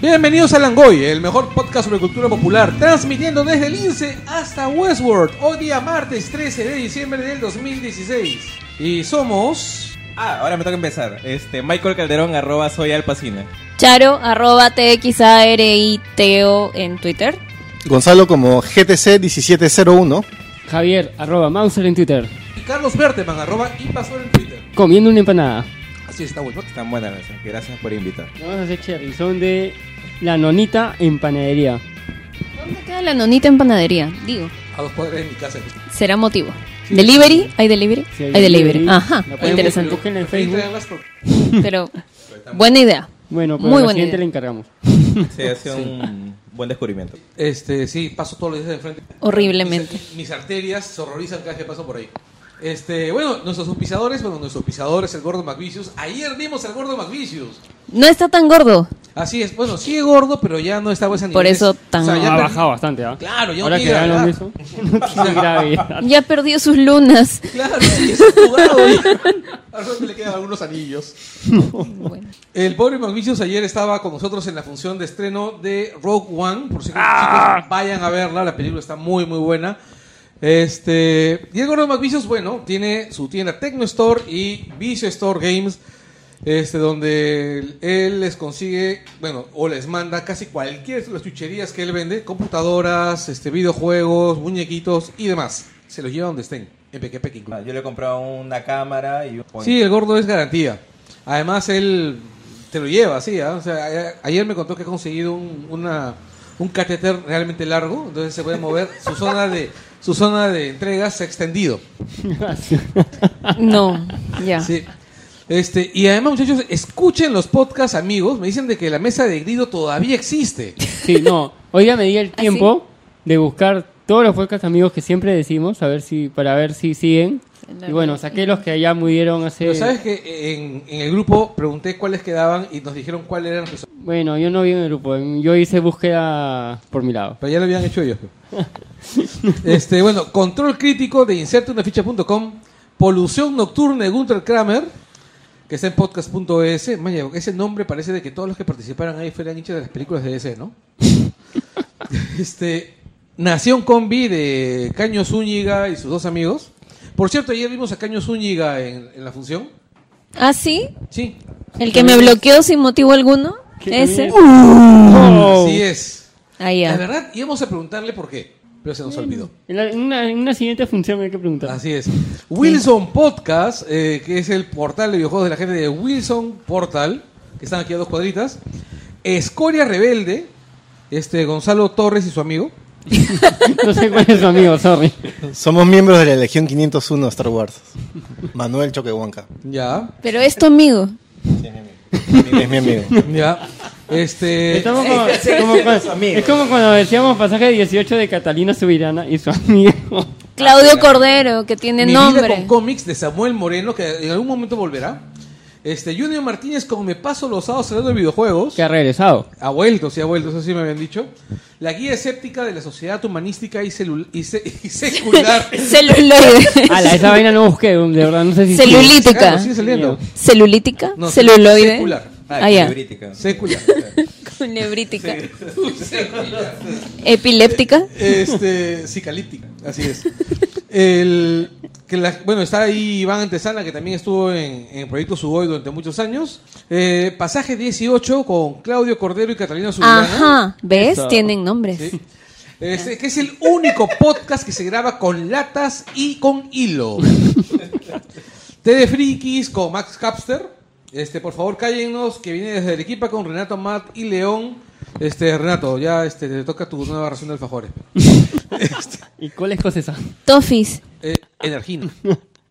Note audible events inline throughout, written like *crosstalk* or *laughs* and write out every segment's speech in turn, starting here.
Bienvenidos a Langoy, el mejor podcast sobre cultura popular, transmitiendo desde el INSE hasta Westworld, hoy día martes 13 de diciembre del 2016. Y somos... Ah, ahora me toca empezar. Este, Michael Calderón, arroba soy Alpacina. Charo, arroba TXARITO en Twitter. Gonzalo como GTC1701. Javier, arroba Mauser en Twitter. y Carlos Berteman, arroba y pasó en Twitter. Comiendo una empanada. Así está, bueno. Están buenas, gracias. gracias por invitar. Vamos a hacer cherry. Son de la nonita en panadería. ¿Dónde queda la nonita en panadería? Digo, A dos cuadras de mi casa. será motivo. ¿Delivery? ¿Hay delivery? Si hay delivery. Ajá, la pueden interesante. *laughs* buscar, Búsquenla en Y Facebook. traerlas por- Pero, buena idea. Bueno, Muy pues la buena siguiente idea. la encargamos. Sí, ha sido un buen descubrimiento. Este, sí, paso todos los días de frente. Horriblemente. Mis, mis arterias se horrorizan cada vez que paso por ahí. Este, bueno, nuestros auspiciadores, bueno, nuestro auspiciador es el gordo McVicious. Ayer vimos al gordo McVicious. No está tan gordo. Así es, bueno, sigue gordo, pero ya no está a ese nivel. Por eso tan- ya ha per- bajado bastante, ¿ah? Claro, ya no Ahora que tiene ganó gravedad. eso, no tiene gravedad. Ya perdió sus lunas. Claro, sí, es jugado. *laughs* ya. Ahora solo le quedan algunos anillos. Bueno. El pobre McVicious ayer estaba con nosotros en la función de estreno de Rogue One. Por si vayan a verla, la película está muy, muy buena. Este, Diego Gordo McVicious, bueno, tiene su tienda Tecno Store y Vicio Store Games, este, donde él les consigue, bueno, o les manda casi cualquier de las chucherías que él vende, computadoras, este, videojuegos, muñequitos y demás. Se los lleva donde estén, en Pequepeque incluido. Ah, Yo le he comprado una cámara y un... Sí, el gordo es garantía. Además, él te lo lleva, sí. ¿ah? O sea, a- ayer me contó que ha conseguido un, una- un catéter realmente largo, entonces se puede mover. Su zona de, su zona de entrega se ha extendido. No, ya. Sí. Este, y además, muchachos, escuchen los podcasts, amigos. Me dicen de que la mesa de grido todavía existe. Sí, no. Hoy ya me di ¿Ah, el tiempo de buscar todos los podcasts amigos que siempre decimos, a ver si, para ver si siguen. Y bueno, saqué los que ya murieron hace... Pero sabes que en, en el grupo pregunté cuáles quedaban y nos dijeron cuáles eran los que son. Bueno, yo no vi en el grupo, yo hice búsqueda por mi lado. Pero ya lo habían hecho ellos. este, bueno, control crítico de insertunaficha.com, polución nocturna de Gunter Kramer, que está en podcast.es. Maya, ese nombre parece de que todos los que participaron ahí fueran hinchas de las películas de DC, ¿no? *laughs* este, Nación Combi de Caño Zúñiga y sus dos amigos. Por cierto, ayer vimos a Caño Zúñiga en, en la función. ¿Ah, sí? Sí, ¿El que me bloqueó sin motivo alguno? ¿Qué ¿Ese? Uh. ¡Oh! así es. Ahí La ya. verdad, íbamos a preguntarle por qué, pero se nos olvidó. En, la- en una, en una siguiente función hay que preguntar. Así es. Wilson Podcast, eh, que es el portal de videojuegos de la gente de Wilson Portal, que están aquí a dos cuadritas. Escoria Rebelde, este Gonzalo Torres y su amigo. *laughs* No sé cuál es su amigo, sorry. Somos miembros de la Legión 501 de Star Wars. Manuel Choquehuanca. Ya, Pero es tu amigo. Es mi amigo. ya. Este. Estamos como- como cuando- es como cuando decíamos pasaje 18 de Catalina Subirana y su *laughs* amigo. Claudio Cordero, que tiene Mi vida nombre. con cómics de Samuel Moreno, que en algún momento volverá. Este, Junior Martínez, como me paso los sábados hablando de videojuegos. Que ha regresado. Ha vuelto, sí ha vuelto, eso sí me habían dicho. La guía escéptica de la sociedad humanística y, celul- y se- y *laughs* secular. Celuloide. Ala, esa vaina no busqué, de verdad, no sé si... Celulitis. Claro, sigue saliendo. ¿Celulítica? No, ¿Celuloide? secular. Ah, Ah, ya. Cubrítica. Secular. Culebrítica. *laughs* Epiléptica. Este, cicalíptica, así es. El, que la- bueno, está ahí Iván Antesana, que también estuvo en, en Proyecto Suboy durante muchos años. Eh, pasaje 18 con Claudio Cordero y Catalina Subirana. Ajá. ¿Ves? Eso. Tienen nombres. Sí. Este, que es el único podcast que se graba con latas y con hilo. Té de Frikis con Max Capster. Este, por favor, cállennos, que viene desde Arequipa con Renato Matt y León. Este, Renato, ya este, te toca tu nueva ración de alfajores. ¿Y cuál es cosa esa? Tofis. Eh, *laughs* Energina.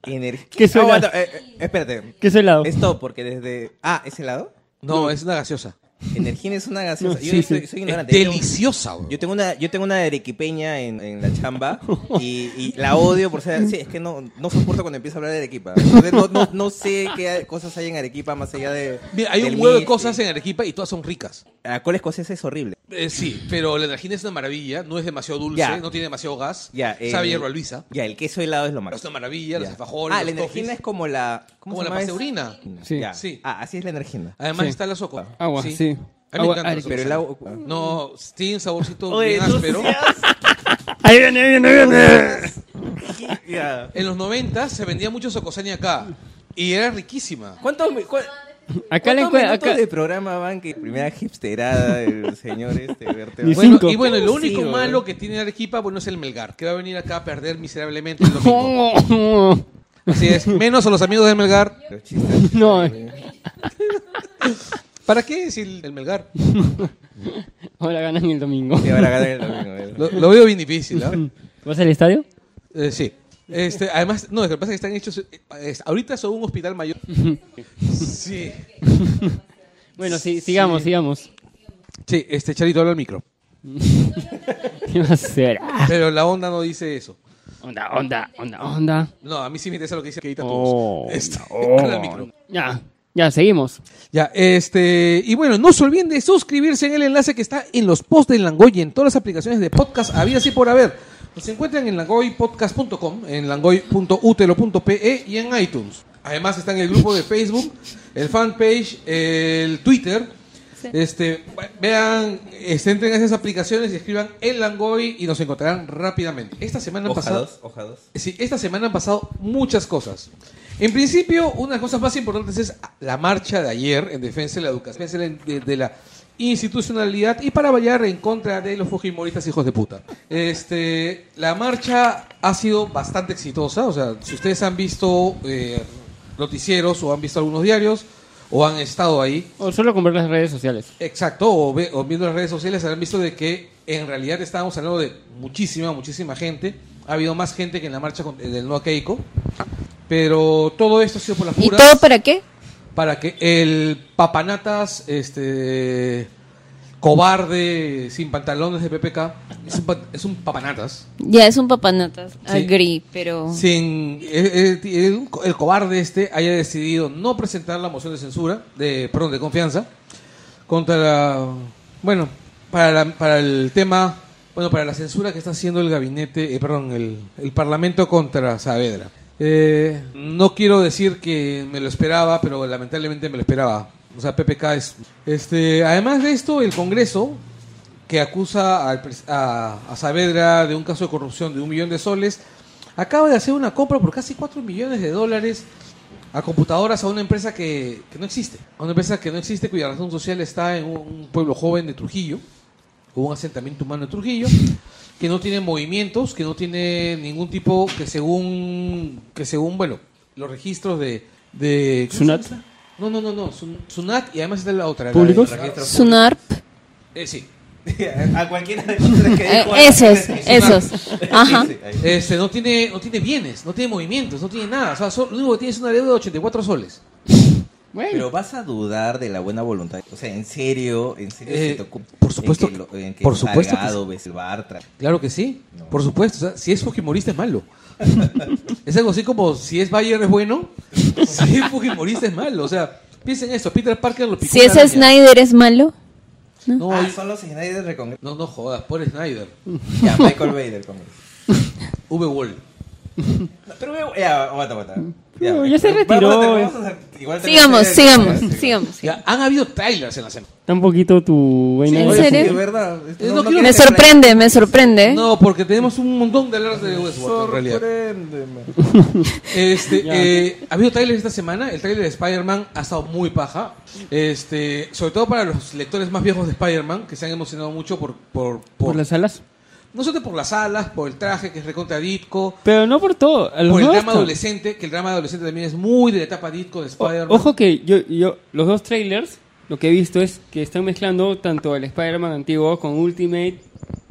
Energía. ¿Qué suena? aguanta, eh, eh, espérate. ¿Qué es el lado? Esto, porque desde... Ah, ¿ese lado? No, es una gaseosa. Energía es una gaseosa. Yo soy, Sí, sí. soy Es ignorante. Yo tengo- deliciosa, bro. Yo tengo una, yo tengo una arequipeña en, en la *laughs* chamba y, y la odio por ser sí, es que no, no soporto cuando empieza a hablar de Arequipa. Entonces, no, no, no sé qué hay- cosas hay en Arequipa más allá de. Mira, hay un huevo de cosas en Arequipa y todas son ricas. La cual escocesa Ah, es horrible. Eh, sí, pero la energina es una maravilla, no es demasiado dulce, Ya. no tiene demasiado gas. Ya, eh, Sabe hierba Luisa. Ya, el queso helado es lo Es más. una maravilla, los Ya. alfajores, Ah, la los energina toffees. es como la. Como la se llama esa? pasteurina. Sí. Ya. Sí. Ah, así es la energina. Además Sí. está la sopa. Agua, sí. A mí me Agua- encanta. el Ari- sabor Pero el sal. agua. No, tiene un saborcito Oye, bien tú áspero. Ahí viene, ahí viene, ahí viene. Ah, Ya. En los 90 se vendía mucho Socosani acá. Y era riquísima. ¿Cuántos, mi- cua- Acá le cuántos encuentro. minutos Acá... *laughs* de programa van que primera hipsterada del señor este Berteo? Ni Bueno, cinco. y bueno, lo Sí, único weón. malo que tiene Arequipa, bueno, es el Melgar, que va a venir acá a perder miserablemente *laughs* el domingo. No, Así *laughs* es, menos a los amigos de Melgar. Los chistes. no, ¿Para qué decir el Melgar? ahora ganan el domingo. Sí, ahora ganan el domingo, ¿verdad? Lo, lo veo bien difícil, *laughs* ¿ah? ¿Vas al estadio? Eh, sí. Este, además, no, lo que pasa es que están hechos. eh, es- ahorita son un hospital *laughs* mayor. Sí. Bueno, sí, sigamos, sigamos. *laughs* Sí, este Charito habla al micro. ¿Qué va a hacer? Ah, Pero la onda no dice eso. Onda, onda, onda, onda. No, a mí sí me interesa lo que dice Keita Oh, Tubos. Este, oh. *laughs* habla al micro. Ya, ya, seguimos. Ya, este. Y bueno, no se olviden de suscribirse en el enlace que está en los posts de Langoy y en todas las aplicaciones de podcast habidas y por haber. Nos encuentran en langoypodcast.com, en langoy.utelo.pe y en iTunes. Además está en el grupo de Facebook, el fanpage, el Twitter. Este, vean, este, entren a esas aplicaciones y escriban el Langoy y nos encontrarán rápidamente. Esta semana Hoja pasada. dos, hoja dos. Sí, esta semana han pasado muchas cosas. En principio, una de las cosas más importantes es la marcha de ayer en defensa de la educación, en defensa de, de la institucionalidad y para variar en contra de los fujimoristas hijos de puta. Este, la marcha ha sido bastante exitosa, o sea, si ustedes han visto eh, noticieros o han visto algunos diarios o han estado ahí, O solo con ver las redes sociales. Exacto, o, ve- o viendo las redes sociales habrán visto de que en realidad estábamos hablando de muchísima, muchísima gente. Ha habido más gente que en la marcha con- eh, del No a Keiko. Pero todo esto ha sido por las ¿Y puras todo para qué? para que el papanatas este cobarde sin pantalones de PPK es un, pa- es un papanatas Ya es un papanatas. Sí. Agri, pero. sin eh, eh, el, el cobarde este haya decidido no presentar la moción de censura de perdón de confianza contra la, bueno para la- para el tema bueno para la censura que está haciendo el gabinete eh, perdón el, el parlamento contra Saavedra Eh, no quiero decir que me lo esperaba pero lamentablemente me lo esperaba o sea PPK es este además de esto el Congreso que acusa al pres- a, a Saavedra de un caso de corrupción de un millón de soles, acaba de hacer una compra por casi 4 millones de dólares a computadoras a una empresa que, que no existe. A una empresa que no existe, cuya razón social está en un, un pueblo joven de Trujillo, o un asentamiento humano de Trujillo, que no tiene movimientos, que no tiene ningún tipo, que según, que según bueno, los registros de... de ¿cómo se llama ¿Sunat? esta? No, no, no, no, Sun- Sunat y además está la otra. la de ¿Públicos? registros- Sunarp. eh, sí, A cualquiera de los tres que Eh, dijo. esos, esos. Ajá. Sí, ahí. Este, no tiene, no tiene bienes, no tiene movimientos, no tiene nada. O sea, solo- lo único que tiene es una deuda de 84 soles. Bueno, Pero vas a dudar de la buena voluntad. O sea, en serio, en serio. Eh, se te ocu- por supuesto En que, lo- que- en que por supuesto que Salgado, Beselbar, Tra- Claro que sí, por supuesto. O sea, si es fujimorista es malo. *laughs* es algo así como si es Bayer es bueno, *laughs* si es fujimorista es malo. O sea, piensen esto, Peter Parker lo picó Si una es araña. Snyder, es malo. No, Ah, Mm. y- son los señales de Recongreso. no, no jodas, por Snyder. Ya, Michael Bay del Congreso. V Wall. No, Pero veo. Ya, aguanta, aguanta. Pero ya se Vamos a retiró. ter- vamos a ter- igual tenemos Sigamos, que- sigamos, Sí. sigamos. Ya, han habido trailers en la semana. está un poquito tu vaina. ¿En Oye, serio? sí, de verdad. Eh, no quiero- Me sorprende, me sorprende. No, porque tenemos un montón de alertas de Westworld en realidad. Sorpréndeme. Este, Ya. eh, ha habido trailers esta semana. El trailer de Spider-Man ha estado muy paja. Este, sobre todo para los lectores más viejos de Spider-Man, que se han emocionado mucho por, por, por- Por las alas. no solo por las alas, por el traje que es recontra Ditko, Pero no por todo. A los por el dos drama tam- adolescente, que el drama adolescente también es muy de la etapa Ditko de O- Spider-Man. Ojo que yo, yo, los dos trailers, lo que he visto es que están mezclando tanto el Spider-Man antiguo con Ultimate,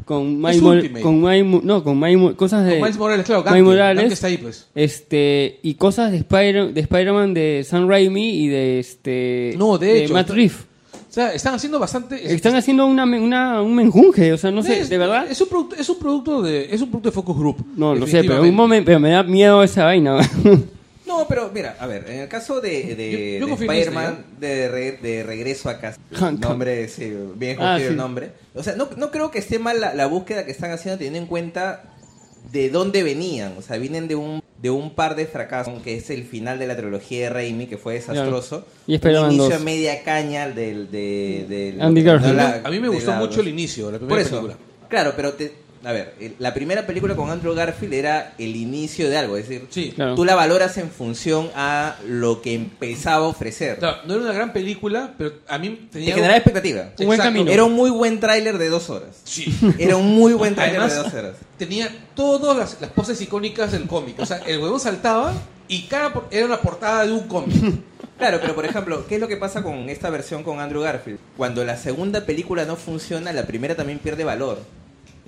con Es Miles Morales, Ultimate. con Miles Mo- no, con Miles Mo- cosas de Con Miles Morales, claro, Miles Gante, Morales, Gante está ahí, pues. Este, y cosas de Spider de Spider-Man de Sam Raimi y de este No, de hecho, Matt está- Reeves. O sea, están haciendo bastante. Están haciendo una, me- una- un menjunje, o sea, no sé, es- de verdad. Es un, producto, es un producto de. Es un producto de Focus Group. no, lo sé, pero definitivamente. un momento, pero me da miedo esa vaina. *laughs* No, pero mira, a ver, en el caso de, de, Yo- yo de confío en Spider-Man, de, re- de regreso a casa, Hancock. nombre, sí, bien Ah, escogido el sí. nombre. O sea, no, no creo que esté mal la, la búsqueda que están haciendo teniendo en cuenta de dónde venían. O sea, vienen de un, de un par de fracasos, que es el final de la trilogía de Raimi, que fue desastroso. Y esperaban un inicio dos. a media caña del... del, del- Andy de la- Garfield. a mí me de gustó la- mucho el inicio, la primera Por eso, película. claro, pero te, a ver, el- la primera película con Andrew Garfield era el inicio de algo, es decir, Sí. Claro. tú la valoras en función a lo que empezaba a ofrecer. Claro, no era una gran película, pero a mí Te tenía... generaba expectativa. Un buen Exacto. camino. Era un muy buen tráiler de dos horas. Sí. Era un muy buen tráiler de Además, dos horas. tenía todas las, las poses icónicas del cómic. O sea, el huevón saltaba y cada por- era una portada de un *laughs* cómic. Claro, pero por ejemplo, ¿qué es lo que pasa con esta versión con Andrew Garfield? Cuando la segunda película no funciona, la primera también pierde valor.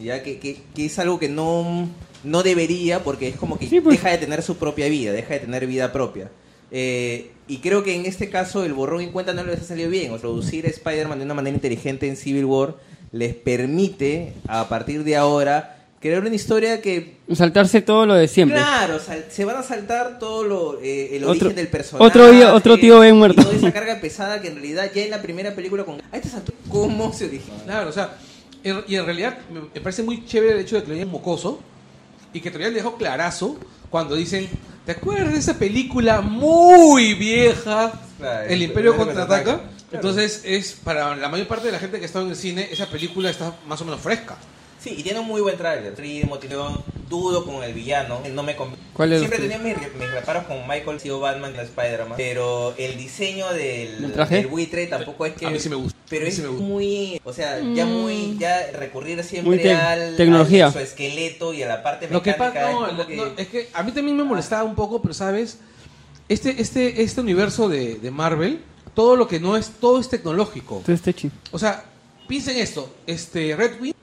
Ya que, que- que es algo que no, no debería porque es como que Sí, pues. deja de tener su propia vida, deja de tener vida propia. Eh, y creo que en este caso el borrón en cuenta no les ha salido bien. O Producir a Spider-Man de una manera inteligente en Civil War les permite, a partir de ahora, crear una historia que Saltarse todo lo de siempre. Claro, sal- se van a saltar todo lo, eh, el Otro- origen del personaje. otro día- otro tío Ben muerto. y toda esa carga pesada que en realidad ya en la primera película con... A estas alturas, ¿cómo se origina? Claro, o sea, en- y en realidad me me parece muy chévere el hecho de que lo hayan mocoso y que todavía le dejó clarazo cuando dicen, ¿te acuerdas de esa película muy vieja? Claro, el Imperio el Imperio Contraataca. Contraataca. Entonces, es para la mayor parte de la gente que está en el cine, esa película está más o menos fresca. Sí, y tiene un muy buen tráiler. Ritmo, tiene un- dudo con el villano. No me conv- ¿Cuál es Siempre el- tenía mis, re- mis reparos con Michael, sido Batman y Spider-Man. Pero el diseño del, ¿Del traje? del buitre tampoco es que... A mí sí me gusta. Pero A mí es sí me gusta. muy, o sea, ya muy, ya recurrir siempre Mm. Muy tec- al, tecnología. al su esqueleto y a la parte Lo que mecánica. pasa, es no, como no, que- no, es que a mí también me molestaba un poco, pero sabes, este, este, este universo de, de Marvel, todo lo que no es, todo es tecnológico. Todo este chi- O sea, piensa en esto, este Red Wing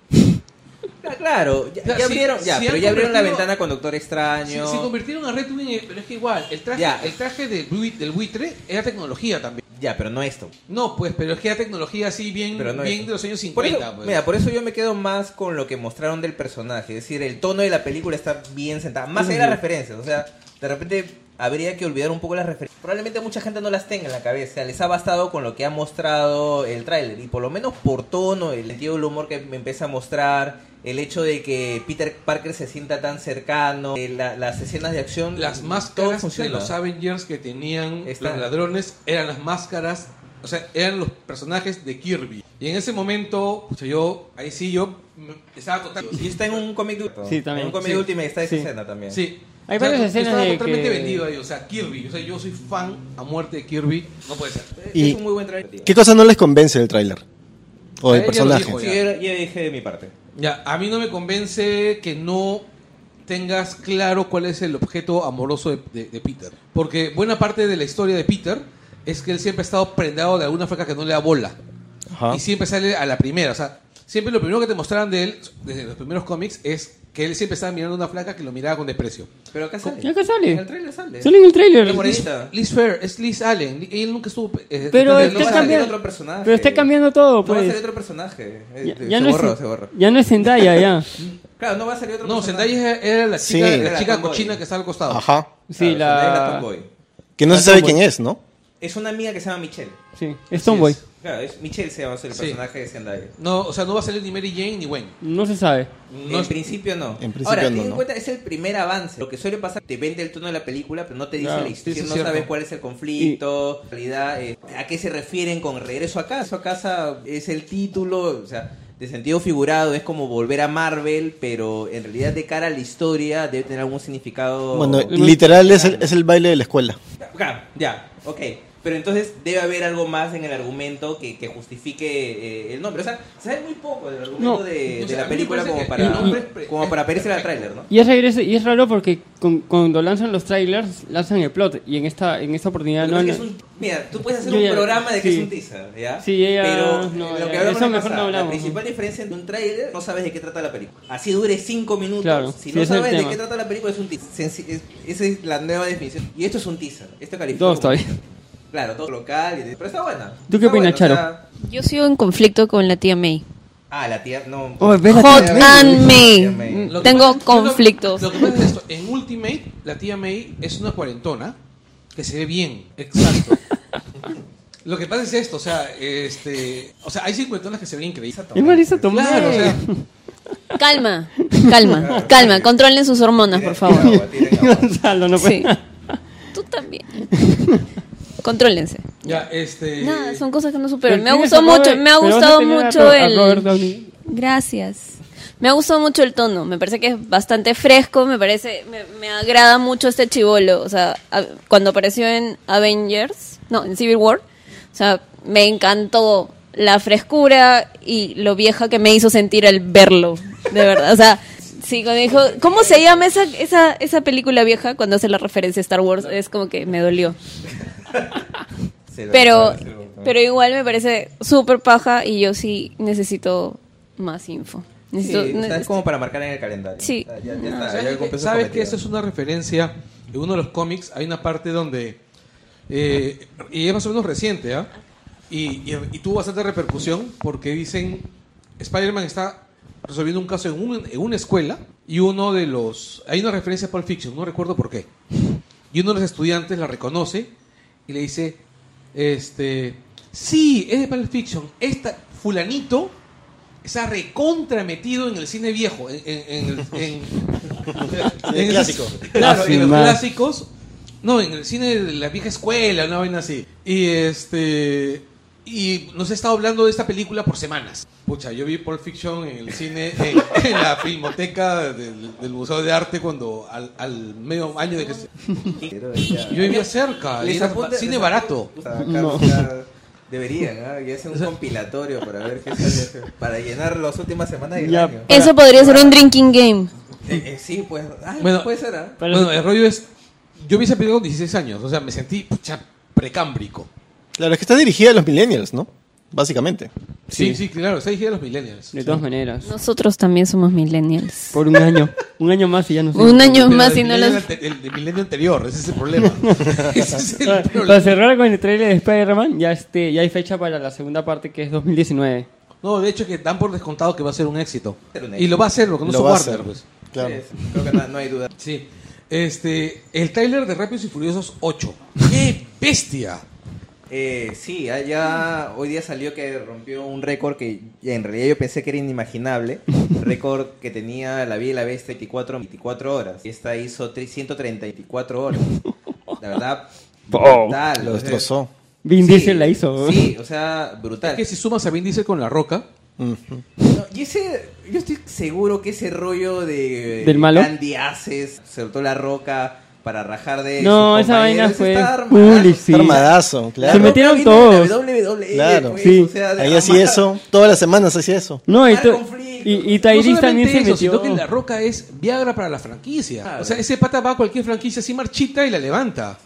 Ah, Claro, ya, Claro, ya sí, abrieron, ya, sí pero han ya abrieron la convertido- ventana con Doctor Extraño. se, se convirtieron a Red Wing, eh, pero es que igual, el traje, Ah, Ya. el traje del, bui- del buitre era tecnología también. Ya, pero no esto. No, pues, pero es que era tecnología así bien, Pero no bien es- de los años Por 50. eso, pues. Mira, por eso yo me quedo más con lo que mostraron del personaje. Es decir, el tono de la película está bien sentado. Más allá de las referencias. O sea, de repente habría que olvidar un poco las referencias. Probablemente mucha gente no las tenga en la cabeza. O sea, les ha bastado con lo que ha mostrado el tráiler. Y por lo menos por tono, el sentido del humor que me empieza a mostrar. El hecho de que Peter Parker se sienta tan cercano. eh, la- las escenas de acción. las todo máscaras de funciona. los Avengers que tenían Está. los ladrones eran las máscaras, o sea, eran los personajes de Kirby. Y en ese momento, pucha, yo, ahí sí, yo me- estaba total. Y está en un cómic de Sí, también. En un cómic Sí. de Ultimate está esa Sí. escena también. Sí. Hay O sea, varias yo escenas Estaba de totalmente que- vendido ahí, o sea, Kirby. O sea, yo soy fan a muerte de Kirby. No puede ser. Es- Y- es un muy buen trailer. ¿Qué cosa no les convence del tráiler? Ella O del Eh, lo personaje. dijo. Sí, yo, yo dije de mi parte. Ya, a mí no me convence que no tengas claro cuál es el objeto amoroso de, de- de Peter. Porque buena parte de la historia de Peter es que él siempre ha estado prendado de alguna fraca que no le da bola. Ajá. Y siempre sale a la primera. O sea, siempre lo primero que te mostraban de él, desde los primeros cómics, es que él siempre estaba mirando a una flaca que lo miraba con desprecio. Pero acá sale. Y acá sale. En el trailer sale. Solo en el trailer. Qué bonito. Liz, Liz Fair, es Liz Allen. Li- Él nunca estuvo. eh, detrás de No Pero está va a Lois salir Allen. cambiando- otro personaje. Pero está cambiando todo, No va a salir pues. otro personaje. Eh, Ya, eh, ya se no borró, es, se borró. ya no es Zendaya, ya. Claro, no va a salir otro No, personaje. Zendaya era la Sí. chica, Era la la chica tomboy. cochina que está al costado. Ajá. Sí, Claro, Zendaya es la la. tomboy. Que no se Ah, sabe Tomboy. quién es, ¿no? Es una amiga que se llama Michelle. *laughs* Sí, es Tomboy. Claro, es Michelle se llama el Sí. personaje de Zendaya. No, o sea, no va a salir ni Mary Jane ni Gwen. No se sabe. No en es- principio no. En principio Ahora, no, ten en ¿no? cuenta, es el primer avance. Lo que suele pasar, te vende el tono de la película, pero no te dice Claro, la historia, sí, sí, no cierto. sabes cuál es el conflicto, en realidad, eh, a qué se refieren con regreso a casa. A casa es el título, o sea, de sentido figurado, es como volver a Marvel, pero en realidad de cara a la historia debe tener algún Oh. significado. Bueno, literal es el, es el baile de la escuela. Ya, ya, ok. Pero entonces debe haber algo más en el argumento que, que justifique eh, el nombre. O sea, sabe muy poco del argumento No. de, O de sea, a mí la me película parece como que el para, nombre es pre- como es para aparecer al perfecto. tráiler, ¿no? Y es, regreso, y es raro porque con- cuando lanzan los trailers, lanzan el plot. Y en esta, en esta oportunidad Lo no. que pasa no- es que es un- mira, tú puedes hacer Yo un ya- programa de que sí. es un teaser, ¿ya? Sí, ya- ya- Pero no, lo ya, que hablamos eso la mejor pasada, no hablamos. La principal diferencia entre un tráiler, no sabes de qué trata la película. Así dure 5 minutos. Claro, si sí, no ese es el sabes de tema. qué trata la película, es un teaser. Senc- es- esa es la nueva definición. Y esto es un teaser. Esto califica. Dos como- todavía. Claro, todo local. y- Pero está buena. ¿Tú qué Está opinas, buena, o Charo? sea- Yo sigo en conflicto con la tía May. ah, la tía. No. Oh, ve la Hot tía May. and Tía May. Lo May. que pasa- Tengo yo lo- conflictos. Lo, que pasa es esto: en Ultimate, la tía May es una cuarentona que se ve bien. Exacto. *laughs* lo que pasa es esto: o sea, este, o sea hay cincuentonas que se ven increíbles. Es Marisa Tomei. Claro, o sea, Calma, calma, calma. Controlen sus hormonas, por favor. *laughs* Tiren agua, tiren agua. Gonzalo, no puede. Sí. *laughs* Tú también. Contrólense. Ya, este. Nada, son cosas que no superan. Me ha Tienes gustado a Robert- mucho, me ha pero vas a gustado tener a mucho Ro- a Robert el. Downey. Gracias. Me ha gustado mucho el tono. Me parece que es bastante fresco. Me parece, me, me agrada mucho este chivolo. O sea, a- cuando apareció en Avengers, no, en Civil War, o sea, me encantó la frescura y lo vieja que me hizo sentir al verlo. De verdad, o sea. Sí, cuando dijo, ¿cómo se llama esa, esa, esa película vieja? Cuando hace la referencia a Star Wars, es como que me dolió. Sí, lo Pero, que sea, sí, lo que sea. pero igual me parece súper paja y yo sí necesito más info. Sí, Necesito, o sea, ne- es como para marcar en el calendario. Sí. O sea, ya- ya está, ya ¿Sabes, cumplió que, su sabes que cometido. Ah, eso es una referencia en uno de los cómics? Hay una parte donde. eh, y es más o menos reciente, ¿ah? Y, y- y tuvo bastante repercusión porque dicen. Spider-Man está resolviendo un caso en, un- en una escuela y uno de los. Hay una referencia a Pulp Fiction, no recuerdo por qué. Y uno de los estudiantes la reconoce y le dice: Este. Sí, es de Pulp Fiction. Esta, Fulanito está recontra metido en el cine viejo, en, en- en el en- el clásico. Claro, Ah, sí, en los más. clásicos. No, en el cine de la vieja escuela, una vaina así. Y este. Y nos ha estado hablando de esta película por semanas. Pucha, yo vi Pulp Fiction en el cine, en, en la filmoteca del, del Museo de Arte cuando al, al medio año de que se- Quiero decir, ya. Yo vivía cerca, y Les era apunta- cine les barato. apunta- Carlos, ya Deberían, ¿ah? y hacen un compilatorio para ver qué sale, para llenar las últimas semanas del Ya. año. Eso podría ser un drinking game. Eh, eh, sí, pues. ah, Bueno, puede ser, ¿ah? Pero- bueno, el rollo es. Yo vi esa película con 16 años, o sea, me sentí pucha, precámbrico. Claro, es que está dirigida a los millennials, ¿no? Básicamente. Sí, Sí. sí, claro, está dirigida a los millennials. De todas maneras. Nosotros también somos millennials. Por un año. Un año más *laughs* y ya no sé. Un año Pero más del y no milenio las... ante- El del milenio anterior, ese es el *laughs* problema. ese es *laughs* el Ah, Para problema. cerrar con el trailer de Spider-Man, ya, este, ya hay fecha para la segunda parte que es 2019. No, de hecho es que dan por descontado que va a ser un éxito. Ser un éxito. Y lo va a ser, porque no Lo se va a guarda. pues. hacer. pues. Claro. Sí, sí, creo que no, no hay duda. Sí. Este, el tráiler de Rápidos y Furiosos 8. ¡Qué bestia! Eh, sí, allá hoy día salió que rompió un récord que en realidad yo pensé que era *laughs* inimaginable. récord que tenía la Vía y la Bestia 24, 24 horas. Y esta hizo 3 134 horas. La verdad, *laughs* Wow. brutal. Lo o sea, destrozó. Vin sí, Diesel la hizo. Sí, o sea, brutal. Es que si sumas a Vin Diesel con La Roca, Ujú. No, y ese, yo estoy seguro que ese rollo de ¿Del malo? Andy Aces, soltó la roca para rajar de No, sus esa vaina compañeros, fue está armado. public, Está armadazo, La Se claro. Roca metieron viene de todos. WWE, Claro. pues, Sí. o sea, de Ahí hacía armar- eso. Todas las semanas hacía eso. *laughs* No, y, Armar to- conflictos. y, y no Tyrese solamente también se eso, metió. sino que La Roca es Viagra para la franquicia. Claro. O sea, ese pata va a cualquier franquicia así marchita y la levanta.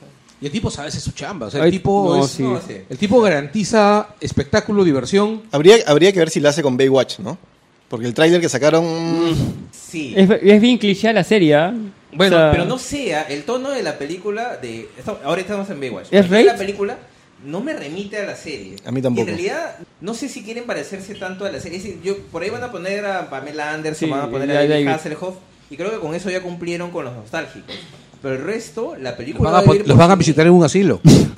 Y el tipo sabe hacer su chamba. O sea, el Ay, tipo no, es- sí. No, sí. el tipo garantiza espectáculo, diversión. Habría, habría que ver si la hace con Baywatch, ¿no? Porque el tráiler que sacaron... Mm. Sí. Es, es bien cliché la serie. ¿ah? Bueno, Pero no sea el tono de la película de esto- ahora estamos en Baywatch. ¿Es Pero la rape? película no me remite a la serie. A mí tampoco. Y en realidad no sé si quieren parecerse tanto a la serie. Es decir, yo por ahí van a poner a Pamela Anderson, Sí, van a poner a ya David David. Hasselhoff y creo que con eso ya cumplieron con los nostálgicos. Pero el resto, la Los película van a, va a pon- vivir los por van a sí- visitar en un asilo. *laughs*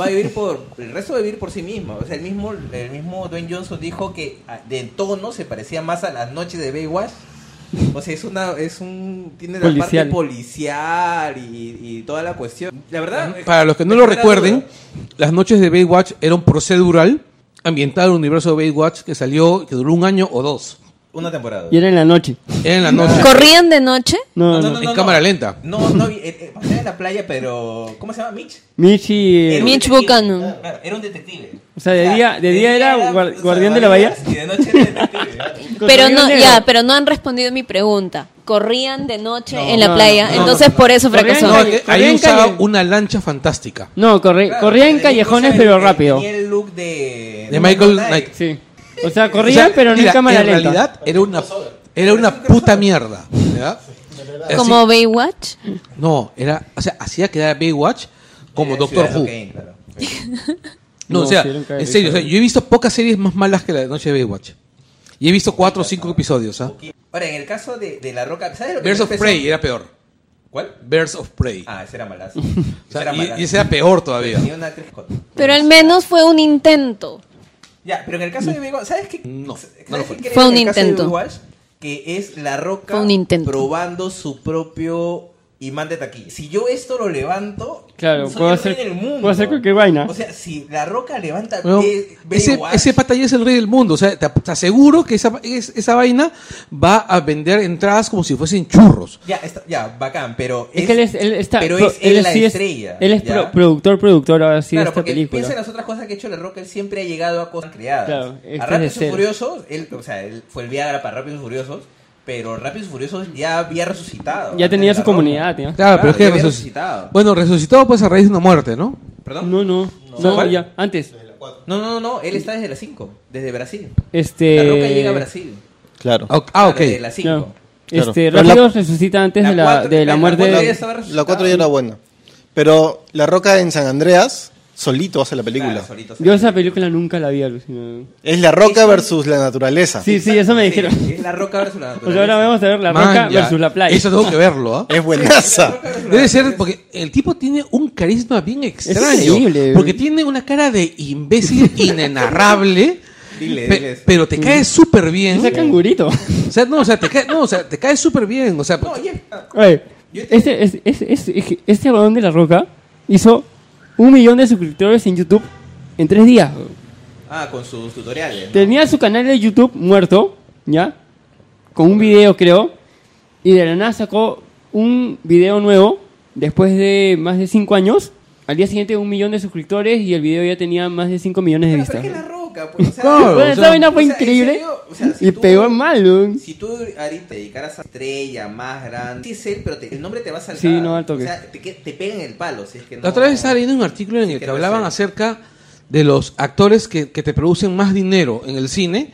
va a vivir por el resto va a vivir por sí misma o sea el mismo el mismo Dwayne Johnson dijo que ah, de tono se parecía más a las noches de Baywatch o sea es una es un tiene la Policial. parte policial y, y toda la cuestión la verdad *laughs* eh, Para los que no me lo genera recuerden, duda. las noches de Baywatch era un procedural ambientado en el universo de Baywatch que salió, que duró un año o dos. una temporada Y era en la noche. Era en la Ah. noche. ¿Corrían de noche? No, no. En cámara lenta. no no vi- eh, eh, pasaba en la playa pero cómo se llama Mitch Michi. eh, Era un Mitch detective. Ah, Buchanan. Claro, era un detective O sea, de día- de día era guar- guardián de la bahía. y de noche era detective con Pero Río no, Negro. ya, pero no han respondido mi pregunta. ¿Corrían de noche en la no, playa? no, no, Entonces por eso Corrían fracasó. No, Corrían eh, en ahí usaba calle. una lancha fantástica. No, corre- Claro, corría en tenía callejones, cosas pero que rápido. Tenía el look de, De Michael Knight. Sí. O sea, corrían, O sea, pero no mira, en cámara En lenta. realidad era una, era una puta mierda. ¿ya? Así- Como Baywatch. no, era, o sea, hacía quedar a Baywatch como Eh, Doctor Ciudadano Who. Kane, claro. No, No, o sea, sí, era un caer en de serio, o sea, risa. yo he visto pocas series más malas que la de Noche de Baywatch. Y he visto cuatro o cinco episodios. ¿ah? Ahora, en el caso de, de La Roca, ¿sabes lo que Birds me of empezó- Prey era peor. ¿Cuál? Birds of Prey. Ah, ese era malazo. *laughs* O Ese sea, era y, malazo. y ese era peor todavía. Tenía una actriz con- Pero al menos fue un intento. Ya, pero en el caso de Big Watch, ¿sabes qué? No, ¿sabes no lo qué fue. creo Fue un en el caso de intento. Big Watch? que es La Roca Fue un intento. probando su propio imán de taquilla. Si yo esto lo levanto, Claro, soy puedo el rey hacer- del mundo. puedo hacer cualquier vaina. O sea, si La Roca levanta Bueno, eh, Baywatch, ese, ese pata ya es el rey del mundo. O sea, te, te aseguro que esa, es- esa vaina va a vender entradas como si fuesen churros. ya, está- ya, bacán, pero Es, que él, es, él está, pero pro- es él es- la sí es- estrella. él es ¿ya? pro- productor, productor ahora sí claro, de esta porque película. piensa en las otras cosas que ha hecho La Roca, él siempre ha llegado a cosas creadas. Claro, este a es de Rápidos y cero. Furiosos, él, o sea, él fue el Viagra para Rápidos y Furiosos, pero Rápidos y Furiosos ya había resucitado. Ya tenía La su Roca. comunidad, ¿ya? Claro, pero es ya que había resuc- resucitado. Bueno, resucitado pues a raíz de una muerte, ¿no? ¿Perdón? No, no, no, ¿Cuál? ya, antes. No, no, no, no, él está desde las 5, desde Brasil. Este... La Roca llega a Brasil. Claro. Ah, ok. ah, ok. Desde las 5. Claro. Claro. Este, Pero la- Rápidos resucita antes de, la, cuatro- de la muerte. cuatro ya de- estaba La resucitado. 4 ya era buena. Pero La Roca en San Andreas solito hace la película. Claro, solito se- Yo esa película nunca la vi, alucinado. Es La Roca versus la naturaleza. Sí, sí, eso me dijeron. es la roca versus la *laughs* O sea, ahora naturaleza. vamos a ver La Man, Roca ya. versus la playa. Eso tengo que verlo, *laughs* ¿ah? Es buenaza. Debe ser porque el tipo tiene un carisma bien extraño. increíble. Porque tiene una cara de *laughs* imbécil inenarrable. Dile, pe- diles. pero te cae súper bien. *laughs* Ese cangurito. O sea, no, o sea, te cae, no, o sea, te cae súper bien. O sea, No, oye, ah, Oye, Yo- este, es- es- es- es que este huevón de La Roca hizo un millón de suscriptores en YouTube en tres días. ah, con sus tutoriales. ¿no? Tenía su canal de YouTube muerto, ¿ya? Con un video, creo. Y de la nada sacó un video nuevo después de más de cinco años. Al día siguiente un millón de suscriptores y el video ya tenía más de 5 millones de Pero, pero vistas. es que la roca, pues, o sea, Claro, Bueno, o esa sea, vaina fue o sea, en increíble serio, o sea, si y tú- pegó mal, weón. Si tú ahorita te dedicaras a estrella más grande, sí es él, pero te- el nombre te va a saltar. Sí, no, al toque. O sea, te, que- te pegan el palo. Si es que no, La otra vez estaba leyendo un artículo en el que creo que hablaban sí. acerca de los actores que, que te producen más dinero en el cine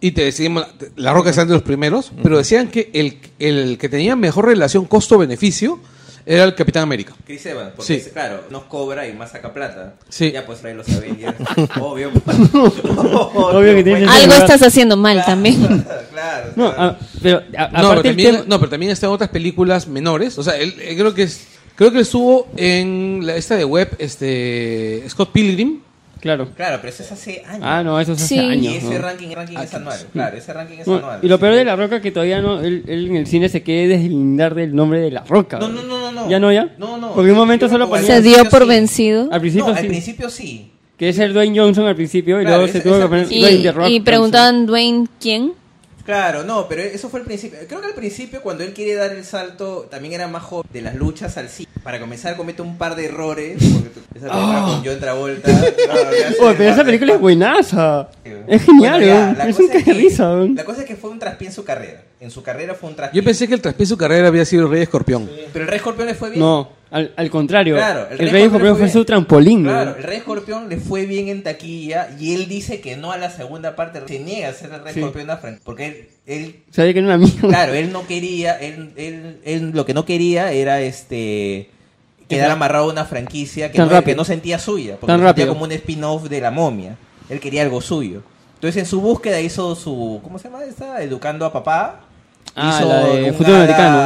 y te decían, La Roca es de los primeros, pero decían que el, el que tenía mejor relación costo-beneficio era el Capitán América. Chris Evans, porque Sí. es- claro, nos cobra y más saca plata. Sí. Ya pues ahí los *laughs* Avengers. Obvio. pues. *laughs* Obvio que tiene que- Claro, Algo estás haciendo mal también. claro, *laughs* claro. No, ah. a- pero a- No pero, aparte el también, tema- no, pero también está en otras películas menores. O sea, él, él creo que es, creo que estuvo en la, esta de web, este Scott Pilgrim. Claro. Claro, pero eso es hace años. Ah, no, eso es hace Sí. años. Y ese ¿no? Ah, ranking, ranking es anual. Claro, ese ranking es No, anual. y lo así peor que- de La Roca que todavía no, él, él en el cine se quiere deslindar del nombre de La Roca. No, no, no, no, no. ¿Ya no, ya? No, no. Porque un momento Yo solo no *laughs* ponía- Se Al dio principio por sí. vencido. Al principio no, sí, al principio sí. que es el Dwayne Johnson al principio y Claro, luego se esa- tuvo esa- que poner Y- Dwayne The Rock. Y, y preguntaban, Dwayne, ¿quién? Claro, no, pero eso fue al principio. Creo que al principio, cuando él quiere dar el salto, también era más joven de las luchas al cine. Para comenzar, comete un par de errores. Porque tú- esa película con John Travolta. claro, le hace Johnson. Oye, pero parte- esa película es buenaza. Bueno, Es genial, ya, weón. la es cosa un que- carrizo, weón. La cosa es que fue un traspié en su carrera. En su carrera fue un traspié. Yo pensé que el traspié de su carrera había sido el Rey Escorpión. Pero el Rey Escorpión le fue bien. No, al, al contrario. Claro, el, Rey Escorpión fue bien. su trampolín, Claro, weón. el Rey Escorpión le fue bien en taquilla y él dice que no a la segunda parte. Se niega a ser el Rey Sí. Escorpión de la frente. Porque él, él Sabía que era una mierda. Claro, él no quería, él, él, él lo que no quería era este quedar amarrado a una franquicia que, Tan no, que rápido. no sentía suya, porque Tan lo sentía rápido. como un spin-off de la momia. Él quería algo suyo. Entonces en su búsqueda hizo su, ¿cómo se llama esta? Educando a papá. Ah, hizo la de un Futuro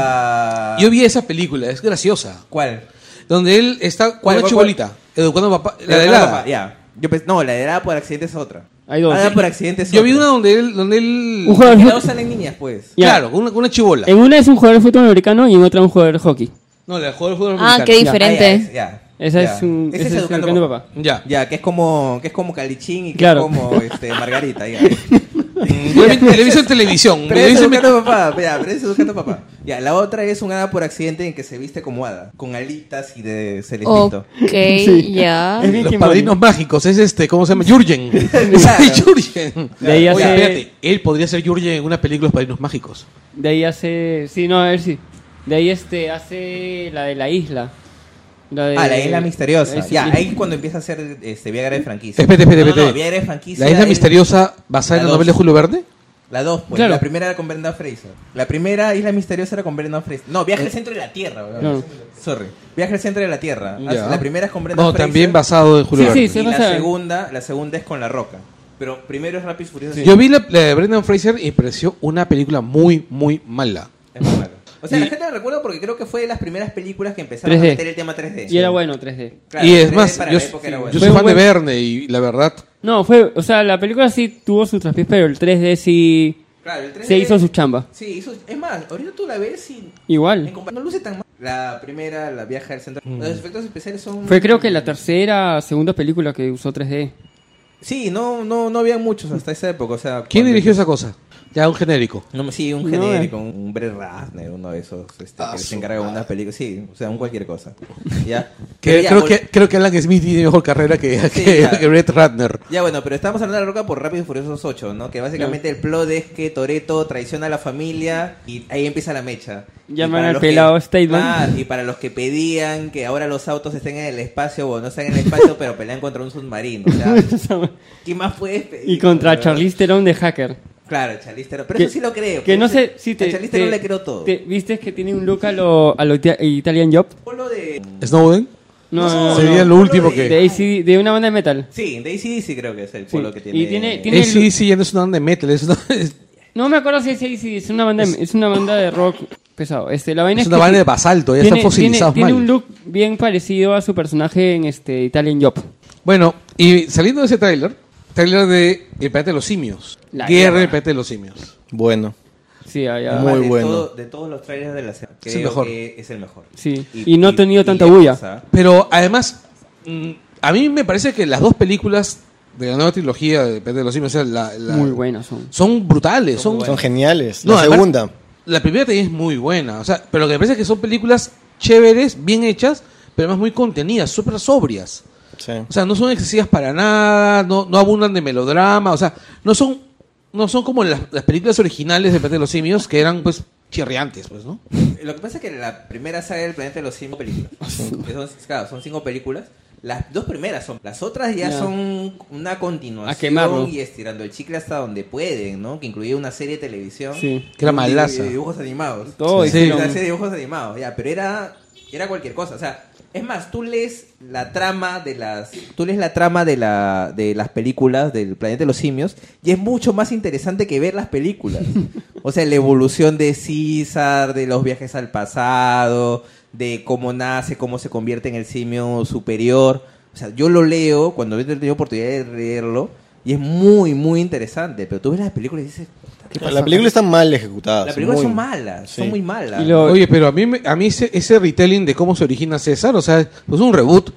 ala- Yo vi esa película, es graciosa. ¿Cuál? Donde él está con ¿Cuál, una cuál, chibolita, educando a papá. La de Educando a helada. papá, ya. Yo pens- no, la de helada por accidente es otra. Hay dos. La de helada por accidente es Yo vi una otra. donde él. Donde él Un jugador de Que fut- no salen niñas, pues. Ya. Claro, con una, con una chibola. En una es un jugador de fútbol americano y en otra un jugador de hockey. No, la jugó el jugador Ah, americano. qué diferente. Ah, ya, es- ya, Esa ya. es un. Ese esa es educando a papá. Ya. Ya, que es como, que es como Calichín y que Claro. es *laughs* como este, Margarita. Ya. Mm, Yo la vi- *laughs* la he visto en televisión. Pero la he es visto en- educando a papá. Ya, pero es educando a papá. Ya, la otra es un hada por accidente en que se viste como hada, con alitas y de celestito. *laughs* Ok, Sí. ya. Es bien Los Kim padrinos mágicos, es este, ¿cómo se llama? *laughs* Jurgen. Es Jurgen. De ahí Oye, hace- espérate, él podría ser Jurgen en una película Los Padrinos Mágicos. De ahí hace. Sí, no, a ver si. De ahí este hace la de la isla. La de... Ah, la isla misteriosa. Esa- ya, ahí es cuando empieza a hacer este, Viagra de franquicia. Espérate, espérate, No, no, espérate. Viagra de franquicia. La isla es- misteriosa basada la en la dos. novela de Julio Verne. La dos, pues. Claro. La primera era con Brenda Fraser. La primera isla misteriosa era con Brenda Fraser. No, Viaje al centro de la Tierra, weón. Eh. Claro. Sorry. Viaje al centro de la Tierra. Ah, Ya. La primera es con Brenda No, Fraser. también basado en Julio Sí, sí, Verne. sí. Y la pasa- segunda, la segunda es con La Roca. Pero primero es Rápido y Furioso. Yo vi la, la de Brendan Fraser y me pareció una película muy, muy mala. Es muy malo. O sea, la Y- gente la recuerda porque creo que fue de las primeras películas que empezaron 3D. a meter el tema 3D. Y era bueno 3D. Claro, y es 3D más, para yo, la época era bueno. yo Fue soy un fan de buen- Verne y la verdad, No, fue, o sea, la película sí tuvo sus traspiés, pero el 3D sí Claro, el 3D Se hizo su chamba. Sí, hizo. Es más, ahorita tú la ves y. en Igual. compar- No luce tan mal. La primera, la viaja al centro. Los efectos especiales son. Mm. Fue creo que la tercera, segunda película que *laughs* usó 3D. Sí, no, no, no había muchos hasta esa época. O sea, ¿Quién cuando- dirigió eh. esa cosa? Ya, un genérico. No, me- sí, un No, genérico, un Brett Ratner, uno de esos este, que se encarga de una película. Sí, o sea, un *laughs* cualquier cosa. Ya. Pero Que, ya, creo, vol- que, creo que Alan Smith tiene mejor carrera que, Sí, que, claro. que Brett Ratner. Ya bueno, pero estamos hablando de la roca por Rápido y Furiosos 8, ¿no? Que básicamente el plot es que Toreto traiciona a la familia y ahí empieza la mecha. Llaman Y para al los que- pelado este Statham. Ah, y para los que pedían que ahora los autos estén en el espacio, bueno, no están en el espacio, *laughs* pero pelean contra un submarino. O *laughs* sea, ¿qué más puedes pedir? y contra ¿verdad? Charlize Theron de Hacker. Claro, Charlize Theron. Pero Que- eso sí lo creo. Que pues, no sé ese- si te... A Charlize Theron te- le creo todo. te- ¿Viste que tiene un look a lo, a lo itia- Italian Job? O lo de... ¿Snowden? No, no, no, Sería no. lo último De, que... AC/DC de una banda de metal. Sí, de ACDC creo que es el Sí. polo que Y tiene. tiene- tiene- Eh, Sí, sí, ya no es una banda de metal, es una, *laughs* es No me acuerdo si es AC/DC, es una banda, de- es una banda de rock pesado. Este, la vaina es es una que banda de basalto, ya tiene, están fosilizados tiene- tiene mal. un look bien parecido a su personaje en este Italian Job. Bueno, y saliendo de ese tráiler, tráiler de El planeta de los simios. La guerra guerra. del planeta de los simios. Bueno. Sí, allá. Además, Muy de bueno. todo- de todos los trailers de la semana, creo el mejor. que es el mejor. Sí. Y no ha tenido tanta lejos, bulla. ¿ah? Pero además, mm, a mí me parece que las dos películas de la nueva trilogía de El planeta de los simios, o sea, la- la- Muy buenas son. son brutales, son, Son geniales. No, la además, segunda. La primera también es muy buena, o sea, pero lo que me parece es que son películas chéveres, bien hechas, pero además muy contenidas, súper sobrias. Sí. O sea, no son excesivas para nada, no, no abundan de melodrama, o sea, no son, no son como las, las películas originales de Planeta de los Simios, que eran pues chirriantes, pues, ¿no? Lo que pasa es que la primera saga del planeta de los cinco *laughs* películas. que son, claro, son cinco películas. Las dos primeras son. Las otras ya Ya. son una continuación. A quemarlo. Y estirando el chicle hasta donde pueden, ¿no? Que incluía una serie de televisión. Sí. Que era Y un dibu- malaza. y dibujos animados. Todo Sí. hicieron- Una serie de dibujos animados, ya, pero era, era cualquier cosa, o sea, es más, tú lees la trama de las, tú lees la trama de la, de las películas del planeta de los simios y es mucho más interesante que ver las películas, o sea, la evolución de César, de los viajes al pasado, de cómo nace, cómo se convierte en el simio superior, o sea, yo lo leo cuando he tenido oportunidad de leerlo y es muy, muy interesante, pero tú ves las películas y dices, ¿qué La película está mal ejecutada. las películas Ah, muy- son malas, son sí. muy malas. Y lo- Oye, pero a mí, me- a mí ese, ese retelling de cómo se origina César, o sea, pues un reboot,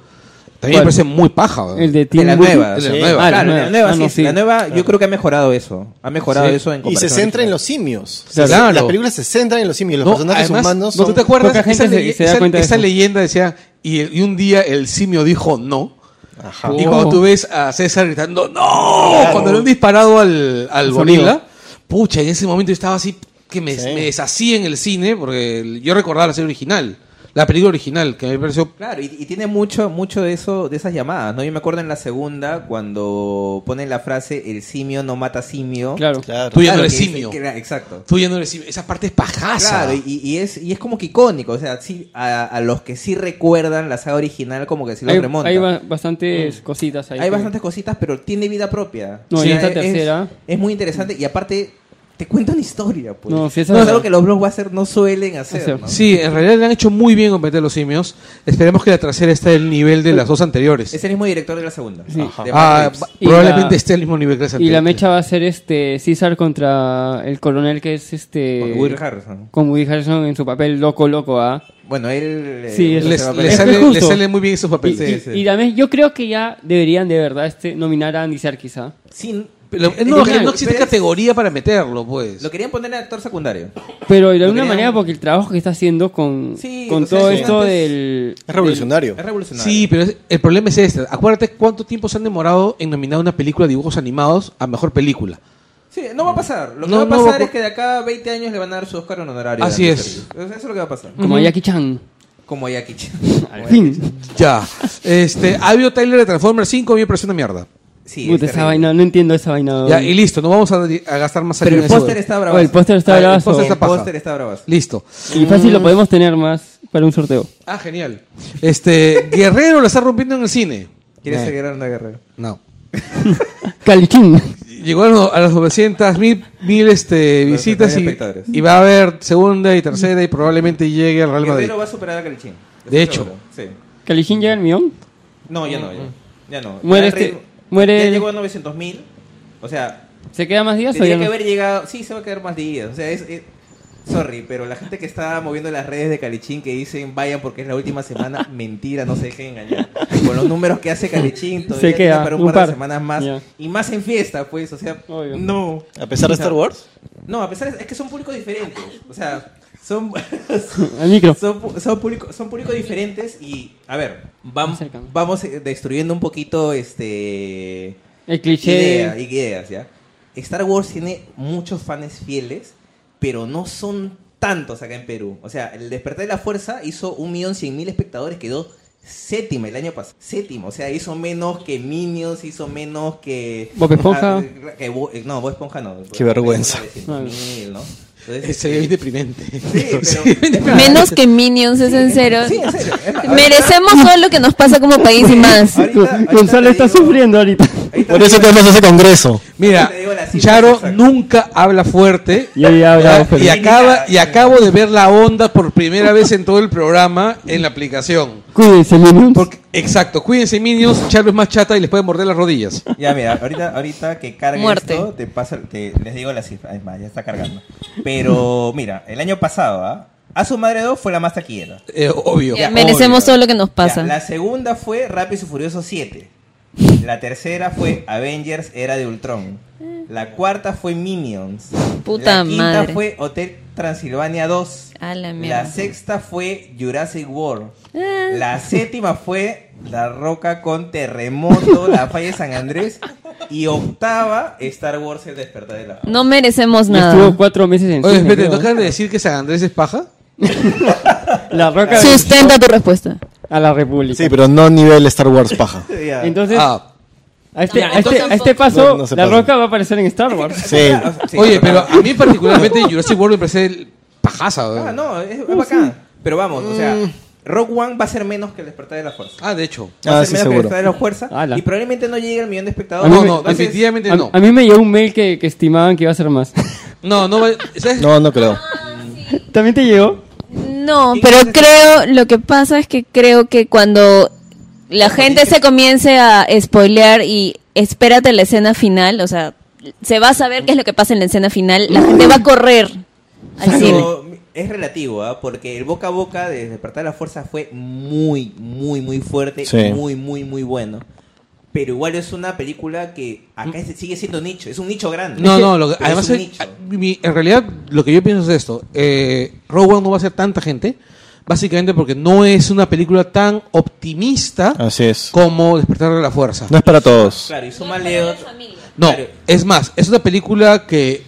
también me ¿Cuál? parece muy paja. ¿verdad? El de De Tim la Burton. nueva, de la sí. nueva. Claro, Ah, la la nueva, nueva. sí, Ah, no, sí. La nueva, yo creo que ha mejorado eso. Ha mejorado Sí. eso en Y se comparación centra original. en los simios. Claro. Las- Las películas se centran en los simios. Los No, personajes además, humanos ¿No son- tú te acuerdas? Poca gente Esa, se- le- se da esa- cuenta de esa eso. leyenda decía, y, y un día el simio dijo no. Ajá. Y Oh. cuando tú ves a César gritando ¡No! Cuando le han disparado al, al El gorila, sonido. pucha, en ese momento yo estaba así que me, Sí. me deshacía en el cine porque yo recordaba la serie original, la película original, que me pareció... Claro, y, y tiene mucho, mucho de eso, de esas llamadas, ¿no? Yo me acuerdo en la segunda, cuando ponen la frase el simio no mata simio. Claro. Claro. Tú ya no Claro, eres que es- simio. que era- exacto. Tú ya no eres simio. Esa parte es pajasa. Claro, y, y es, y es como que icónico, o sea, sí, a, a los que sí recuerdan la saga original, como que sí lo Hay, remonta. hay ba- bastantes cositas ahí. Hay que- bastantes cositas, pero tiene vida propia. No, O y sea, esta es- tercera- Es muy interesante y aparte te cuenta una historia, pues. No, sí, esa No, es es algo verdad. que los blockbusters no suelen hacer, Hacer. ¿no? Sí, en realidad le han hecho muy bien con Planeta de los Simios. Esperemos que la trasera esté al nivel de las dos anteriores. Es el mismo director de la segunda. Sí. Ajá. De Ah, Matrix. ba- Y probablemente la- esté al mismo nivel que las Y anteriores. la mecha va a ser este César contra el coronel que es eh, este. Con Woody Harrelson. Con Woody Harrelson en su papel loco, loco, ¿ah? Bueno, él. eh, Sí, no es- se Les- va a le pelear. es sale, justo. le sale muy bien esos Y, papeles. y- y también yo creo que ya deberían de verdad este nominar a Andy Serkis, ¿ah? Sin- Pero, eh, no, lo que querían- no existe pero es- categoría para meterlo, pues. Lo querían poner en actor secundario. Pero de alguna querían- manera porque el trabajo que está haciendo con, Sí, con o sea, todo sí. esto antes- del... Es revolucionario. Es revolucionario. Sí, pero es- el problema es este. Acuérdate cuánto tiempo se han demorado en nominar una película de dibujos animados a mejor película. Sí, no va a pasar. Lo que No, va a no va pasar a- es que de acá a 20 años le van a dar su Oscar honorario. Así Dan es. Service. O sea, Eso es lo que va a pasar. Como Jackie Chan. Como Jackie Chan. *laughs* Al fin. Ya. Este, ha habido Tyler de Transformers 5, a mí me pareció una mierda. Sí, es Puta, esa terrible. vaina, no entiendo esa vaina. Ya, y listo, no vamos a, a gastar más Pero saliva en el eso. póster está bravo. Oh, el póster está Ah, el bravazo. póster está paja. está bravazo. Listo. Y fácil lo podemos tener más para un sorteo. Ah, genial. Este, Guerrero lo está rompiendo en el cine. ¿Quieres Eh, seguir a una guerrera? No. Calichín. Llegó a los- a las 900 mil, mil este, Los visitas y, espectadores. y va a haber segunda y tercera y probablemente llegue al Real Madrid. Guerrero va a superar a Calichín. Estoy De hecho. seguro. Sí. Calichín llega al millón. No, ya no, ya, ya no. Mm. Muere Ya este- Rey- muere- Ya llegó a 900.000. O sea, ¿Se queda más días o ya Tendría que no? haber llegado. Sí, se va a quedar más días. O sea, es. es- Sorry, pero la gente que está moviendo las redes de Calichín que dicen vayan porque es la última *laughs* semana, mentira, no se dejen engañar. Con los números que hace Calichín, todavía Se queda, tiene para un, un par, par. de semanas más. Ya. Y más en fiesta, pues, o sea, Obvio. no. A pesar de Star Wars. No, a pesar de, es que son públicos diferentes. O sea, son, Al micro. *laughs* son, pu- son, público- son públicos diferentes y, a ver, vam- Acércame. vamos eh, destruyendo un poquito este El cliché. idea- ideas, ¿ya? Star Wars tiene muchos fans fieles, pero no son tantos acá en Perú. O sea, el Despertar de la Fuerza hizo 1.100.000 espectadores, quedó séptima el año pasado. Séptimo, o sea, hizo menos que Minions, hizo menos que... Bob Esponja. Ah, que Bo- eh, no, Bob Esponja no. Qué vergüenza. 900.000, ¿no? *laughs* Entonces, eh, Se ve bien deprimente. Sí, pero- Se ve bien deprimente. Menos que Minions, es en serio. Sí, en serio. Es más, ahorita- Merecemos todo lo que nos pasa como país y más. Ahorita- ahorita Gonzalo te está digo- sufriendo ahorita. ahorita Por te eso digo- tenemos ese congreso. Mira, Te digo la cifra Charo exacta. nunca habla fuerte. Ya pues, había hablado, pero- y, acaba, y acabo de ver la onda por primera vez en todo el programa en la aplicación. Cuídense, Minions. Porque, exacto, cuídense, Minions. Charo es más chata y les puede morder las rodillas. Ya, mira, ahorita, ahorita que cargue Muerte. esto, te pasa, te- les digo la cifra. Es más, ya está cargando. Pero, mira, el año pasado, ¿ah? A su madre 2 fue la más taquillera. Eh, obvio. Ya, merecemos todo lo que nos pasa. Ya, la segunda fue Rápido y Furioso 7. La tercera fue Avengers Era de Ultron. La cuarta fue Minions. Puta la quinta madre. fue Hotel Transilvania 2. A la mierda. la sexta fue Jurassic World. Ah. La séptima fue La Roca con Terremoto, La Falla de San Andrés. Y octava, Star Wars El Despertar de la Fama. No merecemos Y Estuvo nada. cuatro meses en Oye, cine, espérate, creo, ¿no ¿eh? acaban de decir que San Andrés es paja? La roca Sustenta tu respuesta. a la república. Sí, pues, pero no nivel Star Wars paja. Ya. Entonces, Ah, a, este, No, a, este, entonces- a este paso, No, no se la pasa. roca va a aparecer en Star Wars. Sí. O sea, sí, oye, pero- pero a mí particularmente Jurassic World me parece el pajaza. weón. Ah, no, es, es bacán. Pero vamos, o sea, Rock One va a ser menos que el despertar de la fuerza. Ah, de hecho. Va a Ah, ser menos sí, que el seguro. despertar de la fuerza. Ala. Y probablemente no llegue al millón de No, espectadores. no, Entonces, definitivamente A, no. a mí me llegó un mail que, que estimaban que iba a ser más. No, no, va- ¿sabes? No, no creo. ¿También te llegó? No, ¿Y qué pero haces? creo, lo que pasa es que creo que cuando la gente se comience a spoilear y espérate la escena final, o sea, se va a saber qué es lo que pasa en la escena final, la gente va a correr al cine. pero es relativo, ¿ah? porque el boca a boca de despertar de la fuerza fue muy, muy, muy fuerte. Sí. Muy, muy, muy bueno. Pero igual es una película que acá es- sigue siendo nicho. Es un nicho grande. No, no, lo que- Pero además, es un eh, nicho. mi- en realidad lo que yo pienso es esto. Eh, Rogue One no va a ser tanta gente, básicamente porque no es una película tan optimista Así es. como Despertar de la Fuerza. No es para todos. Claro, y súmale otro. No, Claro. es más, es una película que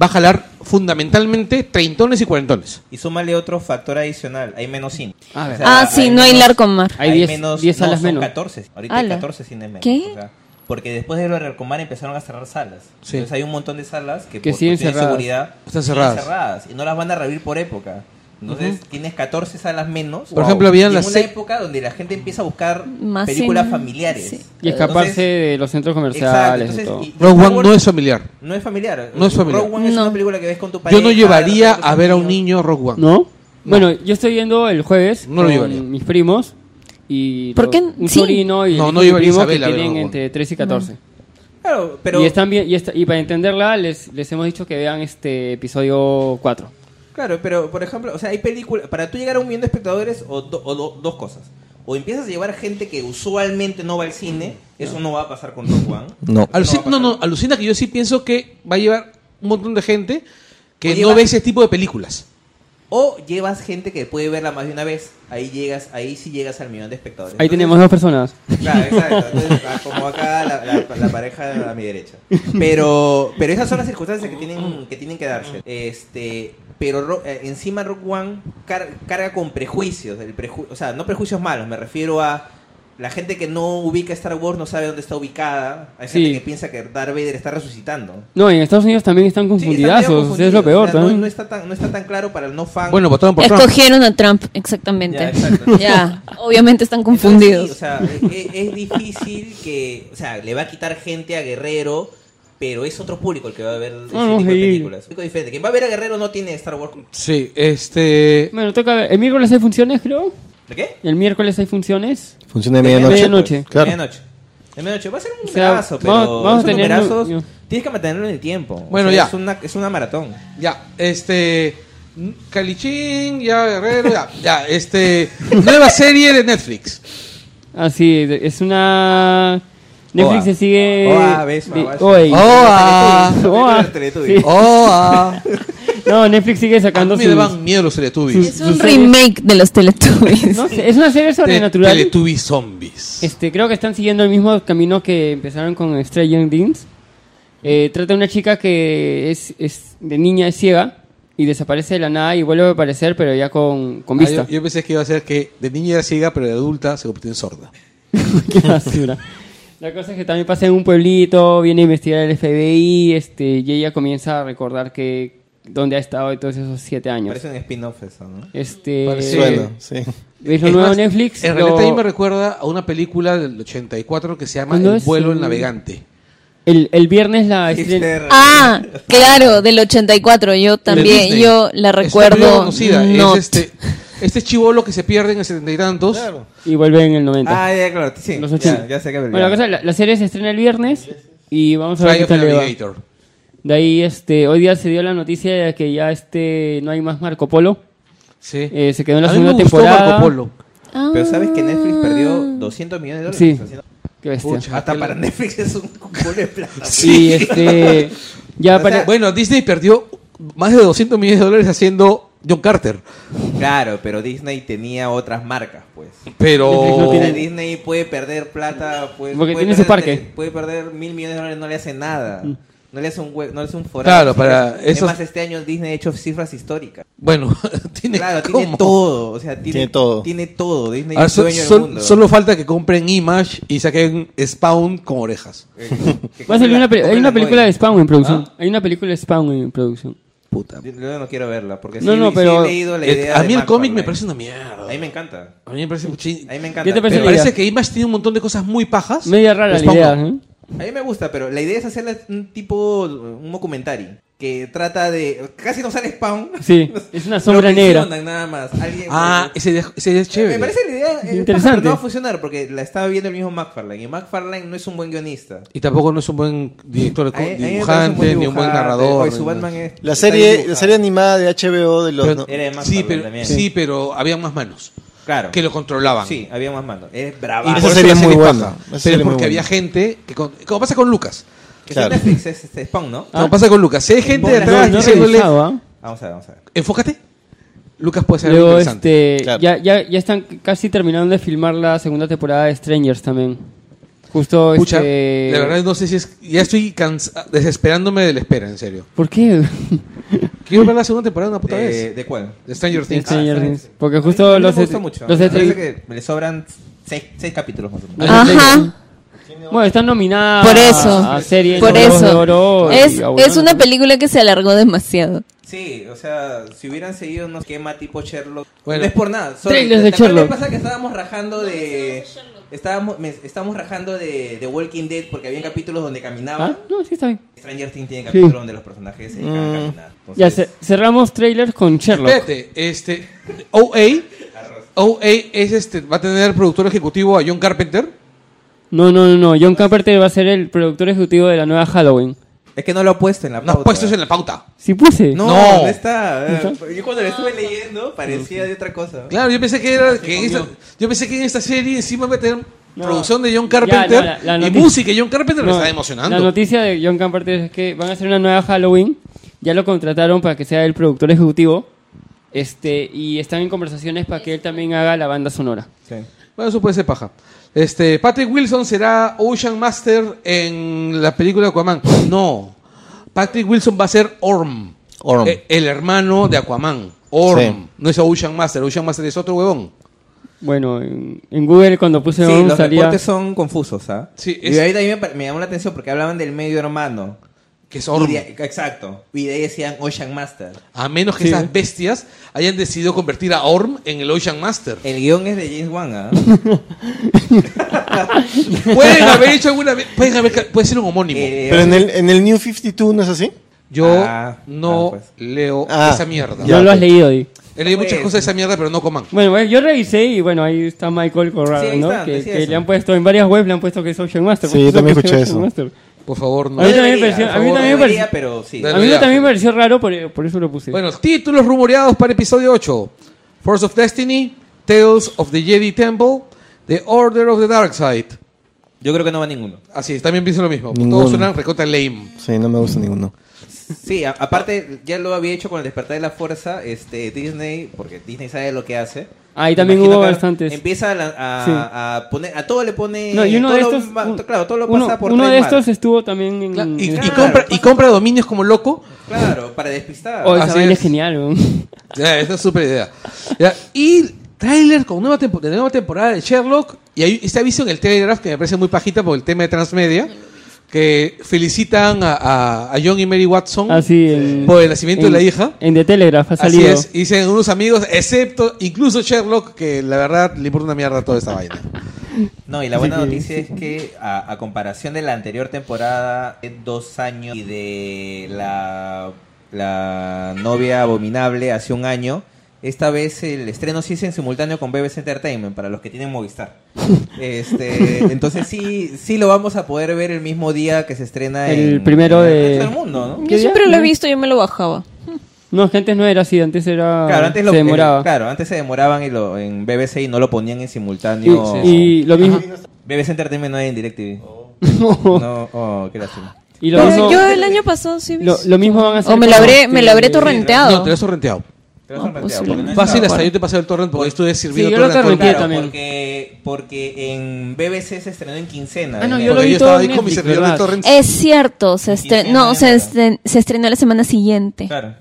va a jalar fundamentalmente treintones y cuarentones. Y súmale otro factor adicional. Hay menos cine. A ver. Ah, sí, no hay menos- Larcomar. Hay 10 10 no, salas son menos. 14. Ahorita hay Ala. 14 cines menos. ¿Qué? o sea, porque después de lo de Larcomar empezaron a cerrar salas. Sí. Entonces hay un montón de salas que, Que por siguen cuestiones de cerradas. seguridad Están siguen cerradas. Y no las van a reabrir por época. Entonces tienes 14 salas menos. Por ejemplo, habían Y en las una seis- época donde la gente empieza a buscar Más películas cine, familiares. sí. Y escaparse Entonces, de los centros Exacto, comerciales entonces, y todo. y- y Rogue Star One Wars no es familiar. no es familiar. No es familiar. Rogue One es No. una película que ves con tu pareja. Yo no llevaría a ver a un niño niño a Rogue One. ¿No? Bueno, yo estoy yendo el jueves No lo con llevaría. mis primos y ¿Por lo- qué? un Sí. sobrino y No, el no hijo de mi llevaría a primo que Isabel a ver tienen algo. entre 13 y 14. Claro, pero Y, están bien, y, está- y para entenderla les, les hemos dicho que vean este episodio 4. Claro, pero por ejemplo, o sea, hay películas. Para tú llegar a un millón de espectadores, o, do- o do- dos cosas. O empiezas a llevar gente que usualmente no va al cine, eso no va a pasar con Rogue One. No. Alucina, No va no, a no, pasar. alucina que yo sí pienso que va a llevar un montón de gente que O no lleva- ve ese tipo de películas. O llevas gente que puede verla más de una vez, ahí llegas, ahí sí llegas al millón de espectadores. Ahí Entonces, tenemos dos personas. Claro, exacto. Entonces, ah, como acá la, la- la pareja a mi derecha. Pero, pero esas son las circunstancias que tienen que, tienen que darse. Este, pero Ro- eh, encima Rock One car- carga con prejuicios. El preju- o sea, no prejuicios malos, me refiero a la gente que no ubica Star Wars, no sabe dónde está ubicada. Hay Sí. gente que piensa que Darth Vader está resucitando. No, y en Estados Unidos también están Sí, está medio confundidazos, confundido, es lo peor. o sea, no, también. no está tan, no está tan claro para el no fan. Bueno, votaron por Trump. Escogieron a Trump, exactamente. Ya, exacto. Ya, obviamente están Entonces, confundidos. sí, o sea, e- e- es, difícil que. O sea, le va a quitar gente a Guerrero, pero es otro público el que va a ver ese Ah, tipo de sí. películas. Un público diferente. Quien va a ver a Guerrero no tiene Star Wars. Sí, este. Bueno, toca ver. El miércoles hay funciones, creo. ¿De qué? El miércoles hay funciones. Funciona de De medianoche. medianoche. Claro. Medianoche. En medio ocho. Va a ser un O sea, numerazo, pero vamos- vamos a esos tener numerazos un- tienes que mantenerlo en el tiempo. O Bueno, sea, ya. Es una, es una maratón. Ya, este. n- Calichín, ya, Guerrero, ya, ya, este. Nueva serie de Netflix. Ah, sí, de- es una... Netflix Oa. se sigue... Oa, Vespa, de- Oa. Oey. ¡Oh! Oa. Teletubbies. Sí. *laughs* No, Netflix sigue A Ah, sacando mí me sus- daban miedo los Teletubbies. Es un remake de los Teletubbies. *laughs* No sé, es una serie sobrenatural. Teletubbies zombies. Este, creo que están siguiendo el mismo camino que empezaron con Stranger Things. Eh, trata de una chica que es, es de niña, es ciega y desaparece de la nada y vuelve a aparecer, pero ya con, con Ah, vista. yo, yo pensé que iba a ser que de niña era ciega, pero de adulta se convirtió en sorda. *laughs* Qué basura. La cosa es que también pasa en un pueblito, viene a investigar el FBI este, y ella comienza a recordar que dónde ha estado en todos esos siete años. Parece un spin-off eso, ¿no? Este, Parece- Suena, sí. ¿Ves lo Es nuevo más, Netflix? En realidad, Lo- a mí me recuerda a una película del 84 que se llama ¿Cuándo El es? vuelo del Mm. navegante. el, el viernes la estrena. Hipster. Ah, claro, del 84. Yo De también, Disney. yo la Es una película recuerdo. conocida, es not. este, este chivolo que se pierde en el setenta y tantos. Claro. y vuelve en el 90. Ah, ya, claro. Sí, Los ya, 80. ya sé que Bueno, la, cosa, la, la serie se estrena el viernes y vamos a ver Fly qué of the tal le va. Navigator. De ahí, este, hoy día se dio la noticia de que ya este no hay más Marco Polo. Sí. Eh, se quedó en la a mí me segunda gustó temporada. Marco Polo. Ah. Pero sabes que Netflix perdió 200 millones de dólares. Sí. haciendo- Qué bestia. Pucha. Hasta Aquel- para Netflix es un culo de plata. *laughs* Y este, ya O sea, para- Bueno, Disney perdió más de 200 millones de dólares haciendo John Carter. Claro, pero Disney tenía otras marcas, pues. Pero. Netflix no O sea, tiene- Disney puede perder plata, puede, Porque puede tiene su perder- parque. Mm. Puede perder mil millones de dólares, no le hace nada. No le hace un hue- no le hace un Claro, forado. para Es esos- más, este año Disney ha hecho cifras históricas. Bueno, *laughs* tiene, Claro, ¿cómo? tiene todo. O sea, tiene, Tiene todo. Tiene todo. Disney Ah, Ahora, es so- dueño del sol- mundo. solo falta que compren Image y saquen Spawn con orejas. Eh, que *laughs* va a compre salir la- una, pe- compre hay una la película de Goya. Spawn en producción. Ah. Hay una película de Spawn en producción. Puta. Yo yo no quiero verla porque No, sí, no, sí pero- he leído la Eh, idea a de mí el Mark cómic me Farley. parece una mierda. A mí me encanta. A mí me parece un chi- A mí me ¿Qué encanta. te Me parece pero- la idea? parece que Image tiene un montón de cosas muy pajas. Media rara la Spawn idea. no. ¿eh? A mí me gusta, pero la idea es hacerle un tipo, un documentary que trata de... Casi no sale Spawn. Sí, *laughs* es una Lo sombra negra. mencionan Nada más. Alguien, Ah, ese idea, esa idea es chévere. Me parece la idea eh, Interesante. paja, pero No va a funcionar porque la estaba viendo el mismo McFarlane. Y McFarlane no es un buen guionista. Y tampoco no es un buen director, A mí- a mí me parece dibujante, ni un buen dibujante. narrador. Oye, su ni Batman nada. es- La está serie, dibujado. la serie animada de HBO de los... Pero- eh, no- Era de Marvel sí, pero, también. sí, pero había más manos Claro. que lo controlaban. Sí, había más mando. Es Y brava. por Esa eso la serie es Ah, muy es buena. paja. Esa Pero serie es muy porque había buena. gente que con- como pasa con Lucas. Que Claro. sea Netflix es, es Spawn, ¿no? Como pasa con Lucas. Si hay gente Bola. atrás Ah. No, no he diciéndole, revisado, ¿ah? Vamos a ver, vamos a ver. enfócate. Lucas puede ser algo Luego, interesante. este, Claro. ya, ya, ya están c- casi terminando de filmar la segunda temporada de Strangers también. Justo Pucha, este... la verdad no sé si es... Ya estoy cansa- desesperándome de la espera, en serio. ¿Por qué? *laughs* Quiero ver la segunda temporada una puta Eh, vez. Ah, ¿De cuál? De Stranger Sí, Things. Stranger está bien, Things. Ah, sí. Porque A justo mí- a mí no los... me et- gusta mucho. los Me et- parece que le sobran seis, seis capítulos más o menos. los Ajá. et- Bueno, están nominadas Por eso. a series Por de Globos de eso. Oro y es, a es una Bueno, película que se alargó demasiado. Sí, o sea, si hubieran seguido un esquema tipo Sherlock. Bueno. no es por nada. solo- Trailers de ¿te acuerdas Sherlock. que pasa que estábamos rajando de. Estábamos, me- estábamos rajando de, de Walking Dead porque había capítulos donde caminaban. ¿Ah? No, sí está bien. Stranger Things tiene capítulos Sí. Mm. donde los personajes se dejan caminar. Entonces, Ya, ce- cerramos trailers con Sherlock. Espérate, este, OA, OA es este, va a tener productor ejecutivo a John Carpenter. No, no, no, no. John Carpenter va a ser el productor ejecutivo de la nueva Halloween. Es que no lo ha puesto en la Nos pauta. puestos en la pauta. Sí puse. No, No. no está. eh, Yo cuando lo estuve leyendo parecía de otra cosa. Claro, yo pensé que era que en esta, yo pensé que en esta serie encima iba a tener No. producción de John Ya, Carpenter no, la- la y noticia- música de John Carpenter me No, está La emocionando. noticia de John Carpenter es que van a hacer una nueva Halloween. Ya lo contrataron para que sea el productor ejecutivo. Este, y están en conversaciones para que él también haga la banda sonora. Sí. Bueno, eso puede ser paja. Este, Patrick Wilson será Ocean Master en la película Aquaman. No. Patrick Wilson va a ser Orm. Orm. Eh, el hermano de Aquaman. Orm. Sí. No es Ocean Master. Ocean Master es otro huevón. Bueno, en, en Google cuando puse Sí, on los salía- reportes son confusos, ¿ah? Sí, es- Y ahí también me, me llamó la atención porque hablaban del medio hermano. Que es Y Orm. de- exacto. Y de ahí decían Ocean Master. A menos que Sí. esas bestias hayan decidido convertir a Orm en el Ocean Master. *laughs* El guión es de James Wan, *laughs* ¿ah? Pueden haber hecho alguna vez. Pueden haber, puede ser un homónimo. Eh, Pero en el, en el New 52 no es así. Yo Ah, no ah, pues. leo Ah, esa mierda. No Ya, lo has ok. leído, Di. He leído muchas Pues. cosas de esa mierda, pero no coman. Bueno, bueno, yo revisé y bueno, ahí está Michael Corrado, Sí, ahí ¿no? está, que decía que eso. le han puesto en varias webs, le han puesto que es Ocean Master. Sí, porque yo es también Ocean escuché eso. Master. Por favor, no. A mí también Debería, me pareció- por a mí favor, también me debería, pareció- pero sí. Dale. A mí Ya. también me pareció raro, por, por eso lo puse. Bueno, títulos rumoreados para episodio 8. Force of Destiny, Tales of the Jedi Temple, The Order of the Dark Side. Yo creo que no va ninguno. Así es, también pienso lo mismo. Ninguno. Todos suenan recontra lame. Sí, no me gusta ninguno. Sí, a- aparte, ya lo había hecho con el despertar de la fuerza, este, Disney, porque Disney sabe lo que hace. Ahí Ah, también Imagino hubo que bastantes. Empieza a, la- a- Sí. a poner, a todo le pone... no, y uno eh, todo de lo estos. va- un- claro, todo lo uno, pasa por uno de trademark. estos estuvo también en. en- Y, y Claro. compra, y compra dominios como loco. Claro, para despistar. Oh, esa Así vaina es. es genial, weón. Ya, esa es súper idea. Ya, y tráiler con nueva, tempo- de nueva temporada de Sherlock. Y hay este aviso en el Telegraph que me parece muy pajita por el tema de transmedia. Que felicitan a, a- a John y Mary Watson Así en- por el nacimiento en- de la hija. En The Telegraph ha Así salido. es, dicen unos amigos, excepto incluso Sherlock, que la verdad le importa una mierda toda *laughs* esta vaina. No, y la buena noticia es que a, a comparación de la anterior temporada, de dos años, y de la, la novia abominable hace un año, esta vez el estreno sí es en simultáneo con BBC Entertainment, para los que tienen *laughs* Movistar. Este, entonces sí, sí lo vamos a poder ver el mismo día que se estrena El en- primero en el de- resto del mundo, ¿no? ¿Qué Yo siempre día? lo he visto, yo me lo bajaba. No, es que antes no era así, antes era. Claro, antes lo- Ah, se demoraba. eh, claro, antes se demoraban y lo, en BBC y no lo ponían en Y, simultáneo. y Oh. lo mismo. *laughs* BBC Entertainment no hay en DirecTV. No, oh, qué lástima. y lo Pero mismo. yo el año pasado sí vi. Lo, lo mismo van a hacer. O me lo con- habré, me lo habré Sí, No, torrenteado. te lo has torrenteado. Te lo has sorprendido, pues, porque no Fácil, estaba. hasta yo te pasé el torrent porque estuve sirviendo yo lo torrent todo el torrenteé día. Claro, también. porque, porque en BBC se estrenó en quincena. Ah, no, en yo enero. lo Porque vi yo todo estaba en ahí con mi Netflix, servidor de ¿verdad? Eh, torrent. Es cierto, se, estren- Quince no, años. se, estren- se estrenó la semana siguiente. Claro.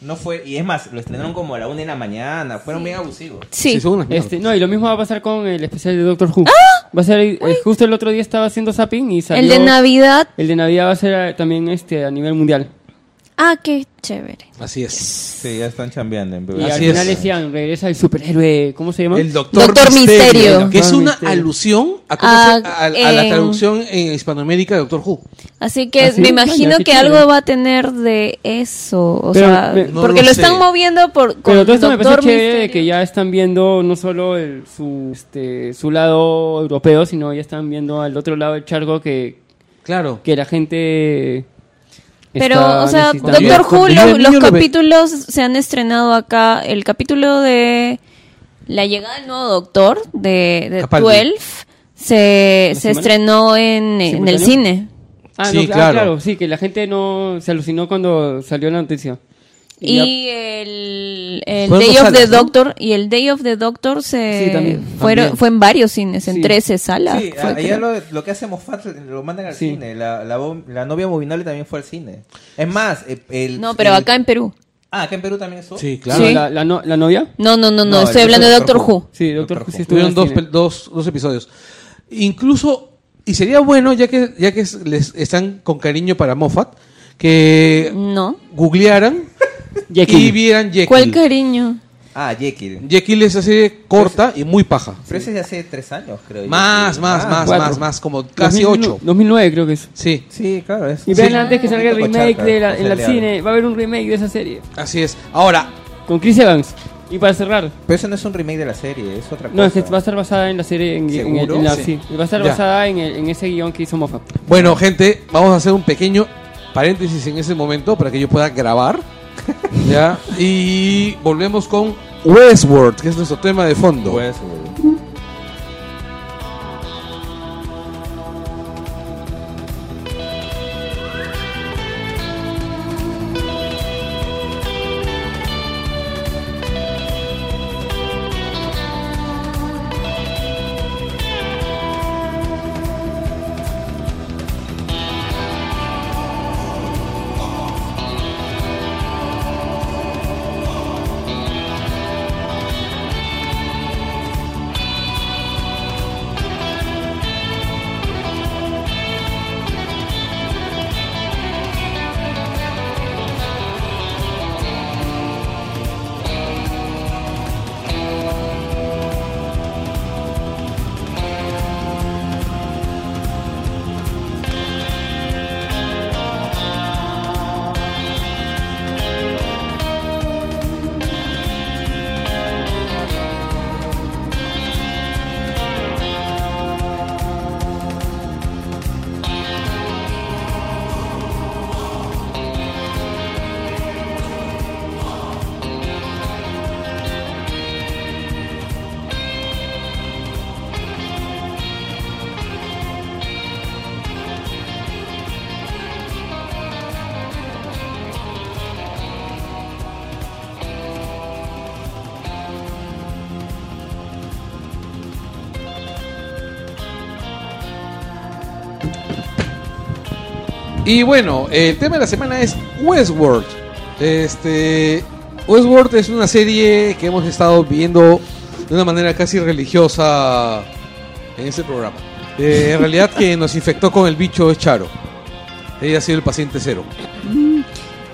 No fue, y es más, lo estrenaron como a la una de la mañana, fueron bien abusivos. Sí. Sí, son unas mierdas. Este, no, y lo mismo va a pasar con el especial de Doctor Who. Va a ser eh, justo el otro día estaba haciendo zapping y salió ¡Ah! el de Navidad. El de Navidad va a ser eh, también este a nivel mundial. Ah, qué chévere. Así es. Sí, ya están chambeando en Así Y al es. final decían, regresa el superhéroe, ¿cómo se llama? El Doctor, Doctor Misterio. Misterio. Que es Doctor una Misterio. eh, alusión a, cómo Ah, se- a- a la en- traducción en Hispanoamérica de Doctor Who. Así que Así me es, imagino coño, ¿Ah, qué que chévere. algo va a tener de eso. O Pero sea, me- no porque lo lo, están sé. moviendo por con Pero todo esto me Doctor parece chévere de Misterio. que ya están viendo no solo el- su, este, su lado europeo, sino ya están viendo al otro lado del charco que, Claro. que la gente. Pero, está o sea, necesitando. Yo- Doctor Who, cuando lo- yo era los niño lo ve- capítulos se han estrenado acá. El capítulo de la llegada del nuevo Doctor, de, de Capaldi. 12, se, ¿La se semana? estrenó en, en el ¿Simultáneo? cine. Ah, no, Sí, cl- ah, claro. claro, sí, que la gente no se alucinó cuando salió la noticia. Y el, el Fueron Day dos of the salas, ¿no? Doctor y el Day of the Doctor se Sí, también. fueron También. fue en varios cines, en Sí. 13 salas. Sí, fue, allá creo. lo, lo que hacemos fat lo mandan al Sí. cine. La, la, bo- la novia abominable también fue al cine. Es más, eh, el. No, pero el- acá en Perú. Ah, acá en Perú también estuvo. Sí, No, claro. Sí. la, la no- la novia. No, no, no, no, No, estoy el hablando de Doctor Doctor Who. Who. Sí, Doctor Who sí estuvo en Tuvieron el dos, cine. pel- dos, dos episodios. Incluso, y sería bueno, ya que, ya que es- les están con cariño para Moffat, que No. googlearan Jekyll. y vieran Jekyll. ¿Cuál cariño? Ah, Jekyll. Jekyll es así corta y muy paja. Pero ese es de hace tres años, creo. yo. Más, más, Ah, más, cuatro. más, más, como casi 2009 ocho. 2009 creo que es. Sí, Sí, claro. Es, Y vean antes que salga el Un poquito remake cochaca, de la, es en el de cine, va a haber un remake de esa serie. así es. Ahora, Con Chris Evans. Y para cerrar, Pero eso no es un remake de la serie, es otra cosa. no, es que va a estar basada en la serie, en, en el- en la- ¿Seguro? sí, va a estar Ya. basada en, el- en ese guión que hizo Moffat. bueno, gente, vamos a hacer un pequeño paréntesis en ese momento para que yo pueda grabar. *laughs* ¿Ya? Y volvemos con Westworld, que es nuestro tema de fondo. Westworld. Y bueno, el tema de la semana es Westworld. Este, Westworld es una serie que hemos estado viendo de una manera casi religiosa en ese programa. Eh, en realidad, quien nos infectó con el bicho es Charo. Ella ha sido el paciente cero.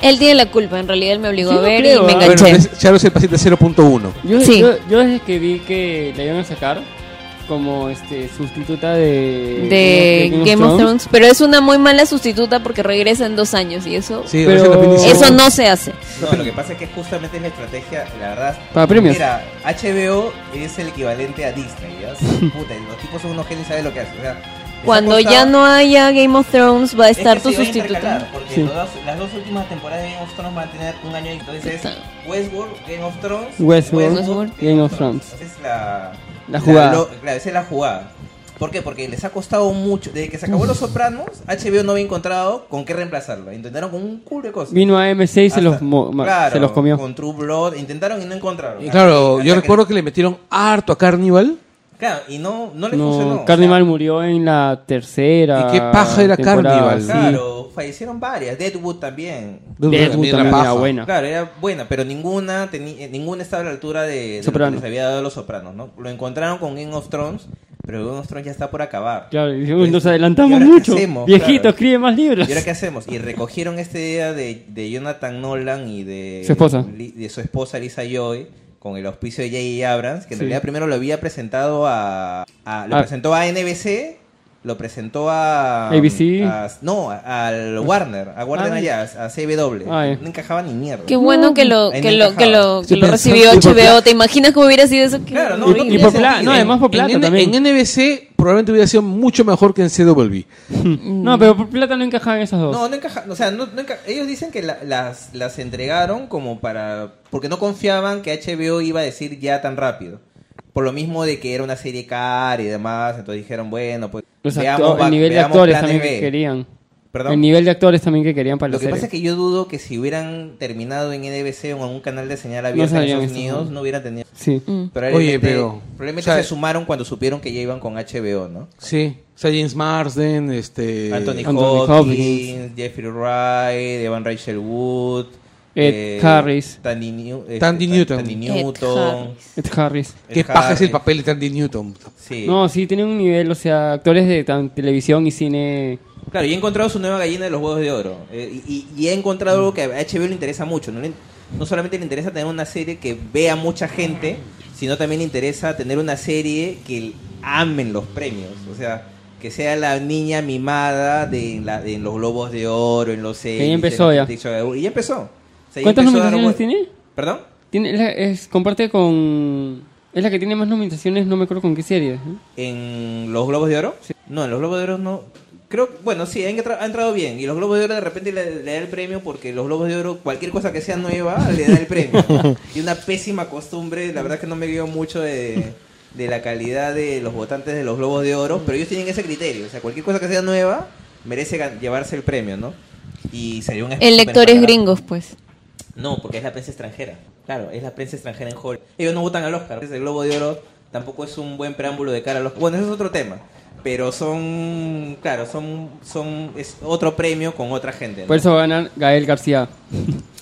Él tiene la culpa, en realidad él me obligó Sí, a no ver creo, y me ¿ah? Bueno, enganché. es- Charo es el paciente 0.1. Yo, Sí. yo, yo desde que vi que la iban a sacar como este sustituta de, de Game of Thrones, pero es una muy mala sustituta porque regresa en dos años y eso Sí, Pero- recién la pinta- eso no se hace. No, lo que pasa es que justamente es la estrategia, la verdad. Para premios. Mira, HBO es el equivalente a Disney, *laughs* ¿ya? Puta, los tipos son unos genios y saben lo que hacen. O sea, les Cuando ha ya costado- no haya Game of Thrones va a Es que estar se tu va a sustituta. intercalar, Porque Sí. los dos- las dos últimas temporadas de Game of Thrones van a tener un año y entonces Está. Westworld, Game of Thrones, Westworld, Game of Thrones. Esa es la, La jugada. lo- claro, esa es la jugada. ¿Por qué? Porque les ha costado mucho. Desde que se acabó Los Sopranos, HBO no había encontrado con qué reemplazarlo. Intentaron con un culo de cosas. Vino a M6 y se Hasta- los, mo- ma- claro, se los comió. Con True Blood, intentaron y no encontraron. Y claro, Hasta yo recuerdo que le metieron harto a Carnival. Claro, y no, no le funcionó. No, o Carnival sea, murió en la tercera. ¿Y qué paja era temporada, Carnival? sí. Claro, fallecieron varias. Deadwood también. Deadwood Mira, también paja. era buena. Claro, era buena, pero ninguna teni- eh, ninguna estaba a la altura de, de lo que Soprano. les había dado los Sopranos, ¿no? Lo encontraron con Game of Thrones, pero Game of Thrones ya está por acabar. Claro, y dijimos, Entonces, nos ¿y adelantamos ahora qué mucho. hacemos? Viejito, Claro. escribe más libros. ¿Y ahora qué hacemos? Y recogieron esta idea de, de Jonathan Nolan y de Su esposa. Li- de su esposa Lisa Joy con el auspicio de J.J. Abrams, que en Sí. realidad primero lo había presentado a, a- lo Ah. presentó a NBC, lo presentó a ABC. a- no, a- al Warner, a Warner Ah. allá, a CW. Ay. No encajaba ni mierda. Qué bueno que lo Ahí que no lo que lo, que Sí, lo pero- y recibió por HBO, ¿te imaginas cómo hubiera sido eso? Qué Claro, no, no horrible. y tiene por pla- sentido. Ah, no, además por plata en, N- también. en NBC probablemente hubiera sido mucho mejor que en CW. mm. No, pero por plata no encajaban esas dos. No, no encaja, o sea, no, no enca- ellos dicen que la- las, las entregaron como para, porque no confiaban que HBO iba a decir ya tan rápido. Por lo mismo de que era una serie cara y demás, entonces dijeron, bueno, pues Los veamos acto- va- el nivel de veamos actores plan también B. que querían. Perdón. El nivel de actores también que querían para Lo la que serie. pasa es que yo dudo que si hubieran terminado en NBC o en algún canal de señal abierta en sabrían Estados esto, Unidos, ¿no? no hubieran tenido... Sí. Mm. Probablemente, pero- probablemente o sea- se sumaron cuando supieron que ya iban con HBO, ¿no? Sí, o sea, James Marsden, este... Anthony, Anthony Hopkins, Hopkins. Jeffrey Wright, Evan Rachel Wood, eh, Ed Harris. Tandy, New- este, Tandy Tan- Newton. Tandy Ed Newton, Harris. Ed Harris. Ed Qué paja es el Harris. papel de Tandy Newton. Sí. No, sí, tiene un nivel, o sea, actores de tan- televisión y cine. Claro, y he encontrado su nueva gallina de los huevos de oro. Eh, y, y- y he encontrado algo que a HBO le interesa mucho. No, le- no solamente le interesa tener una serie que vea mucha gente, sino también le interesa tener una serie que amen los premios. O sea, que sea la niña mimada de, la- de los globos de oro, en los Emmys, en empezó los ya. Critics' Awards. Y ya empezó. O sea, ya ¿Cuántas empezó a dar nominaciones vuel- tiene? ¿Perdón? tiene es la- es- comparte con. Es la que tiene más nominaciones, no me acuerdo con qué serie. ¿eh? ¿En los Globos de Oro? No, en los Globos de Oro no. Creo que, bueno, sí, ha entra- ha entrado bien. Y los Globos de Oro de repente le, le da el premio porque los Globos de Oro, cualquier cosa que sea nueva, le da el premio. y una pésima costumbre, la verdad es que no me guío mucho de, de la calidad de los votantes de los Globos de Oro, pero ellos tienen ese criterio. O sea, cualquier cosa que sea nueva merece gan- llevarse el premio, ¿no? Y sería un En lectores gringos gringos, pues. no, porque es la prensa extranjera. Claro, es la prensa extranjera en Hollywood. Ellos no votan al Oscar. El Globo de Oro tampoco es un buen preámbulo de cara al Oscar. Bueno, ese es otro tema. Pero son, claro, son, son es otro premio con otra gente. ¿no? Por eso va a ganar Gael García.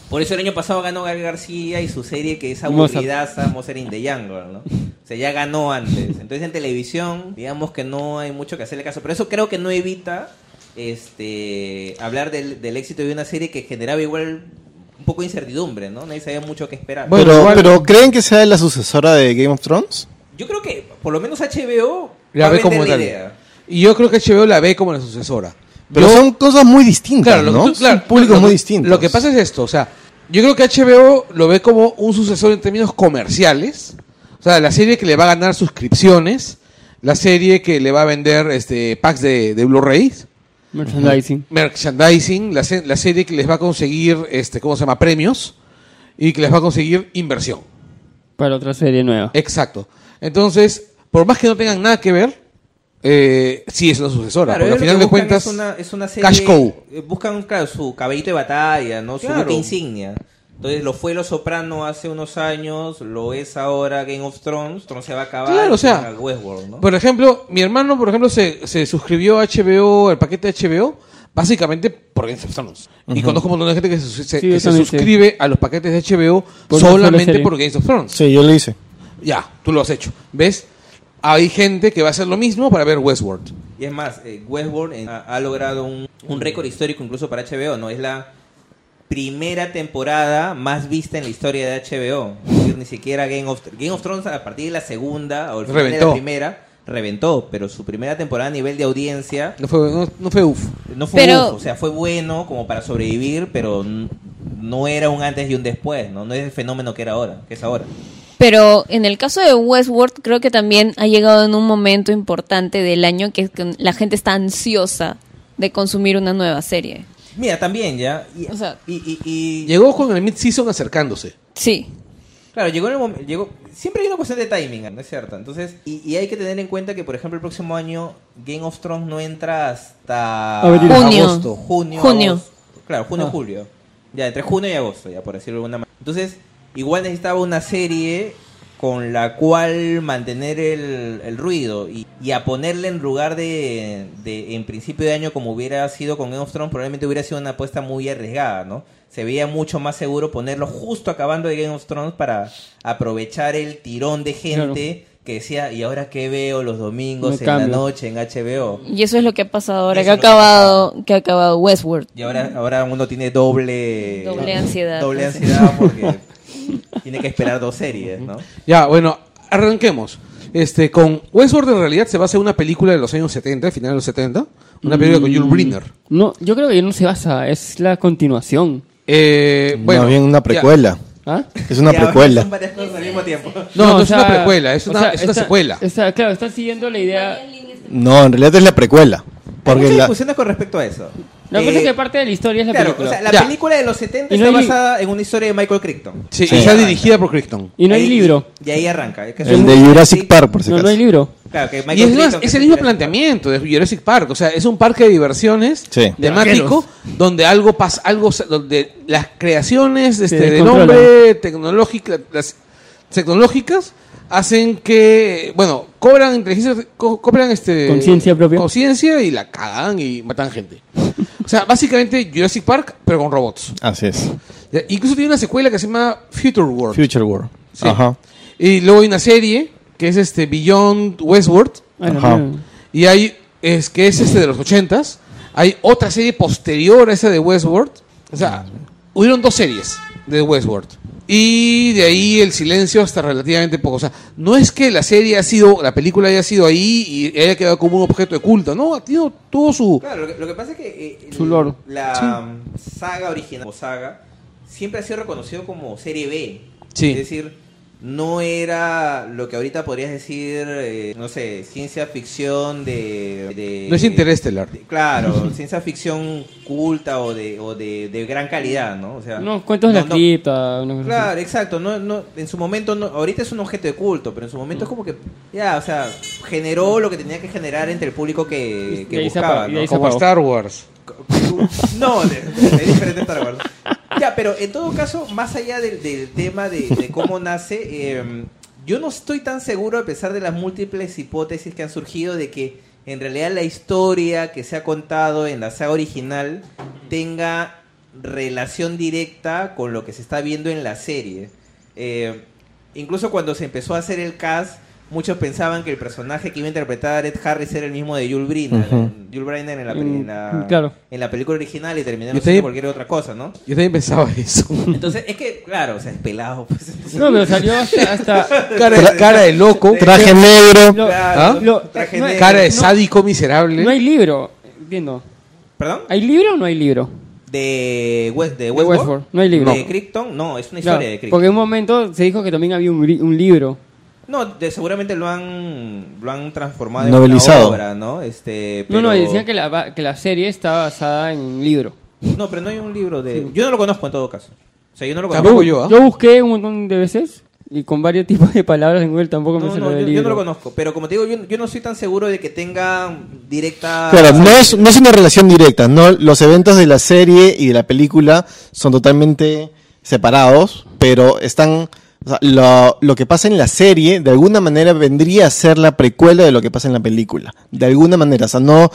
Por eso el año pasado ganó Gael García y su serie que es Mozart. aburridaza, Mozart in the Jungle, ¿no? O sea, ya ganó antes. Entonces en televisión, digamos que no hay mucho que hacerle caso. Pero eso creo que no evita este hablar del, del éxito de una serie que generaba igual un poco de incertidumbre, ¿no? Nadie sabía mucho qué esperar. Bueno, pero, igual- pero ¿creen que sea la sucesora de Game of Thrones? Yo creo que por lo menos HBO La va a ve vender como la tal. idea. Y yo creo que HBO la ve como la sucesora. Pero Yo- son cosas muy distintas, claro, lo ¿no? que tú- claro, son públicos lo que- muy distintos. Lo que pasa es esto, o sea, yo creo que HBO lo ve como un sucesor en términos comerciales, o sea, la serie que le va a ganar suscripciones, la serie que le va a vender este packs de, de Blu-rays, Merchandising. merchandising, la, se- la serie que les va a conseguir, este, ¿cómo se llama? Premios y que les va a conseguir inversión. Para otra serie Eh, nueva. Exacto. Entonces, por más que no tengan nada que ver, eh, sí es una sucesora. Claro, porque al ellos lo final que de buscan cuentas, es una, es una serie, cash cow. eh, Buscan, claro, su caballito de batalla, ¿no? Su Claro. buque insignia. Entonces, lo fue Los Soprano hace unos años, lo es ahora Game of Thrones, Thrones se va a acabar. Claro, o y sea, llega Westworld, ¿no? Por ejemplo, mi hermano, por ejemplo, se, se suscribió a HBO, al paquete de HBO, Básicamente porque estamos. Y conozco un montón de gente que se, se- Sí, que yo se también, sí. suscribe a los paquetes de HBO Por una sola solamente serie. por Games of Thrones. Sí, yo lo hice. Ya, tú lo has hecho. ¿Ves? Hay gente que va a hacer lo mismo para ver Westworld. Y es más, eh, Westworld eh, ha, ha logrado un, un récord histórico incluso para HBO, ¿no? Es la primera temporada más vista en la historia de HBO. Es decir, ni siquiera Game of, Game of Thrones a partir de la segunda o el final de Reventó. la primera reventó, pero su primera temporada a nivel de audiencia No fue, no, no fue UF. no fue Pero- uf, o sea, fue bueno como para sobrevivir, pero n- no era un antes y un después, ¿no? No es el fenómeno que era ahora, que es ahora. Pero en el caso de Westworld, creo que también ha llegado en un momento importante del año que es que la gente está ansiosa de consumir una nueva serie. Mira, también ya. Y, O sea- y- y- y- Llegó con el mid-season acercándose. Sí. Claro, llegó en el momento, llegó, siempre hay una cuestión de timing, ¿no es cierto? Entonces, y, y hay que tener en cuenta que, por ejemplo, el próximo año Game of Thrones no entra hasta Abril. Junio. agosto, junio, Junio. agosto. claro, Ah. junio, julio, ya entre junio y agosto, ya por decirlo de alguna manera. Entonces, igual necesitaba una serie con la cual mantener el, el ruido y, y a ponerle en lugar de, de en principio de año como hubiera sido con Game of Thrones probablemente hubiera sido una apuesta muy arriesgada, ¿no? Se veía mucho más seguro ponerlo justo acabando de Game of Thrones para aprovechar el tirón de gente que decía, ¿y ahora qué veo los domingos Me en la cambio". noche en HBO? Y eso es lo que ha pasado ahora, Eso que ha es lo que ha acabado, que ha acabado Westworld. Y ahora, ahora uno tiene doble... Doble ansiedad. Doble Sí. ansiedad porque tiene que esperar dos series, ¿no? Ya, bueno, arranquemos. Este, con Westworld en realidad se basa en una película de los años 70, final de los 70. Una película con Mm. Yul Brynner. No, yo creo que no se basa, es la continuación. Eh, bueno, Más bien una ya. precuela. ¿Ah? Es una Y ahora precuela. Son varias cosas al mismo tiempo. No, no o es sea, una precuela, es o una, sea, es una está- secuela. está- claro, están siguiendo la idea. No, en realidad es la precuela. Hay Porque muchas la, discusiones con respecto a eso. La Eh, cosa es que parte de la historia es la claro, película. o sea, la Ya. película de los 70 Y no está hay- basada en una historia de Michael Crichton. Sí, Sí. y está dirigida por Crichton. y no hay Ahí- libro. Y ahí arranca. es que son- el de Jurassic Park, por si No, acaso. no hay libro. Claro, que Michael Y es más, Crichton, que es el mismo Jurassic Park. planteamiento de Jurassic Park. O sea, es un parque de diversiones Sí. temático donde algo pasa, algo sa- donde las creaciones este, del descontrolan. hombre tecnológica, las tecnológicas hacen que, bueno, cobran inteligencia, co- cobran este Conciencia propia. conciencia y la cagan y matan gente. O sea, básicamente Jurassic Park, pero con robots. Así es. Ya, Incluso tiene una secuela que se llama Future World. Future World. Sí. Ajá. Y luego hay una serie que es este Beyond Westworld. Ah, no, Ajá. no. Y hay, es que es este de los ochentas, hay otra serie posterior a esa de Westworld. O sea, hubieron dos series de Westworld. Y de ahí el silencio hasta relativamente poco. O sea, no es que la serie ha sido, la película haya sido ahí y haya quedado como un objeto de culto, ¿no? Ha tenido todo su... Claro, lo que, lo que pasa es que eh, el- Su lore. la saga original o saga siempre ha sido reconocido como serie B. Sí. Es decir, no era lo que ahorita podrías decir, eh, no sé, ciencia ficción de... de- No es Interestelar. de- *laughs* Claro, ciencia ficción culta o de, o de, de gran calidad, ¿no? O sea, Unos cuentos no- de la no- cripta. una cosa Claro, exacto. No, no, en su momento, no, ahorita es un objeto de culto, pero en su Mm. momento es como que, ya, o sea, generó lo que tenía que generar entre el público que, Y- que y ahí se buscaba. apa- y ¿no? ahí se Como apagó. Star Wars. No, de- es diferente Star Wars. Ya, pero en todo caso, más allá del, del tema de, de cómo nace, eh, yo no estoy tan seguro, a pesar de las múltiples hipótesis que han surgido, de que en realidad la historia que se ha contado en la saga original tenga relación directa con lo que se está viendo en la serie. Eh, incluso cuando se empezó a hacer el cast, muchos pensaban que el personaje que iba a interpretar a Ed Harris era el mismo de Yul Brynner, Ujú. Yul Brynner en la, Mm, en la- claro. en la película original y terminaron Yo te- haciendo cualquier otra cosa, *laughs* ¿no? Yo también pensaba *laughs* eso. Entonces, es que, claro, o sea, es pelado. Pues. así. *laughs* No, pero salió *laughs* hasta. hasta- Cara de, Tra- cara de loco, Traje negro. lo- ¿Ah? lo- Traje no hay- cara de ¿eh? no- sádico miserable. No hay libro. Entiendo. ¿Perdón? ¿Hay libro o no hay libro? De, West, de Westworld. Westworld. No hay libro. De No. Krypton, no, es una historia Claro, de Krypton. porque en un momento se dijo que también había un, gri- un libro. No, de- seguramente lo han, lo han transformado en una Novelizado. obra, ¿no? Este, No, no, pero- decían que la, va- que la serie estaba basada en un libro. No, pero no hay un libro de... Yo no lo conozco en todo caso. O sea, yo no lo conozco. Tampoco yo, ¿ah? Yo busqué un montón de veces y con varios *laughs* tipos de palabras en Google tampoco me No, salió no, el yo, libro. yo no lo conozco, pero como te digo, yo, yo no soy tan seguro de que tenga directa... Claro, no es, no es una relación directa, ¿no? Los eventos de la serie y de la película son totalmente separados, pero están... o sea, lo, lo que pasa en la serie, de alguna manera, vendría a ser la precuela de lo que pasa en la película. De alguna manera, o sea, no,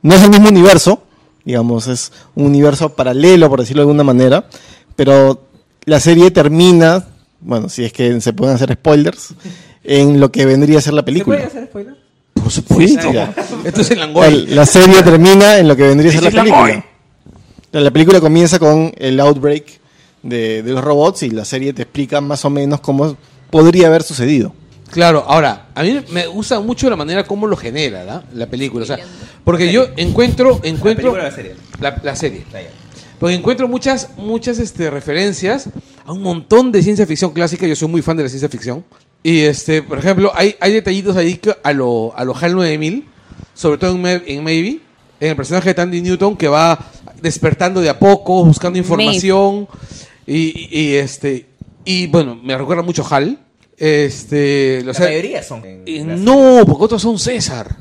no es el mismo universo, digamos, es un universo paralelo, por decirlo de alguna manera, pero la serie termina, bueno, si es que se pueden hacer spoilers, en lo que vendría a ser la ¿Se puede película. hacer spoiler? Por supuesto. Esto es en La, Langoy. la serie termina en lo que vendría a ser la película. La, la película comienza con el outbreak de, de los robots y la serie te explica más o menos cómo podría haber sucedido. Claro, ahora, a mí me gusta mucho la manera como lo genera ¿da? la película. O sea, porque yo encuentro. encuentro película o la serie? La, la serie. Ah, ya. Porque encuentro muchas, muchas este, referencias a un montón de ciencia ficción clásica. Yo soy muy fan de la ciencia ficción. Y, este, por ejemplo, hay, hay detallitos ahí que a lo, a lo HAL 9000, sobre todo en, May- en Maybe, en el personaje de Tandy Newton que va despertando de a poco, buscando información. Y, y- y, este, y bueno, me recuerda mucho a HAL. Este, La o sea, mayoría son. en eh, la no, porque otros son César.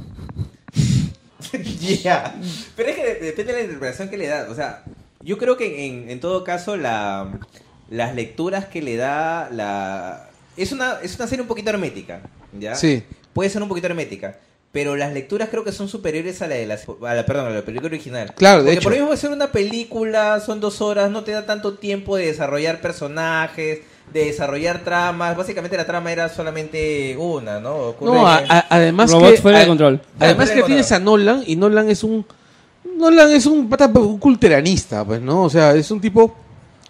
*laughs* Ya. Pero es que de- depende de la interpretación que le das. O sea, yo creo que en, en todo caso la, las lecturas que le da la... Es una, es una serie un poquito hermética, ¿ya? Sí. Puede ser un poquito hermética. Pero las lecturas creo que son superiores a la de la, a la, perdón, a la película original. Claro, de Porque hecho. por lo mismo ser una película, son dos horas, no te da tanto tiempo de desarrollar personajes, de desarrollar tramas. Básicamente la trama era solamente una, ¿no? Ocurre No, a- que- a- además Robots que, fuera de a- control. Además Fuera de que control. tienes a Nolan y Nolan es un Nolan es un pata pues, un culteranista, pues, ¿no? O sea, es un tipo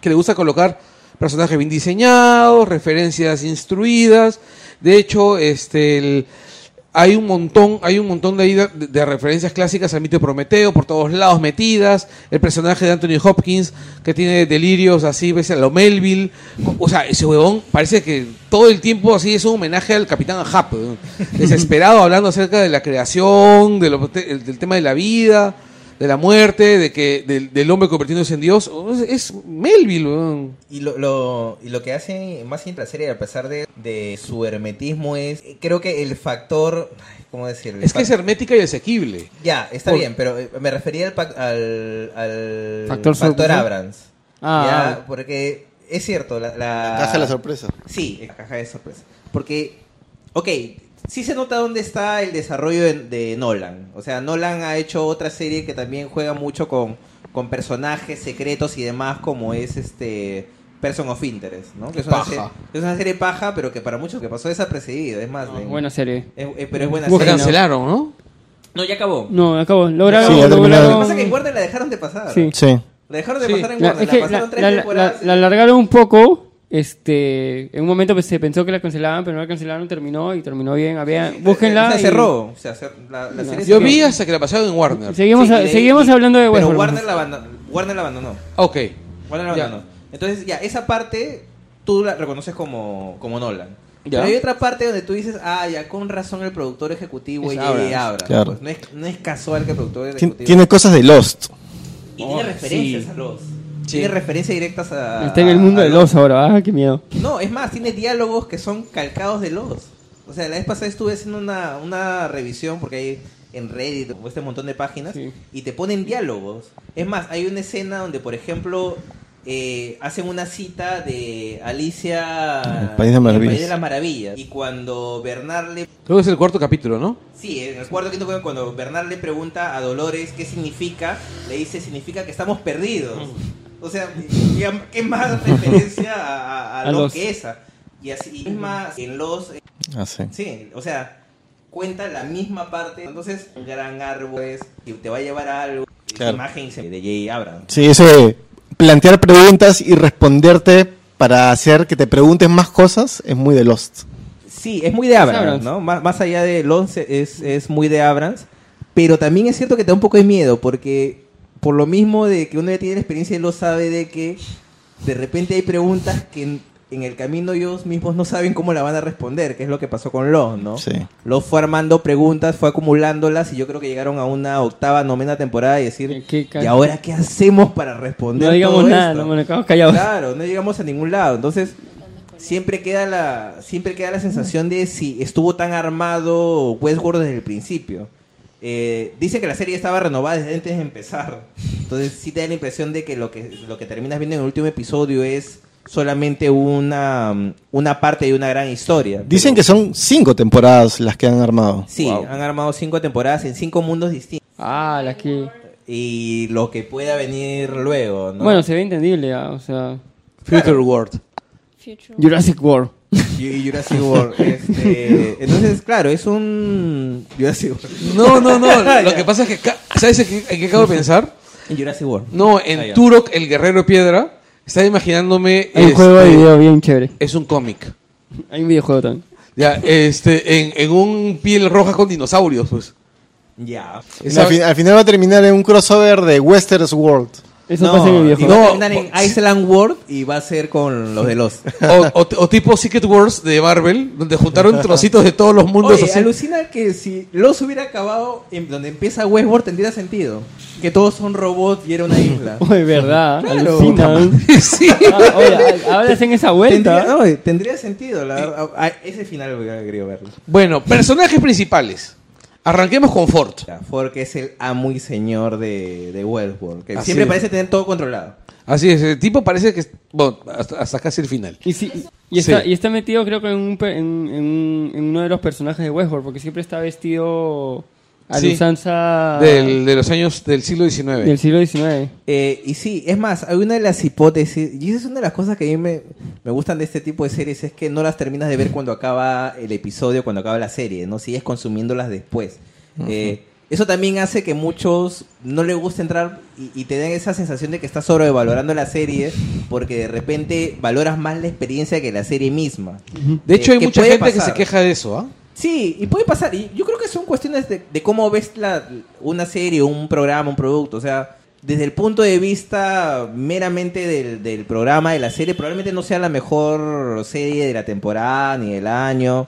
que le gusta colocar personajes bien diseñados, referencias instruidas. De hecho, este el- hay un montón, hay un montón de, ahí de, de referencias clásicas al mito de Prometeo por todos lados metidas, el personaje de Anthony Hopkins que tiene delirios así, ves a lo Melville, o sea, ese huevón parece que todo el tiempo así es un homenaje al Capitán Ahab, ¿no? desesperado hablando acerca de la creación, de lo- te- el- del tema de la vida, de la muerte, de que del, del hombre convirtiéndose en Dios, O sea, es, Melville, huevón. Y lo, lo, y lo que hace más sin la serie, a pesar de, de su hermetismo, es. eh, Creo que el factor. ay, ¿Cómo decirlo? es que es hermética y asequible. Ya, está Por- bien, pero eh, me refería al. pac- al, al Factor sorpresa. Abrams. Ah. Ya, porque es cierto. La, la- Caja de la sorpresa. Sí, la caja de sorpresa. Porque, ok, sí se nota dónde está el desarrollo de, de Nolan. O sea, Nolan ha hecho otra serie que también juega mucho con, con personajes secretos y demás, como es este Person of Interest, ¿no? Que es una, Paja. serie, es una serie paja, pero que para muchos que pasó desapercibido. Es más, de- Buena serie. es- es- pero es buena Lo Hubo Sí, serie. no. cancela- cancelaron, ¿no? No, ya acabó. No, acabo. Lograron. Sí, ya terminaron. Oh. Lo lograron- que pasa es que en Warner la dejaron de pasar. Sí. Sí. La dejaron de Sí. pasar en La- Warner. es La, que pasaron la- tres la- la- temporadas. la alargaron un poco. Este, en un momento pues, se pensó que la cancelaban, pero no la cancelaron, terminó y terminó bien. Había, búsquenla. Se y- cerró. O sea, se- la, la No. serie Yo cerró. vi hasta que la pasaron en Warner. Seguimos, Sí, a- y de- seguimos y- hablando de Pero Westworld. Warner la, abandonó, Warner la abandonó. Ok. Warner la Ya. abandonó. Entonces, ya, esa parte tú la reconoces como, como Nolan. Ya. Pero hay otra parte donde tú dices, ah, ya, con razón el productor ejecutivo Es es Abrams. J.D. Abrams. Claro. Pues no, es, no es casual que el productor Tien- ejecutivo... tiene cosas de Lost. Y tiene Oh, referencias sí. a los... Sí. Tiene referencias directas a... Está en el mundo a de los ahora. Ah, qué miedo. No, es más, tiene diálogos que son calcados de los. O sea, la vez pasada estuve haciendo una, una revisión porque hay en Reddit como este montón de páginas Sí. y te ponen diálogos. Es más, hay una escena donde, por ejemplo, eh, hacen una cita de Alicia El País de en Maravillas. País de las Maravillas. Y cuando Bernard le... Creo que es el cuarto capítulo, ¿no? Sí, eh, en el cuarto quinto capítulo, cuando Bernard le pregunta a Dolores qué significa, le dice, significa que estamos perdidos. Mm. O sea, ¿qué- ¿qué más referencia a, a- a *laughs* A lo los- que esa? Y así y más en los... eh, Ah, sí. Sí, o sea, cuenta la misma parte. Entonces, un gran árbol es, y te va a llevar a algo. Esa Claro. imagen se- de Jay Abrams. Sí, eso de plantear preguntas y responderte para hacer que te preguntes más cosas es muy de Lost. Sí, es muy de Abrams. Abrams, ¿no? Más, más allá del 11 es, es muy de Abrams, pero también es cierto que te da un poco de miedo, porque por lo mismo de que uno ya tiene la experiencia y lo sabe de que de repente hay preguntas que en, en el camino ellos mismos no saben cómo la van a responder, que es lo que pasó con Los, ¿no? Sí. Los fue armando preguntas, fue acumulándolas y yo creo que llegaron a una octava, novena temporada y decir, Qué ca- ¿y ahora qué hacemos para responder? No digamos todo nada, esto?" no nos quedamos callados. Claro, no llegamos a ningún lado. Entonces, siempre queda la siempre queda la sensación de si estuvo tan armado Westworld desde el principio. Eh, dice que la serie estaba renovada desde antes de empezar. Entonces, sí te da la impresión de que lo que, lo que terminas viendo en el último episodio es solamente una, mm, una parte de una gran historia. Dicen que son cinco temporadas las que han armado. Sí, han armado cinco temporadas en cinco mundos distintos. Ah, las que. Y y lo que pueda venir luego, ¿no? *laughs* Bueno, se ve entendible, ya, o sea. Future World. Future. Jurassic World. y y Jurassic World. *laughs* este, entonces, claro, es un Jurassic World. No, no, *laughs* no. Lo que pasa es que, ca- ¿sabes en qué, en qué acabo de pensar? En Jurassic World. No, Ah, ya. en Turok, el guerrero de piedra, estaba imaginándome... Hay un este, juego de video bien chévere. Es un cómic. Hay un videojuego también. Ya, este, en, en un piel roja con dinosaurios, pues. Ya. Esa- Al, fin- al final va a terminar en un crossover de Westeros World. Eso pasa en el y videojuego. va No, a terminar en Iceland World y va a ser con los de los. *laughs* o, o- o tipo Secret Wars de Marvel, donde juntaron trocitos de todos los mundos Oye, así. alucina que si los hubiera acabado en donde empieza Westworld tendría sentido. Que todos son robots y era una isla. *laughs* Oye, verdad, Claro. alucina. *laughs* Sí. Ah, oye, a- ahora hacen esa Tendría, *laughs* vuelta. Eh, no, eh, tendría sentido, la verdad. Ah, ese final hubiera querido verlo. *laughs* Bueno, personajes principales. Arranquemos con Ford. O sea, Ford, que es el amo y señor de, de Westworld. Que Así siempre es. parece tener todo controlado. Así es, el tipo parece que. es- Bueno, hasta, hasta casi el final. Y, sí- y está, Sí. y está metido, creo que, en, un, pe- en, en un- en uno de los personajes de Westworld, porque siempre está vestido a la Sí. Ah. usanza Del- de los años del siglo XIX. del siglo XIX. Eh, y sí, es más, hay una de las hipótesis, y esa es una de las cosas que a mí me, me gustan de este tipo de series, es que no las terminas de ver cuando acaba el episodio, cuando acaba la serie, ¿no? Sigues consumiéndolas después. Eh, eso también hace que muchos no les gusta entrar y, y te den esa sensación de que estás sobrevalorando la serie, porque de repente valoras más la experiencia que la serie misma. De hecho, Eh, hay que mucha puede gente que se pasar. queja de eso, ¿ah? Sí, y puede pasar. Y yo creo que son cuestiones de, de cómo ves la, una serie, un programa, un producto. O sea, desde el punto de vista meramente del, del programa, de la serie, probablemente no sea la mejor serie de la temporada ni del año.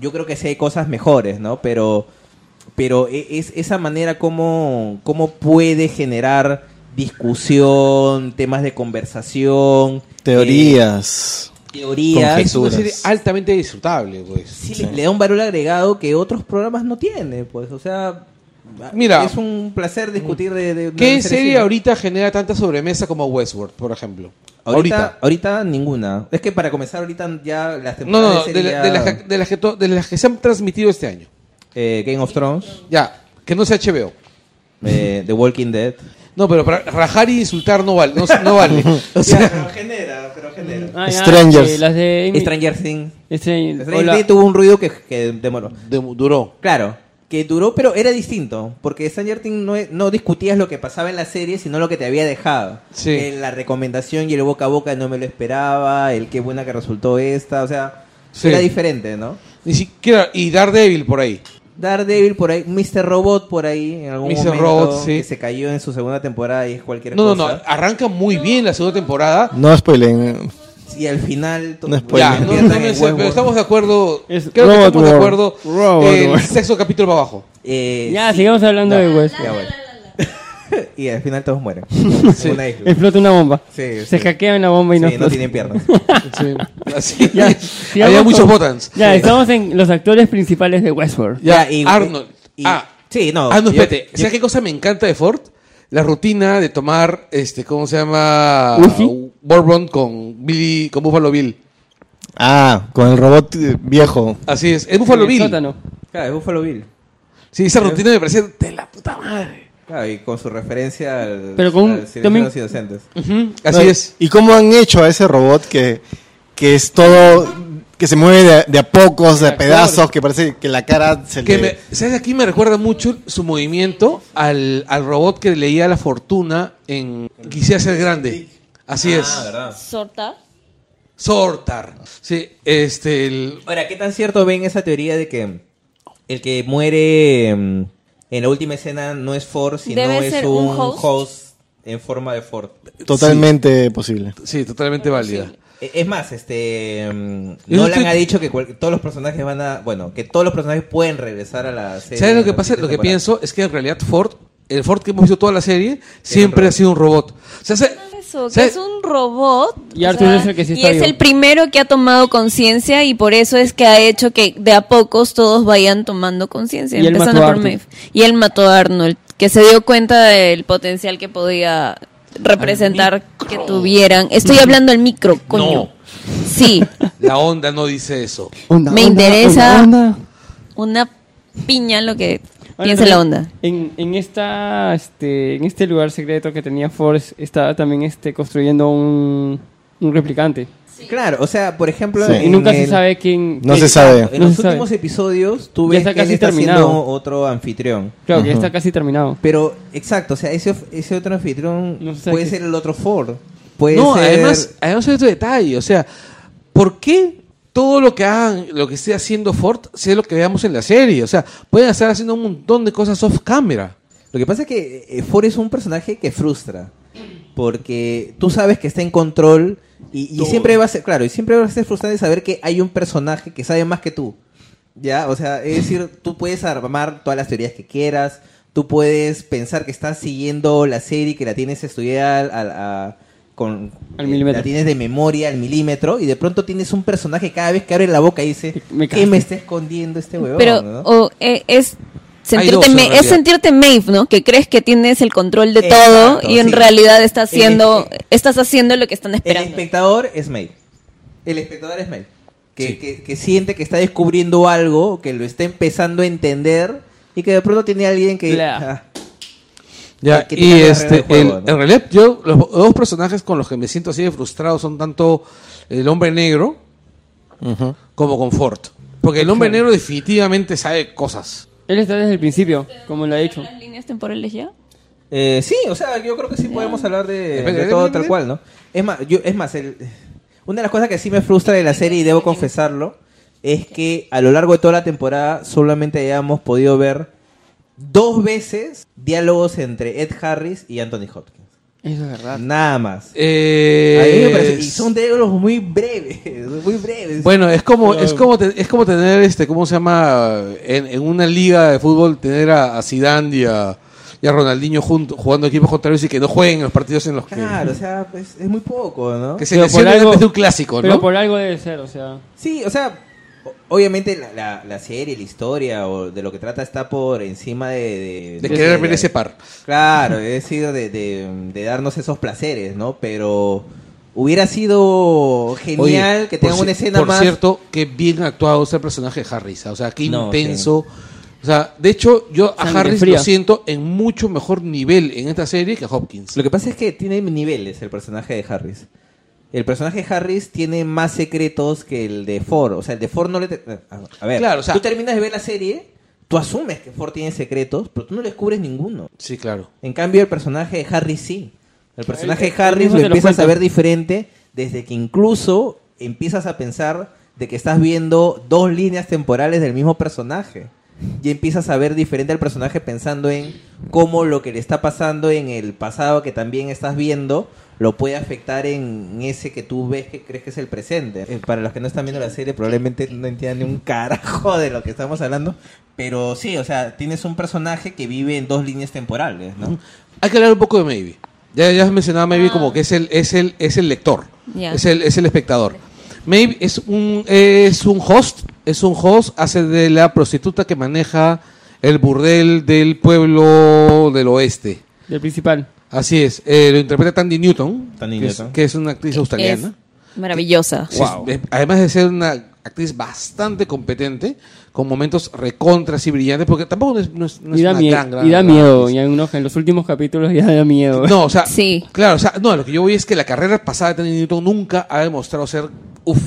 Yo creo que sí hay cosas mejores, ¿no? Pero, pero e- es esa manera como, como puede generar discusión, temas de conversación, eh, Teorías. teorías. Es una Conjeturas. serie altamente disfrutable, pues. Sí, Le, le da un valor agregado que otros programas no tiene, pues, o sea, Mira. es un placer discutir de... de- de ¿Qué una serie así. ahorita genera tanta sobremesa como Westworld, por ejemplo? ahorita? Ahorita, ninguna. Es que para comenzar ahorita ya las No, temporadas no, no, de, la- de las que- de las que to- de las que se han transmitido este año. eh, Game of Thrones, Ya, que no sea HBO. eh, The *laughs* Walking Dead. No, pero para rajar y insultar no vale. No, no *laughs* vale. O sea, pero genera, pero genera. Ah, ya, Strangers. eh, las de Amy- Stranger Things. Stranger- Stranger hola. Things tuvo un ruido que, que demoró. de- duró. Claro, que duró, pero era distinto. Porque Stranger Things no, es- no discutías lo que pasaba en la serie, sino lo que te había dejado. Sí. Eh, la recomendación y el boca a boca no me lo esperaba, el qué buena que resultó esta, o sea, Sí. era diferente, ¿no? Ni siquiera. Y Daredevil por ahí. Daredevil por ahí, Mr. Robot por ahí, en algún Mr. momento Robot, sí. que se cayó en su segunda temporada y es cualquier No, no, no. cosa. Arranca muy bien la segunda temporada. No spoilen. Y al final todo No es Ya, *laughs* Spoiler. no, no, no, no, no, pero estamos de acuerdo. Es creo que Robot estamos de World. acuerdo. Robot el World. sexto capítulo para abajo. Ya, sigamos hablando de West. Eh, Ya, bueno. *laughs* y al final todos mueren. Una isla. Explota una bomba. Sí, Se sí. hackean la bomba y no Sí, no explota. tienen piernas. Sí. *laughs* Así. *laughs* Ya, Había sigamos muchos con- botones. Ya, estamos en los actores principales de Westworld. Ya, Ya, y- Arnold. y- ah, sí, no, Arnold, yo- espérate. yo- ¿Sabes qué cosa me encanta de Ford? La rutina de tomar, este, ¿cómo se llama? Whisky. Bourbon con Billy, con Buffalo Bill. Ah, con el robot eh, viejo. Así es. Es Buffalo En el Bill. sótano. Claro, es Buffalo Bill. Sí, esa rutina me parecía de la puta madre. Claro, y con su referencia al, Pero con un- al silencio también- de los inocentes. Así No, es. ¿Y cómo han hecho a ese robot que, que es todo, que se mueve de, de a pocos, de a pedazos, que parece que la cara se Ah, Que le... me, ¿Sabes? Aquí me recuerda mucho su movimiento al, al robot que leía la fortuna en Quisiera ser grande. Así es. Ah, verdad. Sorta. Sortar. Sí, este. el- Ahora, ¿qué tan cierto ven esa teoría de que el que muere mm, en la última escena no es Ford, sino Debe es ser un, un host? host en forma de Ford? Totalmente posible. sí, totalmente válida. E- Es más, este mm, Yo no Nolan estoy- ha dicho que cual- todos los personajes van a, bueno, que todos los personajes pueden regresar a la serie. ¿Sabes lo que en la pasa? siguiente Lo que temporada. pienso es que en realidad Ford, el Ford que hemos visto toda la serie, siempre robot. ha sido un robot. O sea, se- Eso, que ¿sabes? es un robot. Y o Arthur sea, es el que sí y está es vivo. el primero que ha tomado conciencia y por eso es que ha hecho que de a pocos todos vayan tomando conciencia. Y él Empezando mató a por Arthur. Maeve. Y él mató a Arnold, que se dio cuenta del potencial que podía representar que tuvieran. Estoy hablando al micro, coño. No. Sí, La onda no dice eso. Onda, Me onda, interesa- onda, onda. una piña lo que Piensa en la onda. En, en esta, este, en este lugar secreto que tenía Force, estaba también este, construyendo un, un replicante. Claro, o sea, por ejemplo. Sí. Y en nunca se el- sabe quién. No quién- se sabe. En No los se sabe. últimos episodios Ya tuve está que él casi está terminado. siendo otro anfitrión. Claro, que ya está casi terminado. Pero, exacto, o sea, ese, ese otro anfitrión No sé puede qué- ser el otro Ford. Puede no, ser- además, además hay otro detalle, o sea, ¿por qué todo lo que hagan, lo que esté haciendo Ford, sea lo que veamos en la serie? O sea, pueden estar haciendo un montón de cosas off camera. Lo que pasa es que eh, Ford es un personaje que frustra. Porque tú sabes que está en control y, y Todo. siempre va a ser, claro, y siempre va a ser frustrante saber que hay un personaje que sabe más que tú. ¿Ya? O sea, es decir, tú puedes armar todas las teorías que quieras, tú puedes pensar que estás siguiendo la serie, que la tienes estudiada al- a- con, Al milímetro. la tienes de memoria al milímetro, y de pronto tienes un personaje que cada vez que abre la boca y dice, Me ¿qué cago". me está escondiendo este huevón? Pero ¿no? o, eh, es dos, sentirte, en ma- realidad. es sentirte Maeve, ¿no? Que crees que tienes el control de Exacto, todo y en sí. realidad estás El haciendo, espe- estás haciendo lo que están El esperando. espectador es May. El espectador es May. Que, Sí. que- que siente que está descubriendo algo, que lo está empezando a entender y que de pronto tiene alguien que... Claro. ah, Ya, Hay que y tirar la regla este, del juego, el- ¿no? en realidad, yo, los dos personajes con los que me siento así de frustrado son tanto el hombre negro como con Ford. Porque el hombre negro definitivamente sabe cosas. Él está desde el principio, como lo ha dicho. ¿Las líneas temporales ya? eh, sí, o sea, yo creo que sí podemos hablar de, Espera, de espera, todo espera. tal cual, ¿no? Es más, yo, es más el- una de las cosas que sí me frustra de la serie, y debo confesarlo, es que a lo largo de toda la temporada solamente hayamos podido ver dos veces diálogos entre Ed Harris y Anthony Hopkins. Eso es verdad. Nada más. Eh, A mí me parece- y son diálogos muy breves, muy breves. Bueno, es como, es como, te- es como tener, este, ¿cómo se llama? En, en una liga de fútbol, tener a, a Zidane y a, y a Ronaldinho junto, jugando equipos contrarios y que no jueguen los partidos en los que, claro, o sea, pues, es muy poco, ¿no? eh, que se Pero por lesionan algo- antes de un clásico, Pero ¿no? por algo debe ser, o sea. Sí, o sea, o- obviamente la, la- la serie, la historia o de lo que trata está por encima de... de querer ver ese par. Claro, es decir, de, de- de darnos esos placeres, ¿no? Pero hubiera sido genial Oye, que tengan por una ci- escena por más... cierto, qué bien actuado ese personaje de Harris. O sea, qué No, intenso. O sea, de hecho, yo a Sangre Harris fría. lo siento en mucho mejor nivel en esta serie que a Hopkins. Lo que pasa es que tiene niveles el personaje de Harris. El personaje de Harris tiene más secretos que el de Ford. O sea, el de Ford no le... te- eh, A a ver, Claro, o sea- tú terminas de ver la serie, tú asumes que Ford tiene secretos, pero tú no descubres ninguno. Sí, claro. En cambio, el personaje de Harris sí. El personaje él- de él Harris mismo lo te lo empiezas cuenta. a ver diferente desde que incluso empiezas a pensar de que estás viendo dos líneas temporales del mismo personaje. Y empiezas a ver diferente al personaje pensando en cómo lo que le está pasando en el pasado que también estás viendo lo puede afectar en ese que tú ves que crees que es el presente. Eh, Para los que no están viendo la serie probablemente no entiendan ni un carajo de lo que estamos hablando. Pero sí, o sea, tienes un personaje que vive en dos líneas temporales, ¿no? Hay que hablar un poco de Maybe. Ya, ya mencionaba Maybe como que es el, es el, es el lector, Ya. es, el, es el espectador. Maybe es un, es un host, es un host, hace de la prostituta que maneja el burdel del pueblo del oeste. Del principal. Así es, eh, lo interpreta Tandy Newton, Tandy que, Newton. Es, que es una actriz australiana. Es maravillosa. Sí, es- Además de ser una actriz bastante competente, con momentos recontras y brillantes, porque tampoco no es, no es- no es y da, una mie- gran, gran- y da gran miedo. actriz. Y en, unos- en los últimos capítulos ya da miedo. No, o sea, Sí. claro, o sea, no, lo que yo voy es que la carrera pasada de Tandy Newton nunca ha demostrado ser uff.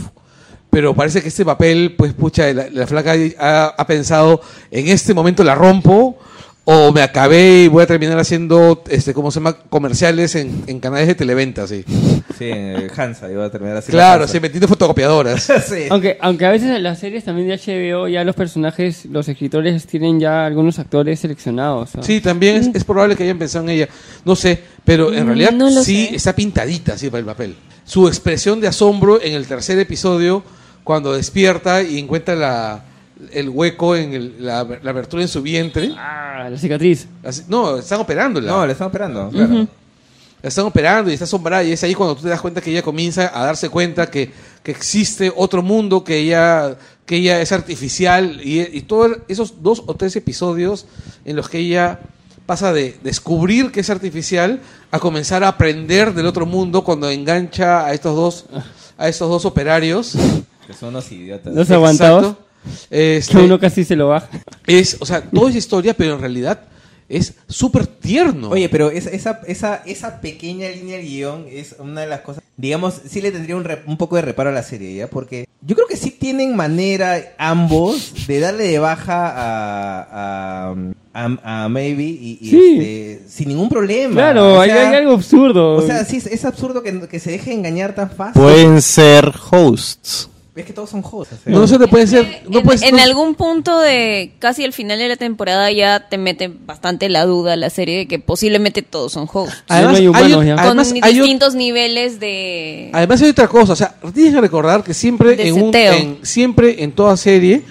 Pero parece que este papel, pues pucha, la, la flaca ha, ha pensado, en este momento la rompo o me acabé y voy a terminar haciendo, este, ¿cómo se llama? Comerciales en, en canales de televenta, sí. Sí, en eh, Hansa iba a terminar así. Claro, sí. sí, metiendo fotocopiadoras. *laughs* sí. *laughs* Aunque, aunque a veces en las series también de HBO ya los personajes, los escritores tienen ya algunos actores seleccionados. ¿ah? Sí, también es, es probable que hayan pensado en ella. No sé, pero en realidad Mm, No lo sí sé. está pintadita así para el papel. Su expresión de asombro en el tercer episodio, cuando despierta y encuentra la, el hueco en el- la, la abertura en su vientre. Ah, la cicatriz. Así- no, están operándola. No, le están operando. claro. La están operando y está asombrada. Y es ahí cuando tú te das cuenta que ella comienza a darse cuenta que, que existe otro mundo, que ella, que ella es artificial. Y, y todos esos dos o tres episodios en los que ella pasa de descubrir que es artificial a comenzar a aprender del otro mundo cuando engancha a estos dos, a estos dos operarios. Que son unos idiotas. Los aguantados. Exacto. Este, Que uno casi se lo baja. es, o sea, toda es historia, pero en realidad es súper tierno. Oye, pero esa, esa, esa, esa pequeña línea del guión es una de las cosas. Digamos, sí le tendría un, rep- un poco de reparo a la serie, ¿ya? Porque yo creo que sí tienen manera ambos de darle de baja a, a, a, a Maybe y, y, Sí. este, sin ningún problema. Claro, O hay, sea, hay algo absurdo. O sea, sí, es- es absurdo que, que se deje engañar tan fácil. Pues, Pueden ser hosts. Es que todos son cosas. no, no se te puede ser. Eh, No en, puedes, en no- algún punto de casi el final de la temporada ya te mete bastante la duda la serie de que posiblemente todos son hosts. Además, no hay, hay humanos, un- ya. además, con hay un- distintos niveles de... Además hay otra cosa, o sea, tienes que recordar que siempre De en, un- seteo. en- siempre en toda serie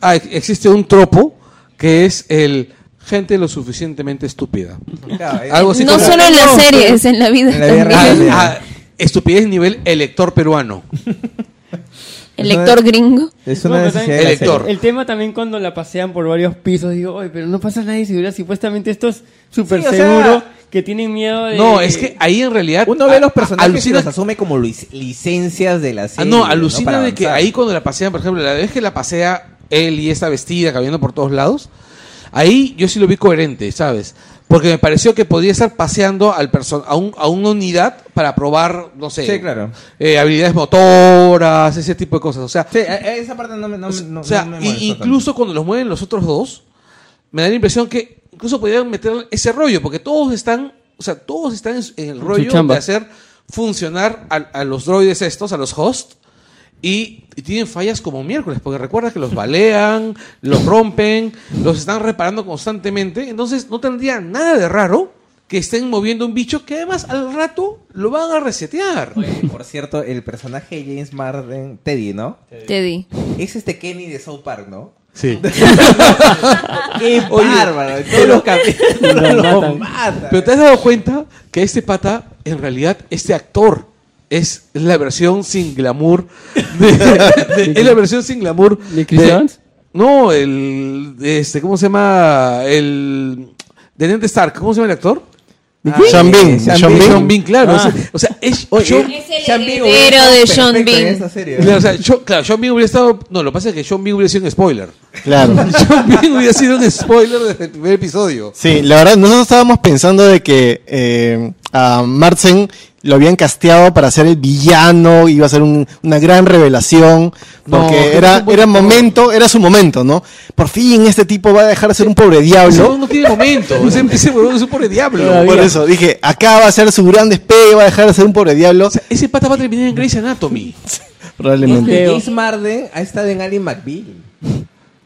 hay- existe un tropo que es el gente lo suficientemente estúpida. Algo así no como- solo *laughs* en las No, series, en la vida en la vida Ah, también. real. ah, estupidez nivel elector peruano. El lector gringo. Es No, una pero necesidad también- de la El serie. actor. El tema también cuando la pasean por varios pisos, digo, oye, pero no pasa nada de seguridad. Supuestamente esto es súper Sí, o sea- seguro, que tienen miedo de... No, es que ahí en realidad Uno ve Eh, a- los a- personajes y alucina- los asume como lic- licencias de la Ah, serie. no, alucina Para de que avanzar. ahí cuando la pasean, por ejemplo, la vez que la pasea él y esa vestida caminando por todos lados, ahí yo sí lo vi coherente, ¿sabes? Porque me pareció que podía estar paseando al perso- a, un- a una unidad para probar, no sé, Sí, claro. eh, habilidades motoras, ese tipo de cosas. O sea, Sí, a- a esa parte no me, no, o me- sea, no- o sea, no me i- molestó tanto. incluso cuando los mueven los otros dos, me da la impresión que incluso podrían meter ese rollo, porque todos están, o sea, todos están en su- en el su rollo de chamba. hacer funcionar a, a los droides estos, a los hosts, y, y tienen fallas como miércoles, porque recuerda que *laughs* los balean, los rompen, los están reparando constantemente, entonces no tendría nada de raro que estén moviendo un bicho que además al rato lo van a resetear. Oye, Por cierto, el personaje de James Marden, Teddy, ¿no? Teddy. Es este Kenny de South Park, ¿no? *laughs* Sí. ¡Qué bárbaro! En Todos los capítulos Lo lo matan. matan. Pero te has dado cuenta que este pata, en realidad, este actor es la versión sin glamour. de- de- es la versión sin glamour. ¿De Chris Evans? No, el. de Este, ¿Cómo se llama? El. Teniente Stark, ¿cómo se llama el actor? Eh, ¿De quién? Sean Bean, Sean Bean. Ah, eh, Sean Bean, claro. Ah. es- o sea, es. Oye, Sean- Es el Sean Bean heredero hubiera de estado Sean perfecto en Bean. esa serie, ¿eh? ¿no? claro, o sea, Sean- claro, Sean Bean hubiera estado. No, lo que pasa es que Sean Bean hubiera sido un spoiler. *laughs* Claro. Sean Bean hubiera sido un spoiler desde el primer episodio. Sí, la verdad, nosotros estábamos pensando de que eh, a Marcen lo habían casteado para ser el villano, iba a ser un- una gran revelación, No, porque creo que es era, un buen era actor. momento, era su momento, ¿no? Por fin este tipo va a dejar de ser un pobre Ese diablo. huevón no tiene momento. Ese, ese huevón es un pobre diablo. Por eso, dije, acá va a ser su gran despegue, va a dejar de ser un pobre diablo. O sea, ese pata va a terminar en Grey's Anatomy. Probablemente. Este Creo. James Marden ha estado en Alien McBeal.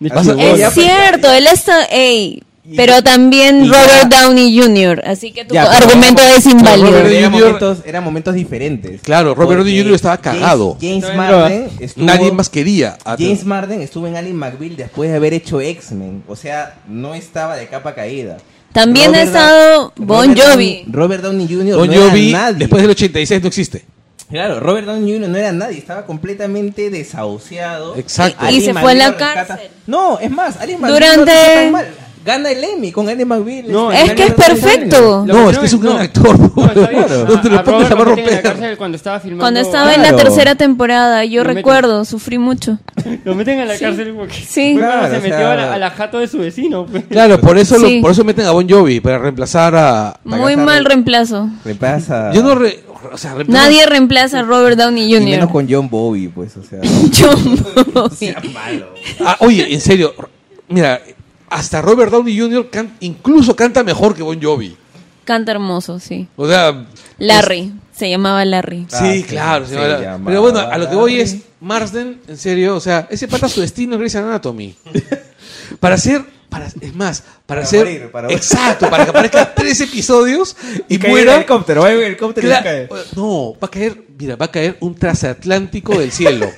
De Vas a- chingón. Oye, Es ya, pues, cierto, él está... ey, Y- pero también y ya- Robert Downey Jr. Así que tu Ya, pero- argumento es Robert- inválido. Pero eran Jr. momentos, eran momentos diferentes. Claro, Robert Porque Downey Jr. estaba cagado. James, James Estaba en Marden estuvo- Nadie más quería. a- James Marden estuvo en Alien McBeal después de haber hecho X-Men. O sea, no estaba de capa caída. También ha estado Bon Robert Jovi. Downey- Robert Downey Jr. Bon no Jovi, era nadie. después del 86, no existe. Claro, Robert Downey Jr. no era nadie. Estaba completamente desahuciado. Exacto. Alien Y se McBeal fue a la lo rescata. cárcel. No, es más, Alien McBeal Durante- no está tan mal. Gana el Emmy con Alien McBeal. No, Este, Es que es Robert Downey perfecto. No, Lo que es que es un no. gran actor, pues. No, está bien. claro. *laughs* No te lo A- a pongas, la va a Robert lo meten en la romper. cárcel Cuando estaba filmando... Cuando estaba en la Claro. tercera temporada, yo Lo meten. recuerdo, sufrí mucho. Lo meten a la cárcel porque... Sí. *laughs* Bueno, Claro, se o metió sea- a, la, a la jato de su vecino. *laughs* pues. Claro, por eso, lo- Sí. por eso meten a Bon Jovi, para reemplazar a... Muy Tagazarre. mal reemplazo. Jr. Le pasa. Yo no... re- o sea, reemplazar- Nadie reemplaza a Robert Downey Y menos Jr. con John Bobby, pues, o sea. *laughs* *laughs* Yo- Ah, oye, en serio. Mira, hasta Robert Downey Jr. can- incluso canta mejor que Bon Jovi. Canta hermoso, sí. O sea... Larry, se llamaba Larry. Ah, Sí, sí, claro. se señora. llamaba Pero bueno, a lo que voy es, Larry. Marsden, en serio, o sea, ese pata su destino es Grey's *laughs* Anatomy. Para ser, para, es más, para, Para ser... morir, para morir. exacto, para que *laughs* aparezca tres episodios y, cae el muera... helicóptero, va en el helicóptero y cla- cae. no, va a caer, mira, va a caer un trasatlántico del *laughs* cielo.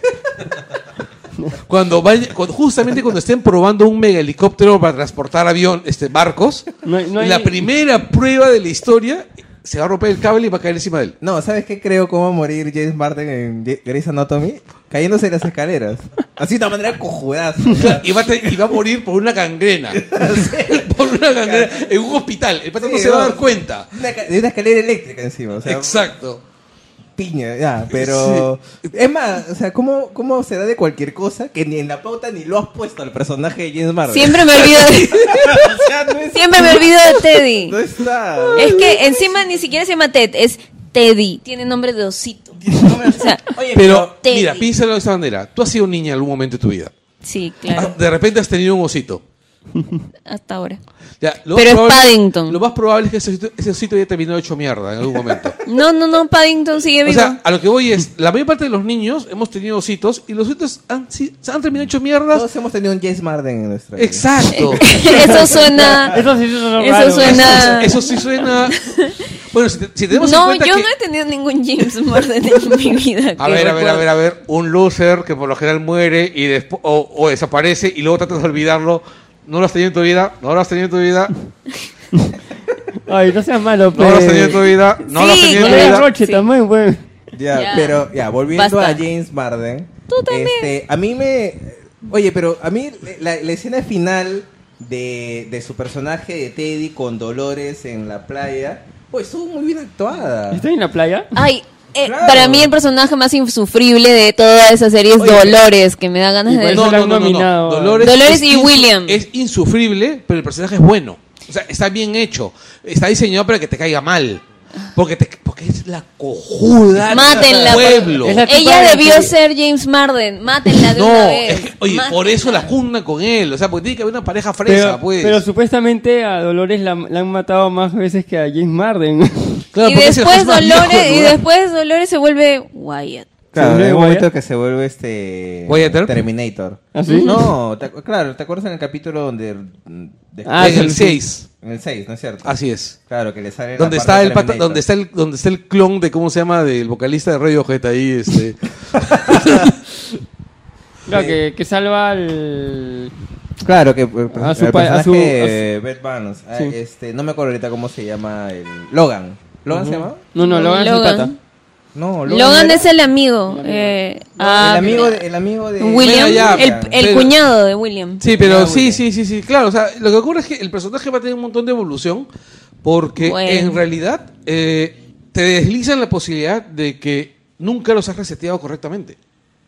Cuando vaya, cuando- justamente cuando estén probando un mega helicóptero para transportar avión, este, barcos, No hay- no hay- la primera prueba de la historia se va a romper el cable y va a caer encima de él. No, ¿sabes qué creo cómo morir James Martin en Ye- Grey's Anatomy? Cayéndose de las escaleras. Así de una manera cojudaza. Claro, y, va a te- y va a morir por una *laughs* gangrena. por una gangrena en un hospital. El pato no Sí, se va a no. dar cuenta. Una ca- De una escalera eléctrica encima. O sea, Exacto. piña, ya, pero... Es más, o sea, ¿cómo, ¿cómo será de cualquier cosa que ni en la pauta ni lo has puesto al personaje de James Marvel? Siempre me olvido de, *laughs* O sea, no es- siempre Eh, me olvido de Teddy. No está... Es que encima ni siquiera se llama Ted, es Teddy. Tiene nombre de osito. sea, Oye, Pero, Teddy. mira, piénsalo de esta manera. Tú has sido niña en algún momento de tu vida. Sí, Ah, claro. De repente has tenido un osito. Ah. Hasta ahora. Ya, lo Pero más es probable- Paddington. Lo más probable es que ese osito, ese osito ya terminó hecho mierda en algún *laughs* momento. No, no, no, Paddington sigue O vivo. sea, a lo que voy es, la mayor parte de los niños hemos tenido ositos y los ositos han, si- se han terminado hecho mierdas. Todos hemos tenido un James Marden en nuestra vida. Exacto. *laughs* eso suena. Eso sí suena Eso raro. *laughs* suena- Nah. Eso sí *laughs* suena. Bueno, si, te- si tenemos en No, cuenta yo que- no he tenido ningún James Morden en mi *laughs* vida. A que ver, a ver, a recuerde. ver, a ver. Un loser que por lo general muere y despo- o, o desaparece y luego tratas de olvidarlo. No lo has tenido en tu vida, no lo has tenido en tu vida, Ay, no seas malo, no lo has tenido en tu pe. vida, no lo has Sí, tenido No en le tu das vida. roche Sí. también, pues. güey. Ya, Ya. pero ya, volviendo Basta. a James Marden. Tú también. Este, a mí me. Oye, pero a mí la, la escena final de, de su personaje de Teddy con Dolores en la playa. Pues estuvo muy bien actuada. ¿Estoy en la playa? Ay, eh, Claro. para mí el personaje más insufrible de toda esa serie es Oye. Dolores, que me da ganas Y de. bueno, No, no, no, no, no. nominado. Dolores, Dolores es y insu- William. Es insufrible, pero el personaje es bueno. O sea, está bien hecho. Está diseñado para que te caiga mal. Porque, te, porque es la cojuda del Mátenla. pueblo. Es la tipa Ella de la debió serie. ser James Marden. Mátenla de una No, vez. es que, oye, por Mátenla. eso la juntan con él. O sea, porque tiene que haber una pareja fresa, Pero, pues. pero supuestamente a Dolores la, la han matado más veces que a James Marden. *laughs* Claro, y porque es el después juez más viejo Dolores, del y lugar. después Dolores se vuelve Wyatt. Se Claro, vuelve en un momento Wyatt. que se vuelve este. ¿Wyatter? Terminator. ¿Ah, sí? No, te acu- claro, ¿te acuerdas en el capítulo donde. mm, de- Ah, en sí, el sí. 6. En el 6, ¿no es cierto? Así es. Claro, que le sale. la Donde parte está, el pata- Terminator. donde, está el, donde está el clon de, ¿cómo se llama? Del vocalista de Radiohead ahí, *laughs* este... Claro, que, que salva al... Claro, que eh, A su el pa- a su- personaje, a su- eh, Bert Barnes, ah, Sí. este, no me acuerdo ahorita cómo se llama el Logan. ¿Logan se llama? No, no, Logan, es el Logan. pata. No, Logan. Logan era- es el amigo. eh, ah, el amigo de, el amigo de William. Bueno, ya, el el pero- cuñado de William. Sí, pero Ya, sí, William. sí, sí, sí. Claro, o sea, lo que ocurre es que el personaje va a tener un montón de evolución porque Bueno. en realidad eh, te deslizan la posibilidad de que nunca los has reseteado correctamente.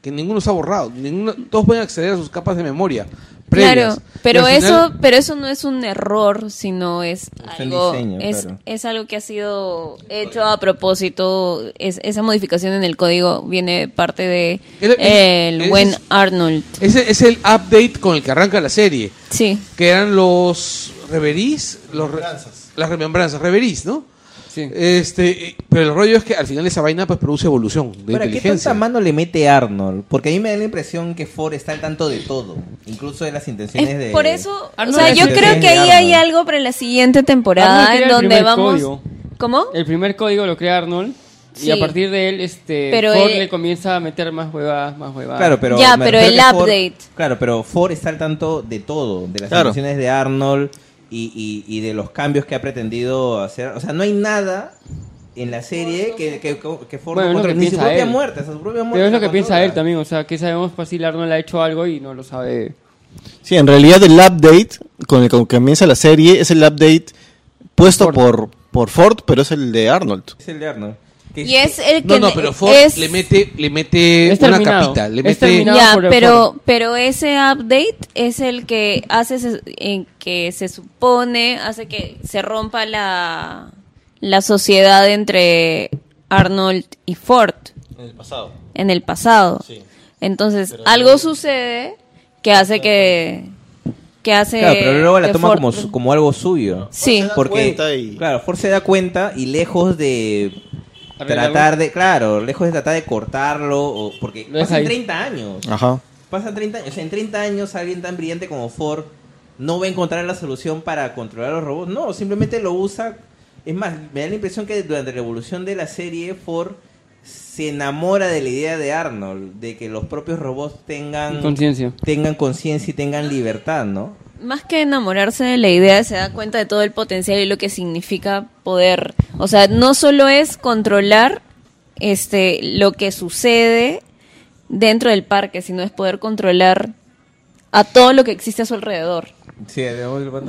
Que ninguno se ha borrado. ninguno- todos pueden acceder a sus capas de memoria. previas. Claro, pero Y al final- eso, pero eso no es un error, sino es Es el algo, diseño, es, claro. es algo que ha sido hecho a propósito. Es, esa modificación en el código viene de parte de eh, El- el- el, el- buen es- Arnold. Ese es el update con el que arranca la serie. Sí, Que eran los reverís. Los remembranzas. Las remembranzas. Reverís, ¿no? Sí. Este, eh, pero el rollo es que al final esa vaina pues produce evolución de Ahora, ¿qué inteligencia. tanta mano le mete Arnold? Porque a mí me da la impresión que Ford está al tanto de todo, incluso de las intenciones Es de por eso, o Arnold sea, es yo el creo diseño de que ahí Arnold. hay algo para la siguiente temporada Arnold crea en el donde primer vamos. código. ¿Cómo? El primer código lo crea Arnold. Sí. Y a partir de él, este, Pero Ford él- le comienza a meter más huevadas, más huevadas. Claro, pero Ya, me pero refiero el que Ford- update. claro, pero Ford está al tanto de todo, de las Claro. intenciones de Arnold y, y- y de los cambios que ha pretendido hacer. O sea, no hay nada en la serie que, que, que Ford Bueno, es lo controle, que ni su piensa propia él. muerte, o sea, su propia muerte Pero es lo la que piensa controla. él también, o sea, que sabemos pues, si Arnold ha hecho algo y no lo sabe. Sí, en realidad el update con el que comienza la serie es el update puesto Ford. Por, por Ford, pero es el de Arnold. Es el de Arnold. Que Y es el No, que no, pero Ford es- le mete, le mete Es una terminado, capita. Le es mete... terminado. Ya, por el pero, foro. pero ese update es el que hace se- en que se supone, hace que se rompa la, la sociedad entre Arnold y Ford En el pasado. en el pasado. Sí. Entonces, algo sucede que hace que, que hace Claro, pero luego la que toma eh, Ford- como, su- como algo suyo. Sí. Se da Porque, cuenta y- claro, Ford se da cuenta y lejos de Arreglarlo. tratar de, claro, lejos de tratar de cortarlo, o- porque Lo deja pasan ahí. 30 años. Ajá. Pasan 30 años. O sea, en 30 años alguien tan brillante como Ford no va a encontrar la solución para controlar los robots. No, simplemente lo usa. Es más, me da la impresión que durante la evolución de la serie, Ford se enamora de la idea de Arnold, de que los propios robots tengan Conciencia. tengan conciencia y tengan libertad, ¿no? Más que enamorarse de la idea, se da cuenta de todo el potencial y lo que significa poder. O sea, no solo es controlar este lo que sucede dentro del parque, sino es poder controlar a todo lo que existe a su alrededor. Sí,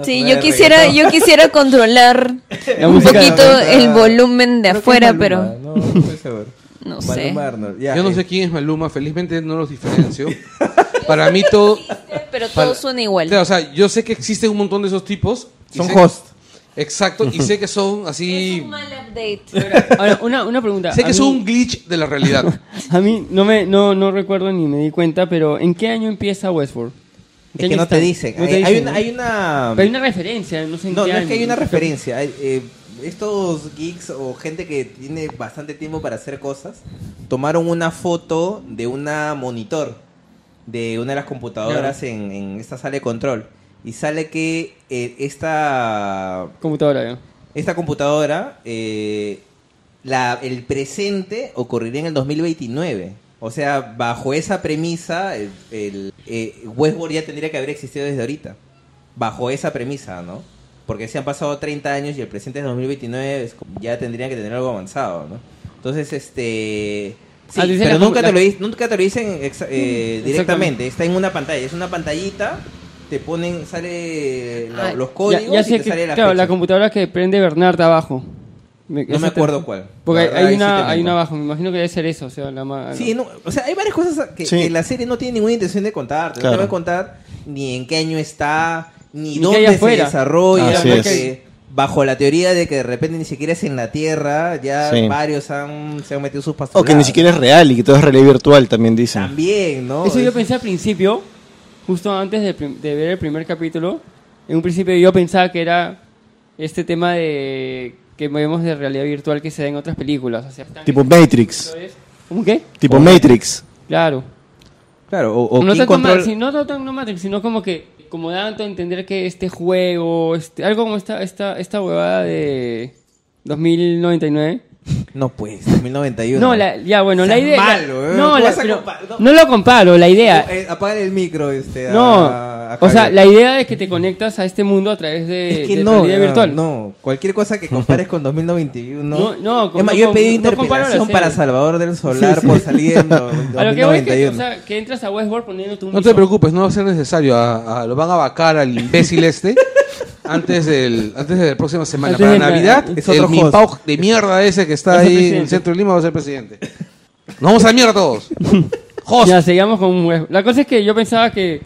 Sí, yo quisiera, yo quisiera controlar *laughs* La un música- poquito el volumen de afuera, pero No, no estoy seguro. *laughs* No sé. Maluma Arnold. Ya, Yo no eh, sé quién es Maluma, felizmente no los diferencio. *laughs* Para mí todo... Pero para- todos suenan igual. Claro, o sea, yo sé que existen un montón de esos tipos. y Son sé- host. Exacto, y sé que son así... *laughs* Es un mal update. *laughs* Ahora, una, una pregunta. Sé que A es mí- un glitch de la *laughs* realidad. A mí no me no, no recuerdo ni me di cuenta, pero ¿en qué año empieza Westworld? Es ¿En qué que año no está? te dicen. No te hay, hay dicen, una, ¿no? hay una. Pero hay una referencia, no sé en No, qué no es que año. hay una referencia. hay, eh, estos geeks o gente que tiene bastante tiempo para hacer cosas tomaron una foto de una monitor de una de las computadoras en, en esta sala de control. Y sale que eh, esta, Computadora, ya. esta computadora, eh, la, el presente ocurriría en el 2029. O sea, bajo esa premisa, el, el, eh, Westworld ya tendría que haber existido desde ahorita. Bajo esa premisa, ¿no? Porque se han pasado 30 años y el presente es 2029, es como- ya tendrían que tener algo avanzado, ¿no? Entonces, este... Sí, Ah, dicen pero la- nunca, te la- lo, di- nunca te lo dicen exa- eh, directamente. exactamente. Está en una pantalla. Es una pantallita, te ponen, sale la- Ah, los Ya, códigos ya y sé te que, sale la claro, la fecha. computadora que prende Bernard abajo. No me esa te- acuerdo cuál. Porque La hay, verdad, ahí sí una, te hay miento. una abajo, me imagino que debe ser eso. O sea, la ma- Sí, no, o sea, hay varias cosas que, Sí. que la serie no tiene ninguna intención de contar. No Claro. te va a contar ni en qué año está, ni, Ni qué hay dónde se afuera. desarrolla. Así porque bajo la teoría de que de repente ni siquiera es en la Tierra, ya Sí. varios han, se han metido sus O pastores. que ni siquiera es real y que todo es realidad virtual, también dicen. También, ¿no? Eso yo Es- pensé al principio, justo antes de, prim- de ver el primer capítulo. En un principio yo pensaba que era este tema de que vemos de realidad virtual que se da en otras películas. O sea, están- Tipo Matrix. ¿Cómo qué? Tipo Matrix. Claro. Claro, o, o no King tanto Control- ma- sí, no tanto- no Matrix, sino como que como dando a entender que este juego, este, algo como esta esta esta huevada de 2099. No, pues, 2091. No, la- ya bueno, la Seas idea. la- malo, eh, no, tú la- vas a pero- compar- no. no lo comparo, la idea. Eh, apaga el micro, este. a- No, a o sea, Javier. la idea es que te conectas a este mundo a través de, Es que de no, realidad no, virtual. no, cualquier cosa que compares con 2091. No, no, es más, no, yo he pedido no comparo la interpelación serie. para Salvador del Solar por salir *laughs* en do- A lo que voy es que, 2091. o sea, que entras a Westworld poniendo tu No te preocupes, no va a ser necesario. A- a- lo van a vacar al imbécil *laughs* este antes del antes de la próxima semana. Antes Para de la- Navidad, es el otro host. mimpau de mierda ese que Va está a ahí ser en el presidente. centro de Lima va a ser presidente. Nos vamos a la mierda *laughs* todos. Host. Ya, seguíamos con Westworld. La cosa es que yo pensaba que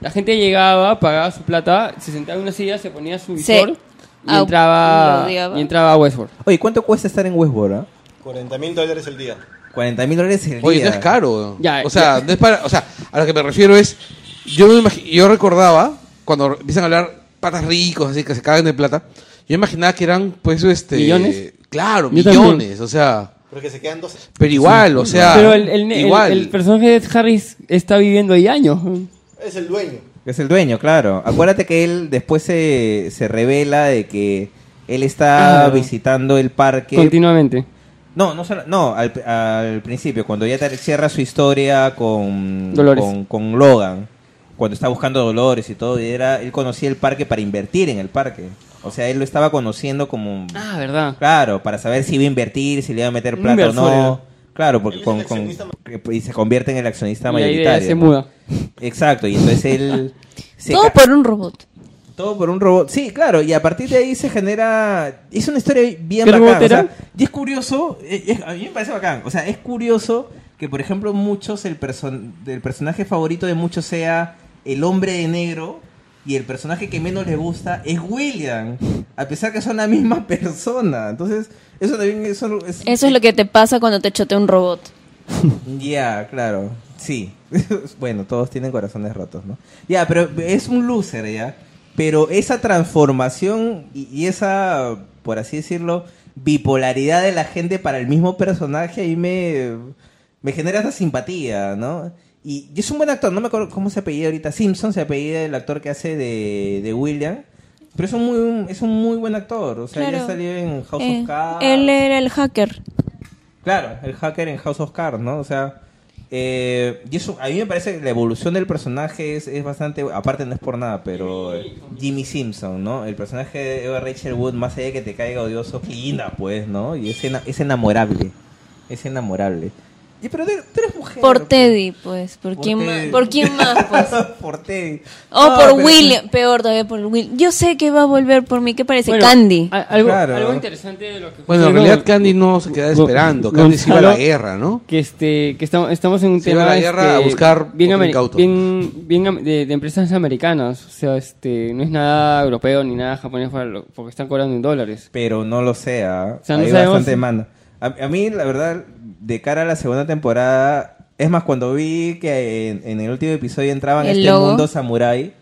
la gente llegaba, pagaba su plata, se sentaba en una silla, se ponía su Sí. visor y, Au, entraba, lo odiaba. y entraba a Westworld. Oye, ¿cuánto cuesta estar en Westboro? 40 mil dólares el día. 40 mil dólares el Oye, día. no es caro. Ya, o sea, ya. no es para, o sea, a lo que me refiero es yo me imagi- yo recordaba cuando empiezan a hablar patas ricos así que se cagan de plata, yo imaginaba que eran pues este ¿Millones? claro, Yo también. millones, o sea, Porque se quedan dos. pero igual, o sea, Pero el, el- el- igual. el personaje de Harris está viviendo ahí años. Es el dueño. Es el dueño, claro. Acuérdate que él después se, se revela de que él está Ah. visitando el parque. Continuamente. No, no, solo- no al, al principio, cuando ya te- cierra su historia con, Dolores. con, con Logan, cuando está buscando a Dolores y todo, y era, él conocía el parque para invertir en el parque. O sea, él lo estaba conociendo como, Ah, verdad. claro, para saber si iba a invertir, si le iba a meter Un plata o no. inversor Claro, porque Él es con, el con- accionista y se convierte en el accionista Y la mayoritario. idea se ¿no? muda. Exacto, y entonces *laughs* él... se Todo ca- por un robot. todo por un robot. Sí, claro, y a partir de ahí se genera. Es una historia bien ¿Qué bacán. robot o sea, era? y es curioso, eh, es- a mí me parece bacán. O sea, es curioso que, por ejemplo, muchos, el, person- el personaje favorito de muchos sea el hombre de negro y el personaje que menos les gusta es William, a pesar que son la misma persona. Entonces, eso también es. es- Eso es lo que te pasa cuando te chotea un robot. Ya, claro. Sí. *laughs* bueno, todos tienen corazones rotos, ¿no? Ya, pero es un loser, ¿ya? Pero esa transformación y, y esa, por así decirlo, bipolaridad de la gente para el mismo personaje ahí me, me genera esa simpatía, ¿no? Y, y es un buen actor, no me acuerdo cómo se apellida ahorita. Simpson se apellida el actor que hace de, de William. Pero es un, muy, es un muy buen actor. O sea, ya Claro. salió en House Eh, of Cards. él era el hacker. Claro, el hacker en House of Cards, ¿no? O sea, eh, y eso, a mí me parece que la evolución del personaje es, es bastante, aparte no es por nada, pero eh, Jimmy Simpson, ¿no? El personaje de Eva Rachel Wood, más allá de que te caiga odioso, es linda, pues, ¿no? Y es, ena- es enamorable, es enamorable. Y, pero tú tú eres mujer. Por Teddy, pues. ¿Por, Por quién Teddy. más? ¿Por quién más, pues? *laughs* por Teddy. O No, por pero- William. Peor todavía por William. Yo sé que va a volver por mí. ¿Qué parece? Bueno, ah, Candy. a- algo, Claro. algo interesante de lo que Bueno, en Gonzalo- realidad Candy no se quedaba Gon- esperando. Candy se iba a la Gonzalo- guerra, ¿no? que este que estamos estamos en un Se tema iba a la guerra este, a buscar bien otro ameri- incauto. bien, bien am- de, de empresas americanas o sea este no es nada europeo ni nada japonés para lo- porque están cobrando en dólares Pues, Pero no lo sea. O sea, no Hay sabemos. bastante demanda. A, a mí, la verdad, de cara a la segunda temporada, es más, cuando vi que en, en el último episodio entraban El este logo. mundo samurái,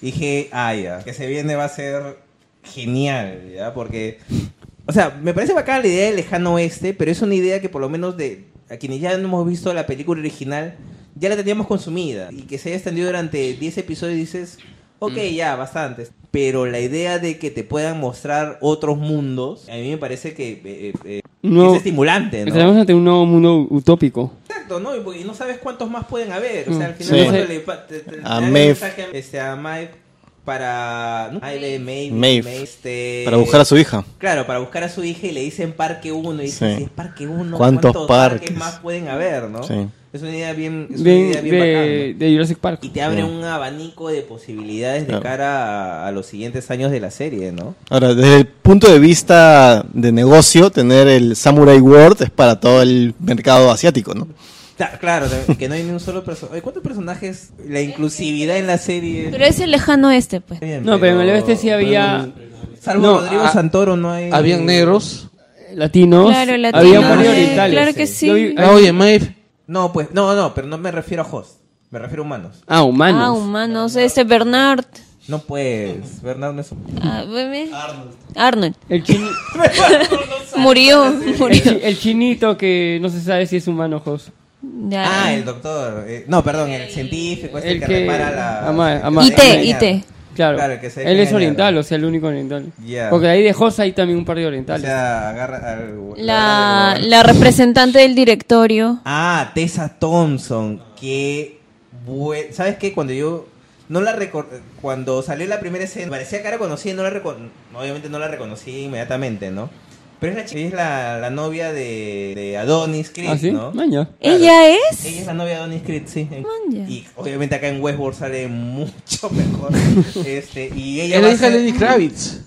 dije, ah, ya, que se viene va a ser genial, ¿ya? Porque, o sea, me parece bacana la idea del lejano oeste, pero es una idea que por lo menos de a quienes ya hemos visto la película original, ya la teníamos consumida. Y que se haya extendido durante 10 episodios, dices, ok, Mm. ya, bastantes. Pero la idea de que te puedan mostrar otros mundos, a mí me parece que eh, eh, No. es estimulante, ¿no? estamos ante un nuevo mundo utópico Exacto, ¿no? Y porque no sabes cuántos más pueden haber. O sea, al final Mm, Sí. cuando le pa- te- te- A te dan el Maeve. mensaje a- este, a Maeve para... ¿no? Maeve, Maeve, Maeve. Maeve, este- Para buscar a su hija. Claro, para buscar a su hija y le dicen parque 1 y dice, Sí. si es parque 1, ¿Cuántos parques? parques? más pueden haber, no? Sí. Es una idea bien, es una idea de, bien bacán, de, ¿no? de Jurassic Park Y te abre Sí. un abanico de posibilidades de Claro. cara a, a los siguientes años de la serie, ¿no? Ahora, desde el punto de vista de negocio, tener el Samurai World es para todo el mercado asiático, ¿no? Ta- Claro, de- que no hay ni un solo personaje. ¿Cuántos personajes? La inclusividad en la serie. Pero es el lejano este, pues. Bien, no pero en el oeste sí había Salvo No, ah, Rodrigo a- Santoro no hay. Habían negros. latinos Claro, había latinos, un par de eh, orientales Claro que sí. Yo vi- Ah, oye, Maeve. No, pues, no, no, pero no me refiero a host. Me refiero a humanos. ah humanos Ah, humanos. Este Bernard. No pues, Bernardo es un. Ah, bebé. Arnold. *laughs* el, chini- Murió. el, Murió. chi- el chinito que no se sabe si es humano Jos. Ya. Ah, el doctor. eh, no, perdón, el científico, este El que, que- repara la. ama- ama- que IT, se deja IT. engañar. Claro, Claro, que se deja él es engañar. oriental, o sea, el único oriental. Ya. Porque ahí de Jos hay también un par de O orientales. sea, agarra. al- La, agarra al- la representante del directorio. Ah, Tessa Thompson. Qué buen. ¿Sabes qué? Cuando yo. No la recor- Cuando salió la primera escena, parecía cara conocida y no la recon- Obviamente no la reconocí inmediatamente, ¿no? Pero es la chica, es la, la novia de, de Adonis Creed, ¿Ah, sí? ¿no? Maña. ¿Ella es? Ella es la novia de Adonis Creed, sí. En- Manja. Y obviamente acá en Westworld sale mucho *laughs* mejor. este, y ella Era va la a hija ser- de Lenny Kravitz.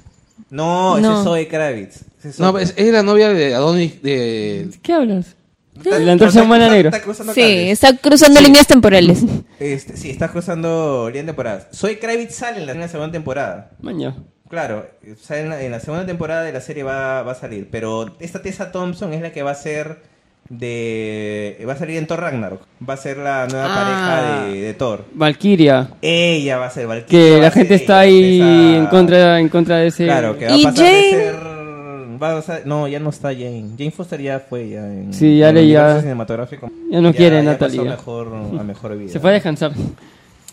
No, ese No. es Zoe Kravitz. Ese es No, pues, Zoe- es, es la novia de Adonis. De... ¿Qué hablas? Está- La antorcha está humana cruzando- negra. está cruzando Sí, cables. está cruzando líneas temporales. Este, sí, estás cruzando bien temporadas. Soy Kravitz sale en la, en la segunda temporada. Maña. Claro, sale en, la, en la segunda temporada de la serie va, va a salir. Pero esta Tessa Thompson es la que va a ser de. Va a salir en Thor Ragnarok. Va a ser la nueva Ah. pareja de, de Thor. Valkyria. Ella va a ser Valkyria. Que va a la gente ser está ahí ella, esa- en contra en contra de ese. Claro, que va a ¿Y pasar de Jane? ser. va a ser- no, ya no está Jane. Jane Foster ya fue ya en. Sí, ya en le- el ya- universo cinematográfico. ya no quiere ya Natalie, pasó ya. mejor, a mejor vida. Se fue a descansar. *laughs*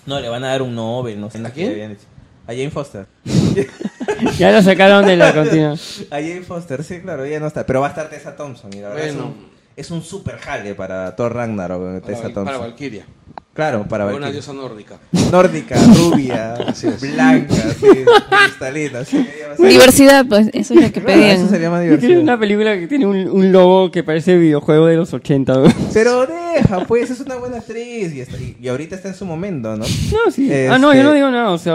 No, le van a dar un Nobel, no sé. ¿A qué quién? habían dicho. A Jane Foster. ya la sacaron de la cantina. *laughs* A Jane Foster, sí, claro, ella no está. Pero va a estar Tessa Thompson, y la verdad Bueno. es, un, es un super jale para Thor Ragnarok, eh, Para, Tessa Val- Thompson. para Valkyria. claro, para Una Valkyrie. diosa nórdica. Nórdica, *laughs* rubia, blanca, sí, cristalina. sí, ella va a ser- Diversidad, pues, eso es lo que Claro, eso pedían. sería más Yo quiero divertido. una película que tiene un, un logo que parece videojuego de los 80. güey. Pero deja, pues, es una buena actriz y, está- y- y ahorita está en su momento, ¿no? *laughs* No, sí. Ah, no, yo Este- no digo nada. O sea,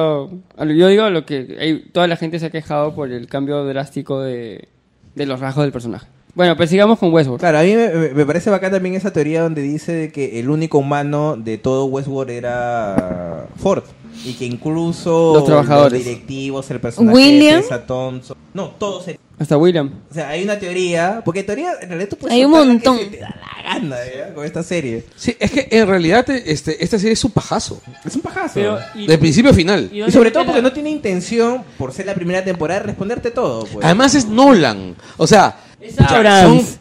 a lo- yo digo lo que. hay- toda la gente se ha quejado por el cambio drástico de, de los rasgos del personaje. Bueno, pues sigamos con Westworld. Claro, a mí me, me- me parece bacán también esa teoría donde dice de que el único humano de todo Westworld era Ford. Y que incluso Los trabajadores. directivos, el personaje William. de Tessa Thompson. No, todos. eran- Hasta William. O sea, hay una teoría. Porque teoría, en realidad tú puedes. Hay un soltar la montón. Que se te da la gana, ¿ya? Con esta serie. Sí, es que en realidad te- este, esta serie es un pajazo. Es un pajazo. Pero, ¿y- De principio a final. y y sobre todo porque no tiene intención, por ser la primera temporada, responderte todo. Pues. Además es Nolan. O sea, Es pucha, Abrams. es,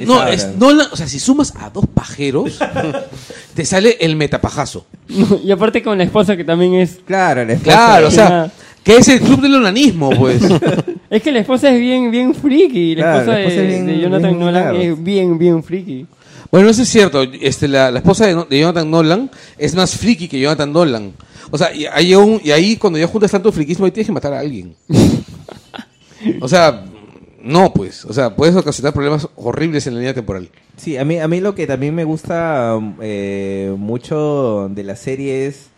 Es no, Abrams. es Nolan. O sea, si sumas a dos *laughs* pajeros, te sale el metapajazo. *laughs* Y aparte con la esposa que también es... Claro, la esposa Claro, o de- sea, que es el club del onanismo, *laughs* pues. Es que la esposa es bien, bien friki. La Claro, esposa, la esposa de, es bien- de Jonathan bien Nolan claro. es bien, bien friki. Bueno, eso es cierto. Este, la, la esposa de, No- de Jonathan Nolan es más friki que Jonathan Nolan. O sea, y, hay *laughs* un- y ahí cuando ya juntas tanto friquismo, ahí tienes que matar a alguien. O sea, No, pues, o sea, puedes ocasionar problemas horribles en la línea temporal. Sí, a mí, a mí lo que también me gusta eh, mucho de la serie es,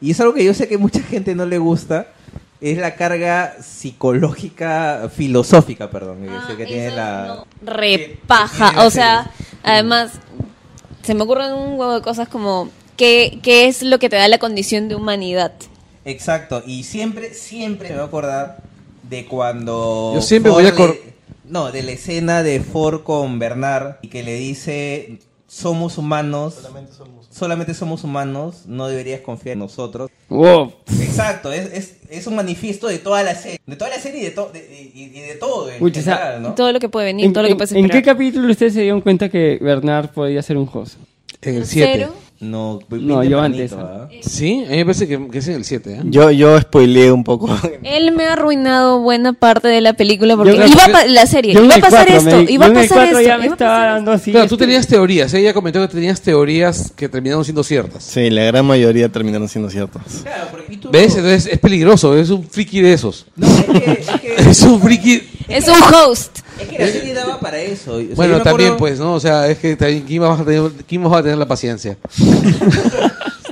y es algo que yo sé que mucha gente no le gusta, es la carga psicológica, filosófica, perdón, que, Ah, sé que tiene la... que tiene Repaja. la O sea, además, se me ocurren un huevo de cosas como, ¿qué, ¿qué es lo que te da la condición de humanidad? Exacto, y siempre, siempre me voy a acordar de cuando... Yo siempre voy a Ford acor- le- No, de la escena de Ford con Bernard y que le dice, somos humanos, solamente somos, humanos, no deberías confiar en nosotros. Wow. Exacto, es, es, es un manifiesto de toda la serie, de toda la serie y de, to- de- y, y de todo. en Uy, o sea, general, ¿no? Todo lo que puede venir, ¿En, todo lo que en- puedes en qué esperar. capítulo ustedes se dieron cuenta que Bernard podía ser un host? En el 7. Tercero, No, vi- vi No, yo tempranito, antes. ¿ah? Sí, a mí me parece que, que es en el 7. ¿eh? Yo, yo spoileé un poco. *laughs* Él me ha arruinado buena parte de la película porque creo iba a que- pa- la serie, Yo en iba a el pasar cuatro, me esto, di- iba a yo en el pasar cuatro esto, ya me iba a estaba pasar esto. dando así. Claro, tú este- tenías teorías. ¿eh? Ella comentó que tenías teorías que terminaron siendo ciertas. Sí, la gran mayoría terminaron siendo ciertos. Claro, porque- ¿Ves? Entonces es peligroso. Es un friki de esos. *laughs* No, es que, es que- Es un friki. Es un host. es que la serie daba para eso. O sea, yo Bueno, me también, acuerdo- pues, ¿no? O sea, es que también, ¿quién más, va a tener, quién más va a tener la paciencia? pues.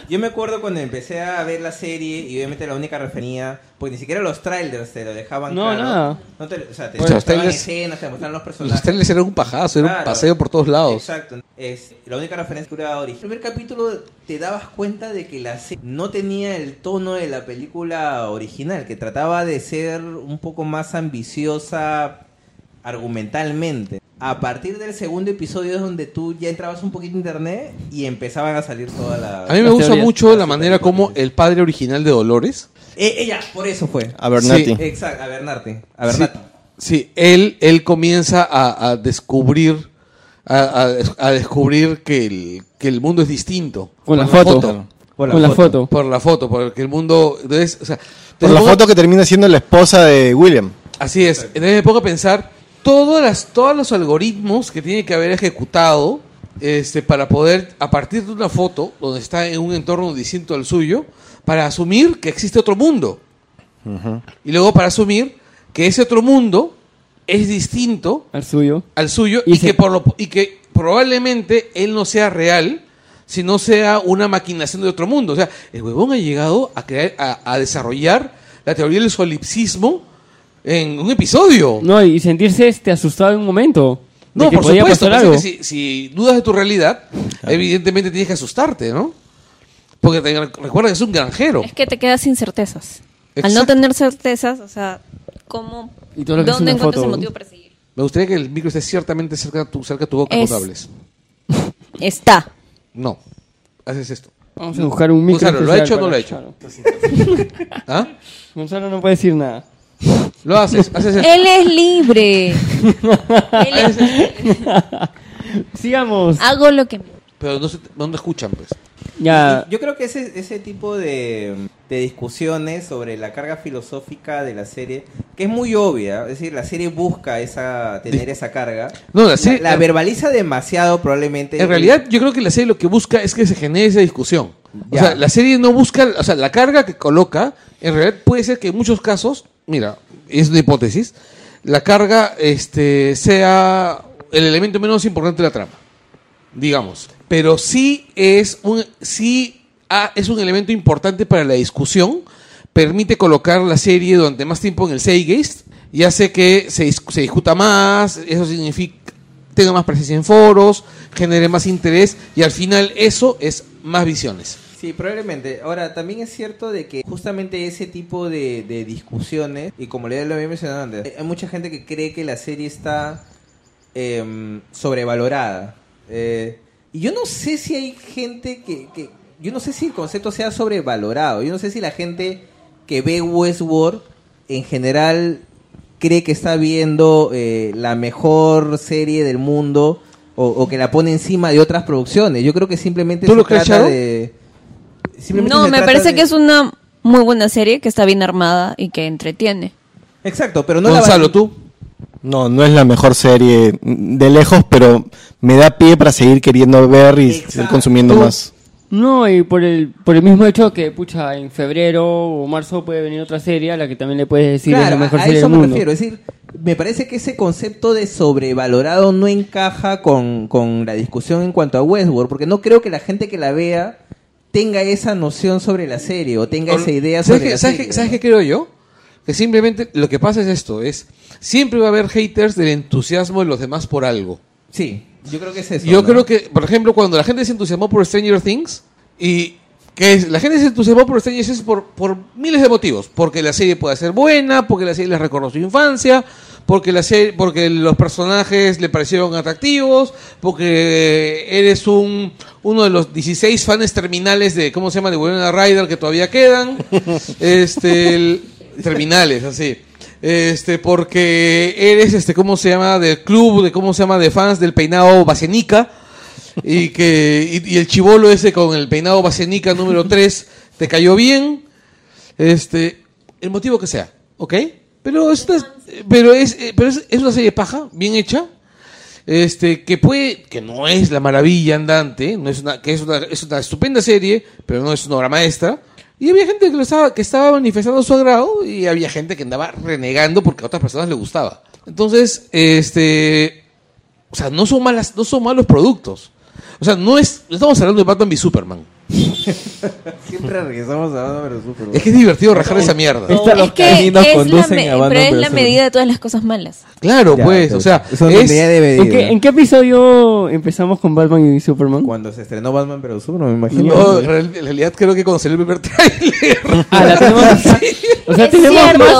Yo me acuerdo cuando empecé a ver la serie y obviamente la única refería, porque ni siquiera los trailers te lo dejaban No, claro. nada. No te, o sea, te Bueno, Pues, los mostraban trailers- escenas, te mostraban los Los personajes. trailers eran un pajazo, era un Claro. paseo por todos lados. Exacto. Es, la única referencia que era original. En el primer capítulo te dabas cuenta de que la serie no tenía el tono de la película original, que trataba de ser un poco más ambiciosa argumentalmente. A partir del segundo episodio es donde tú ya entrabas un poquito en internet y empezaban a salir toda la... A mí me Las gusta teorías. mucho la manera como el padre original de Dolores, Eh, ella, por eso fue. A Bernati. Sí. Exacto, a Bernarte. A sí, Bernarte. sí, él, él comienza a, a descubrir a, a- a descubrir que el, que el mundo es distinto. Con la Por foto. Con la foto. Por la foto, porque el mundo... entonces, o sea, Por la entonces, foto que termina siendo la esposa de William. Así es. Entonces me pongo a pensar todas las, todos los algoritmos que tiene que haber ejecutado este, para poder, a partir de una foto donde está en un entorno distinto al suyo, para asumir que existe otro mundo. Y luego para asumir que ese otro mundo es distinto Al suyo. al suyo y, Y se- que, por lo, y que probablemente él no sea real si no sea una maquinación de otro mundo. O sea, el huevón ha llegado a, crear, a, a desarrollar la teoría del solipsismo en un episodio. No, y sentirse este, asustado en un momento. de No, que por podía supuesto. pasar pasa algo. que si, si dudas de tu realidad, evidentemente tienes que asustarte, ¿no? Porque te- recuerda que es un granjero. Es que te quedas sin certezas. Al Exacto. no tener certezas, o sea, ¿cómo, Y todo lo que es dónde una encuentras foto. el motivo para seguir? Me gustaría que el micro esté ciertamente cerca de tu, cerca de tu boca Es- cuando hables. Está. No. Haces esto. Vamos a buscar un micro. Gonzalo, ¿lo ha especial hecho o no para- lo ha hecho? Claro. ¿Ah? Gonzalo no puede decir nada. Lo haces. Haces esto. Él es libre. Él es- Sigamos. hago lo que... Pero no, se, no te escuchan, pues. Ya. Y Yo creo que ese, ese tipo de, de discusiones sobre la carga filosófica de la serie, que es muy obvia, es decir, la serie busca esa tener esa carga. No, la serie- la, verbaliza demasiado probablemente. En realidad, yo creo que la serie lo que busca es que se genere esa discusión. Ya. O sea, la serie no busca, o sea, la carga que coloca, en realidad puede ser que en muchos casos, mira, es una hipótesis, la carga este, sea el elemento menos importante de la trama, digamos. Pero sí es un, sí ah, es un elemento importante para la discusión, permite colocar la serie durante más tiempo en el Seigeist y hace que se, dis- se discuta más, eso significa tenga más presencia en foros, genere más interés y al final eso es más visiones. Sí, probablemente. Ahora, también es cierto de que justamente ese tipo de, de discusiones, y como le lo había mencionado antes, hay- hay mucha gente que cree que la serie está em, sobrevalorada. Eh, y yo no sé si hay gente que, que- Yo no sé si el concepto sea sobrevalorado. Yo no sé si la gente que ve Westworld en general cree que está viendo eh, la mejor serie del mundo o, o que la pone encima de otras producciones. Yo creo que simplemente ¿Tú se lo crees, trata Charo? de... simplemente No, se me trata parece de- que es una muy buena serie, que está bien armada y que entretiene. Exacto, pero no la Gonzalo, val- tú. No, no es la mejor serie de lejos, pero me da pie para seguir queriendo ver y Exacto. seguir consumiendo más. No, y por el, por el mismo hecho que, pucha, en febrero o marzo puede venir otra serie a la que también le puedes decir es Claro, la mejor a- a serie eso del me mundo. refiero. Es decir, me parece que ese concepto de sobrevalorado no encaja con, con la discusión en cuanto a Westworld, porque no creo que la gente que la vea tenga esa noción sobre la serie o tenga esa idea ¿Sabes sobre qué- la ¿sabes serie. qué- ¿Sabes ¿no? qué creo yo? Que simplemente lo que pasa es esto, es siempre va a haber haters del entusiasmo de los demás por algo. Sí, yo creo que es eso. Yo ¿no? creo que, por ejemplo, cuando la gente se entusiasmó por Stranger Things, y que es- la gente se entusiasmó por Stranger Things por, por miles de motivos. Porque la serie puede ser buena, porque la serie les recordó su infancia, porque, la serie, porque los personajes le parecieron atractivos, porque eres un uno de los 16 fans terminales de, ¿cómo se llama?, de Winona Ryder que todavía quedan. este el- Terminales, así. Este, porque eres, este, ¿cómo se llama?, del club, de cómo se llama, de fans del peinado Basenica y que y, y el chivolo ese con el peinado basenica número 3 te cayó bien este el motivo que sea ¿ok? pero es una, pero es eh, pero es, es una serie paja bien hecha este que puede que no es la maravilla andante no es una que es una, es una estupenda serie pero no es una obra maestra y había gente que lo estaba que estaba manifestando su agrado y había gente que andaba renegando porque a otras personas le gustaba entonces este o sea, no son malas, no son malos productos. O sea, no es. No estamos hablando de Batman v Superman. Siempre regresamos a Batman vs. Superman. Es que es divertido rajar esa mierda. No. Es Todos los que caminos es la, conducen me- a Batman pero versus es la Superman. medida de todas las cosas malas. Claro, Ya, pues. pero O sea, eso es, es- medida de medida. ¿En qué, en qué episodio empezamos con Batman y Superman? Cuando se estrenó Batman vs. Superman, me imagino. *laughs* No, en real- en realidad creo que cuando salió el primer tráiler. *laughs* Ah, *laughs* la tenemos. O sea, Es tenemos cierto. más.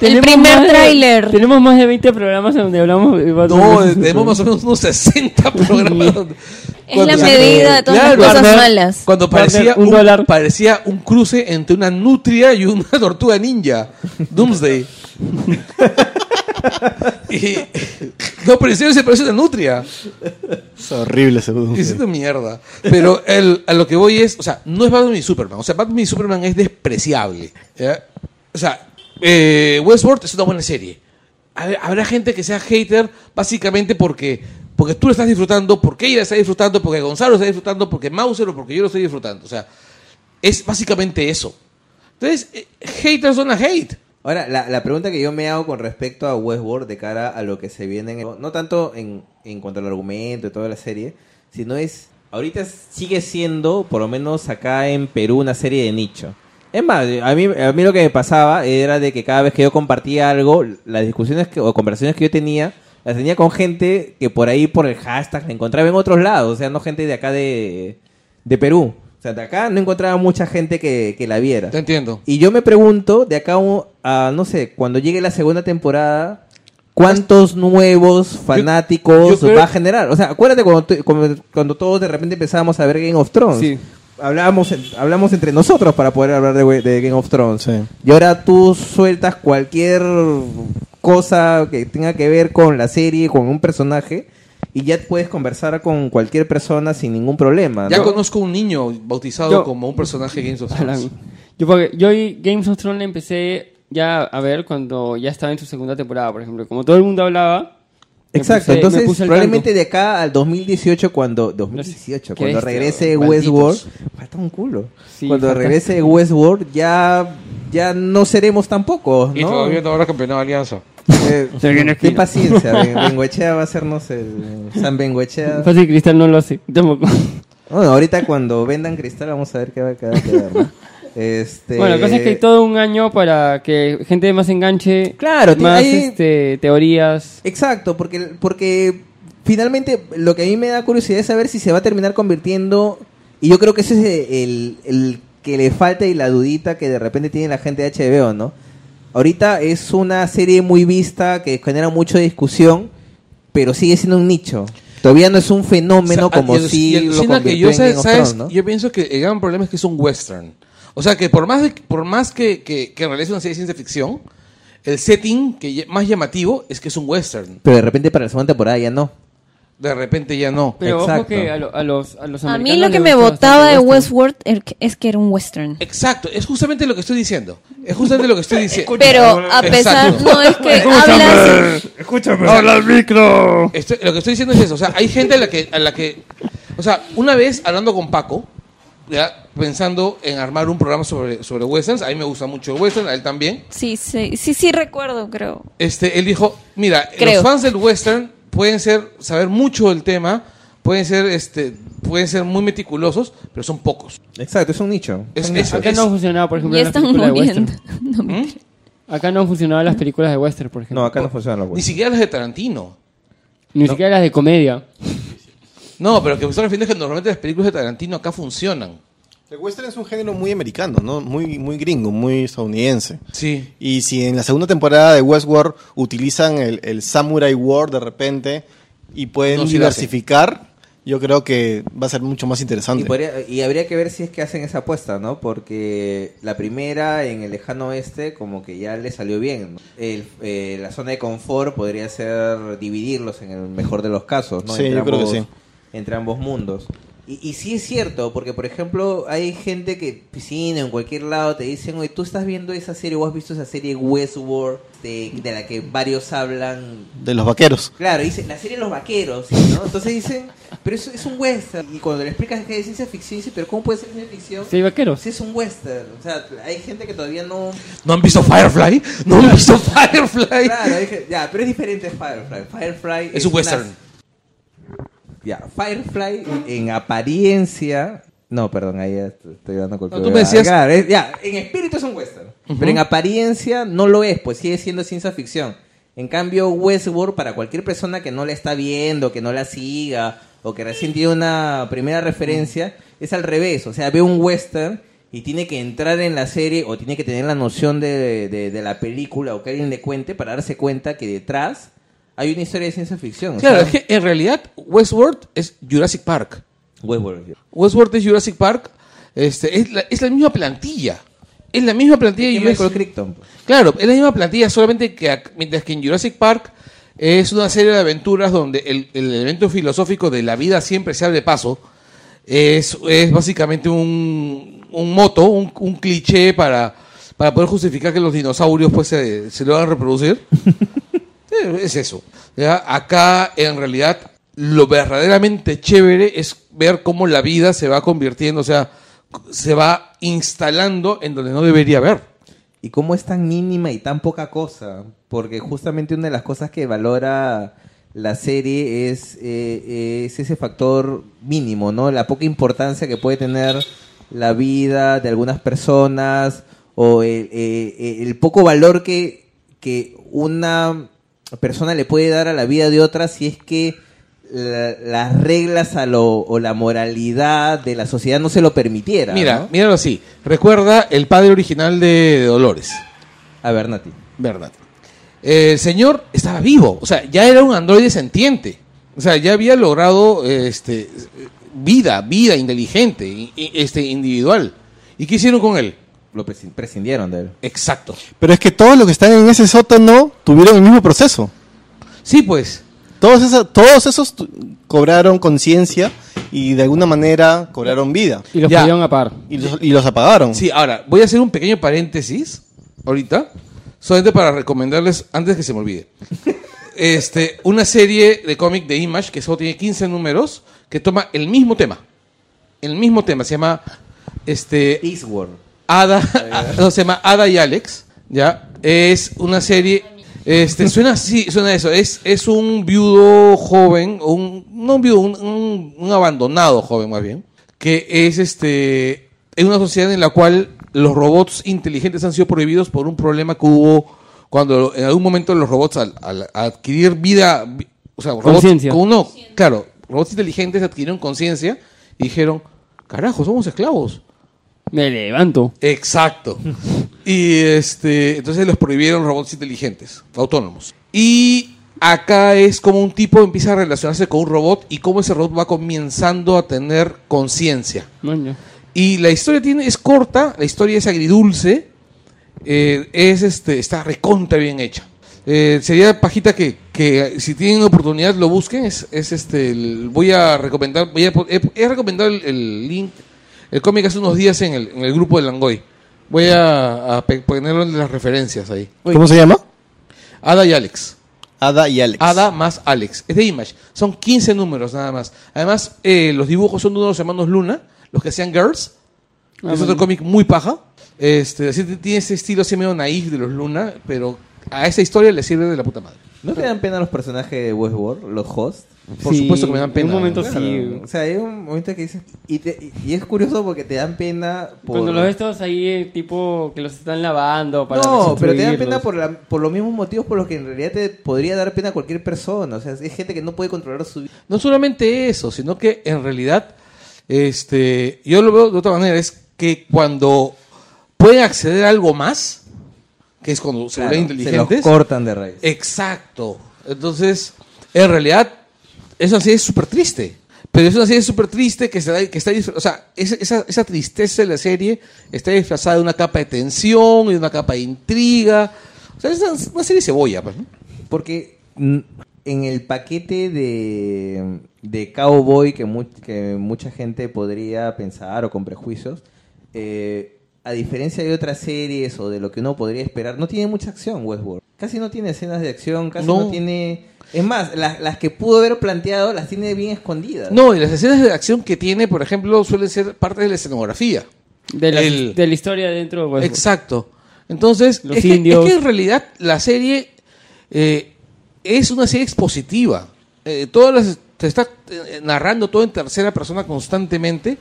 El tenemos primer más de- tráiler. Tenemos más de 20 programas en donde hablamos de Batman. No, versus tenemos más o Superman. menos unos 60 programas. donde- Es la medida de todas Claro. las cosas Warner- malas. Cuando parecía un un, dólar. parecía un cruce entre una nutria y una *laughs* tortuga ninja. Doomsday. *laughs* y, no, pero en serio se parece una nutria. Es horrible *laughs* ese Doom. Es una mierda. Pero el, a lo que voy es, o sea, no es Batman y Superman. O sea, Batman y Superman es despreciable. ¿ya? O sea, eh, Westworld es una buena serie. Hab- Habrá gente que sea hater básicamente porque, porque tú lo estás disfrutando, porque ella la está disfrutando, porque Gonzalo lo está disfrutando, porque Mauser o porque yo lo estoy disfrutando. O sea, es básicamente eso. Entonces, eh, haters son a hate. Ahora, la, la pregunta que yo me hago con respecto a Westworld de cara a lo que se viene, en- no tanto en, en cuanto al argumento y toda la serie, sino es, ahorita sigue siendo, por lo menos acá en Perú, una serie de nicho. Es más, a mí, a mí lo que me pasaba era de que cada vez que yo compartía algo, las discusiones que- o conversaciones que yo tenía, las tenía con gente que por ahí, por el hashtag, me encontraba en otros lados, o sea, no gente de acá de, de Perú. O sea, de acá no encontraba mucha gente que, que la viera. Te entiendo. Y yo me pregunto, de acá a, no sé, cuando llegue la segunda temporada, ¿cuántos nuevos yo fanáticos creo- va a generar? O sea, acuérdate cuando, tu- cuando, cuando todos de repente empezábamos a ver Game of Thrones. Sí. Hablábamos, en- hablamos entre nosotros para poder hablar de, we- de Game of Thrones. Sí. Y ahora tú sueltas cualquier cosa que tenga que ver con la serie, con un personaje, y ya puedes conversar con cualquier persona sin ningún problema. Ya ¿no? conozco un niño bautizado Yo- como un personaje de Games of Thrones. Alan. Yo, porque- yo y Games of Thrones la empecé ya a ver cuando ya estaba en su segunda temporada, por ejemplo. Como todo el mundo hablaba. me Exacto, puse- me entonces puse al probablemente tanto. de acá al 2018 cuando 2018 Qué cuando bestia, regrese malditos. Westworld, falta un culo. Sí, cuando falta- regrese Westworld ya ya no seremos tan pocos, Y todavía ¿no? no habrá campeonado de Alianza. Eh, Se viene qué aquí. paciencia, Ben- Bengoechea va a hacernos el San Bengoechea. Fácil Cristal no lo hace. Tampoco. Bueno, ahorita cuando vendan cristal vamos a ver qué va a quedar. qué va a haber, *laughs* ¿no? Este Bueno, la cosa es que hay todo un año para que gente más enganche. Claro, ti- más hay- este, teorías. Exacto, porque, porque finalmente lo que a mí me da curiosidad es saber si se va a terminar convirtiendo, y yo creo que ese es el, el que le falta y la dudita que de repente tiene la gente de HBO, ¿no? Ahorita es una serie muy vista que genera mucha discusión, pero sigue siendo un nicho. Todavía no es un fenómeno O sea, ah, como y el- y si el- lo sino que convirtió yo, en sé- Game of ¿sabes? Thrones, ¿no? Yo pienso que el gran problema es que es un western. O sea, que por más, de- por más que, que, que realice una serie de ciencia ficción, el setting que lle- más llamativo es que es un western. Pero de repente para la segunda temporada ya no. De repente ya no. Pero Exacto. ojo que a, lo- a los, a los A americanos mí lo que les me gusta botaba bastante de Westworld. Westworld er- es que era un western. Exacto, es justamente lo que estoy diciendo. Es justamente lo que estoy diciendo. Pero a pesar, Exacto. *laughs* no es que hablas. Estoy- lo que estoy diciendo es eso. O sea, hay gente a la que, a la que. O sea, una vez hablando con Paco, ya, pensando en armar un programa sobre, sobre westerns. A mí me gusta mucho el western, a él también. Sí, sí, sí, sí recuerdo, creo. Este, él dijo, mira, Creo. los fans del western pueden ser saber mucho del tema, pueden ser este, pueden ser muy meticulosos, pero son pocos. Exacto, es un nicho. Es, Un es- nicho. Acá es- no funcionaba, por ejemplo, Ya las están películas de muriendo. western. No, ¿Mm? Acá no funcionaban las películas de western, por ejemplo. No, acá no funcionan los Ni buenos. siquiera las de Tarantino. Ni siquiera las de comedia. No, pero lo que me estoy refiriendo es que normalmente las películas de Tarantino acá funcionan. El western es un género muy americano, ¿no? Muy, muy gringo, muy estadounidense. Sí. Y si en la segunda temporada de Westworld utilizan el, el Samurai War de repente y pueden No, sí lo hacen. diversificar, yo creo que va a ser mucho más interesante. Y, podría- y habría que ver si es que hacen esa apuesta, ¿no? Porque la primera en el lejano oeste como que ya le salió bien. ¿no? El- eh, la zona de confort podría ser dividirlos en el mejor de los casos, ¿no? Sí, yo creo que sí. Entre ambos mundos. Y, y sí es cierto, porque por ejemplo hay gente que piscina en cualquier lado te dicen, oye, tú estás viendo esa serie o has visto esa serie Westworld de, de la que varios hablan De los vaqueros. Claro, dice la serie de los vaqueros, ¿no? Entonces dicen, pero eso es un western. Y cuando le explicas que es ciencia ficción, dice, pero ¿cómo puede ser ciencia ficción? Sí, pues. vaqueros. Si es un western. O sea, hay gente que todavía no. ¿No han visto Firefly? ¿No han visto Firefly? Claro, hay gente- ya, pero es diferente de Firefly. Firefly Es un una- western. Ya, Firefly en apariencia. No, perdón, ahí ya estoy estoy dando cualquier No, tú huevada. me decías- Claro, es- ya, en espíritu es un western. Pero en apariencia no lo es, pues sigue siendo ciencia ficción. En cambio, Westworld, para cualquier persona que no la está viendo, que no la siga, o que recién tiene una primera referencia, es al revés. O sea, ve un western y tiene que entrar en la serie o tiene que tener la noción de, de- de la película o que alguien le cuente para darse cuenta que detrás hay una historia de ciencia ficción. o Claro, sea, es que en realidad Westworld es Jurassic Park. Westworld. Westworld es Jurassic Park. Este, es, la, es la misma plantilla. Es la misma plantilla Y de Michael Jurassic Crichton. pues. Claro, es la misma plantilla, solamente que ac- mientras que en Jurassic Park es una serie de aventuras donde el, el elemento filosófico de la vida siempre se abre paso. Es, es básicamente un, un moto, un, un cliché para, para poder justificar que los dinosaurios pues se, se lo hagan reproducir. Eh, es eso. ¿ya? Acá, en realidad, lo verdaderamente chévere es ver cómo la vida se va convirtiendo, o sea, se va instalando en donde no debería haber. Y cómo es tan mínima y tan poca cosa. Porque justamente una de las cosas que valora la serie es, eh, es ese factor mínimo, ¿no? La poca importancia que puede tener la vida de algunas personas o el, eh, el poco valor que, que una persona le puede dar a la vida de otra si es que la- las reglas a lo, o la moralidad de la sociedad no se lo permitiera. Mira, ¿no? míralo así. Recuerda el padre original de, de Dolores, A ver, Nati. ¿verdad? El señor estaba vivo, o sea, ya era un androide sentiente. O sea, ya había logrado este, vida, vida inteligente, i- i- este, individual. ¿Y qué hicieron con él? Lo presci- prescindieron de él. Exacto. Pero es que todos los que están en ese sótano tuvieron el mismo proceso. Sí, pues. Todos, esa- todos esos tu- cobraron conciencia y de alguna manera cobraron vida. Y los Ya. pudieron apar. Y los, y los apagaron. Sí, ahora, voy a hacer un pequeño paréntesis ahorita, solamente para recomendarles, antes que se me olvide, este, una serie de cómic de Image que solo tiene 15 números, que toma el mismo tema. El mismo tema, se llama este, Eastward. Ada, *laughs* no, se llama Ada y Alex, ¿ya? Es una serie, este, suena así, suena eso, es, es un viudo joven, o un, no un viudo, un, un- un abandonado joven más bien, que es este, en una sociedad en la cual los robots inteligentes han sido prohibidos por un problema que hubo cuando en algún momento los robots al, al adquirir vida, vi- o sea, robots, Conciencia. con uno, claro, robots inteligentes adquirieron conciencia y dijeron, carajo, somos esclavos. Me levanto. Exacto. y este, entonces los prohibieron robots inteligentes, autónomos. Y acá es como un tipo empieza a relacionarse con un robot y cómo ese robot va comenzando a tener conciencia. No, no. Y la historia tiene, es corta, la historia es agridulce, eh, es este, está recontra bien hecha. Eh, sería pajita que, que si tienen oportunidad lo busquen, es, es este, el- voy a recomendar, voy a po- he, he recomendado el, el link, el cómic hace unos días en el, en el grupo de Langoy. Voy a, a pe- ponerlo en las referencias ahí. ¿Cómo se llama? Ada y Alex. Ada y Alex. Ada más Alex. Es de Image. Son 15 números nada más. Además, eh, los dibujos son de unos hermanos Luna, los que hacían Girls. Ah, es otro cómic muy paja. Este, así t- tiene ese estilo así medio naif de los Luna, pero a esa historia le sirve de la puta madre. ¿No te dan pena los personajes de Westworld, los hosts? Por Sí, supuesto que me dan pena. En un momento ¿no? sí. O sea, hay un momento que dices... Y, te- y- y es curioso porque te dan pena por... Cuando los ves todos ahí, eh, tipo, que los están lavando para no, pero te dan reconstruirlos. pena por, la- por los mismos motivos por los que en realidad te podría dar pena cualquier persona. O sea, es gente que no puede controlar su vida. No solamente eso, sino que en realidad, este, yo lo veo de otra manera, es que cuando pueden acceder a algo más, que es cuando se Claro, vuelven los inteligentes, cortan de raíz. Exacto. Entonces, en realidad, es una serie súper triste. Pero es una serie súper triste que, se da- que está disfra- O sea, esa, esa- esa tristeza de la serie está disfrazada de una capa de tensión y de una capa de intriga. O sea, es una, una serie cebolla, pues, ¿no? Porque mm, en el paquete de, de cowboy que, mu- que mucha gente podría pensar o con prejuicios, eh, a diferencia de otras series o de lo que uno podría esperar, no tiene mucha acción Westworld. Casi no tiene escenas de acción, casi no, No. tiene... Es más, las, las que pudo haber planteado las tiene bien escondidas. No, y las escenas de acción que tiene, por ejemplo, suelen ser parte de la escenografía. De la, El- de la historia dentro de Westworld. Exacto. Entonces, Los es, que- es indios. Que, en realidad la serie eh, es una serie expositiva. Eh, todas las- te está eh, narrando todo en tercera persona constantemente.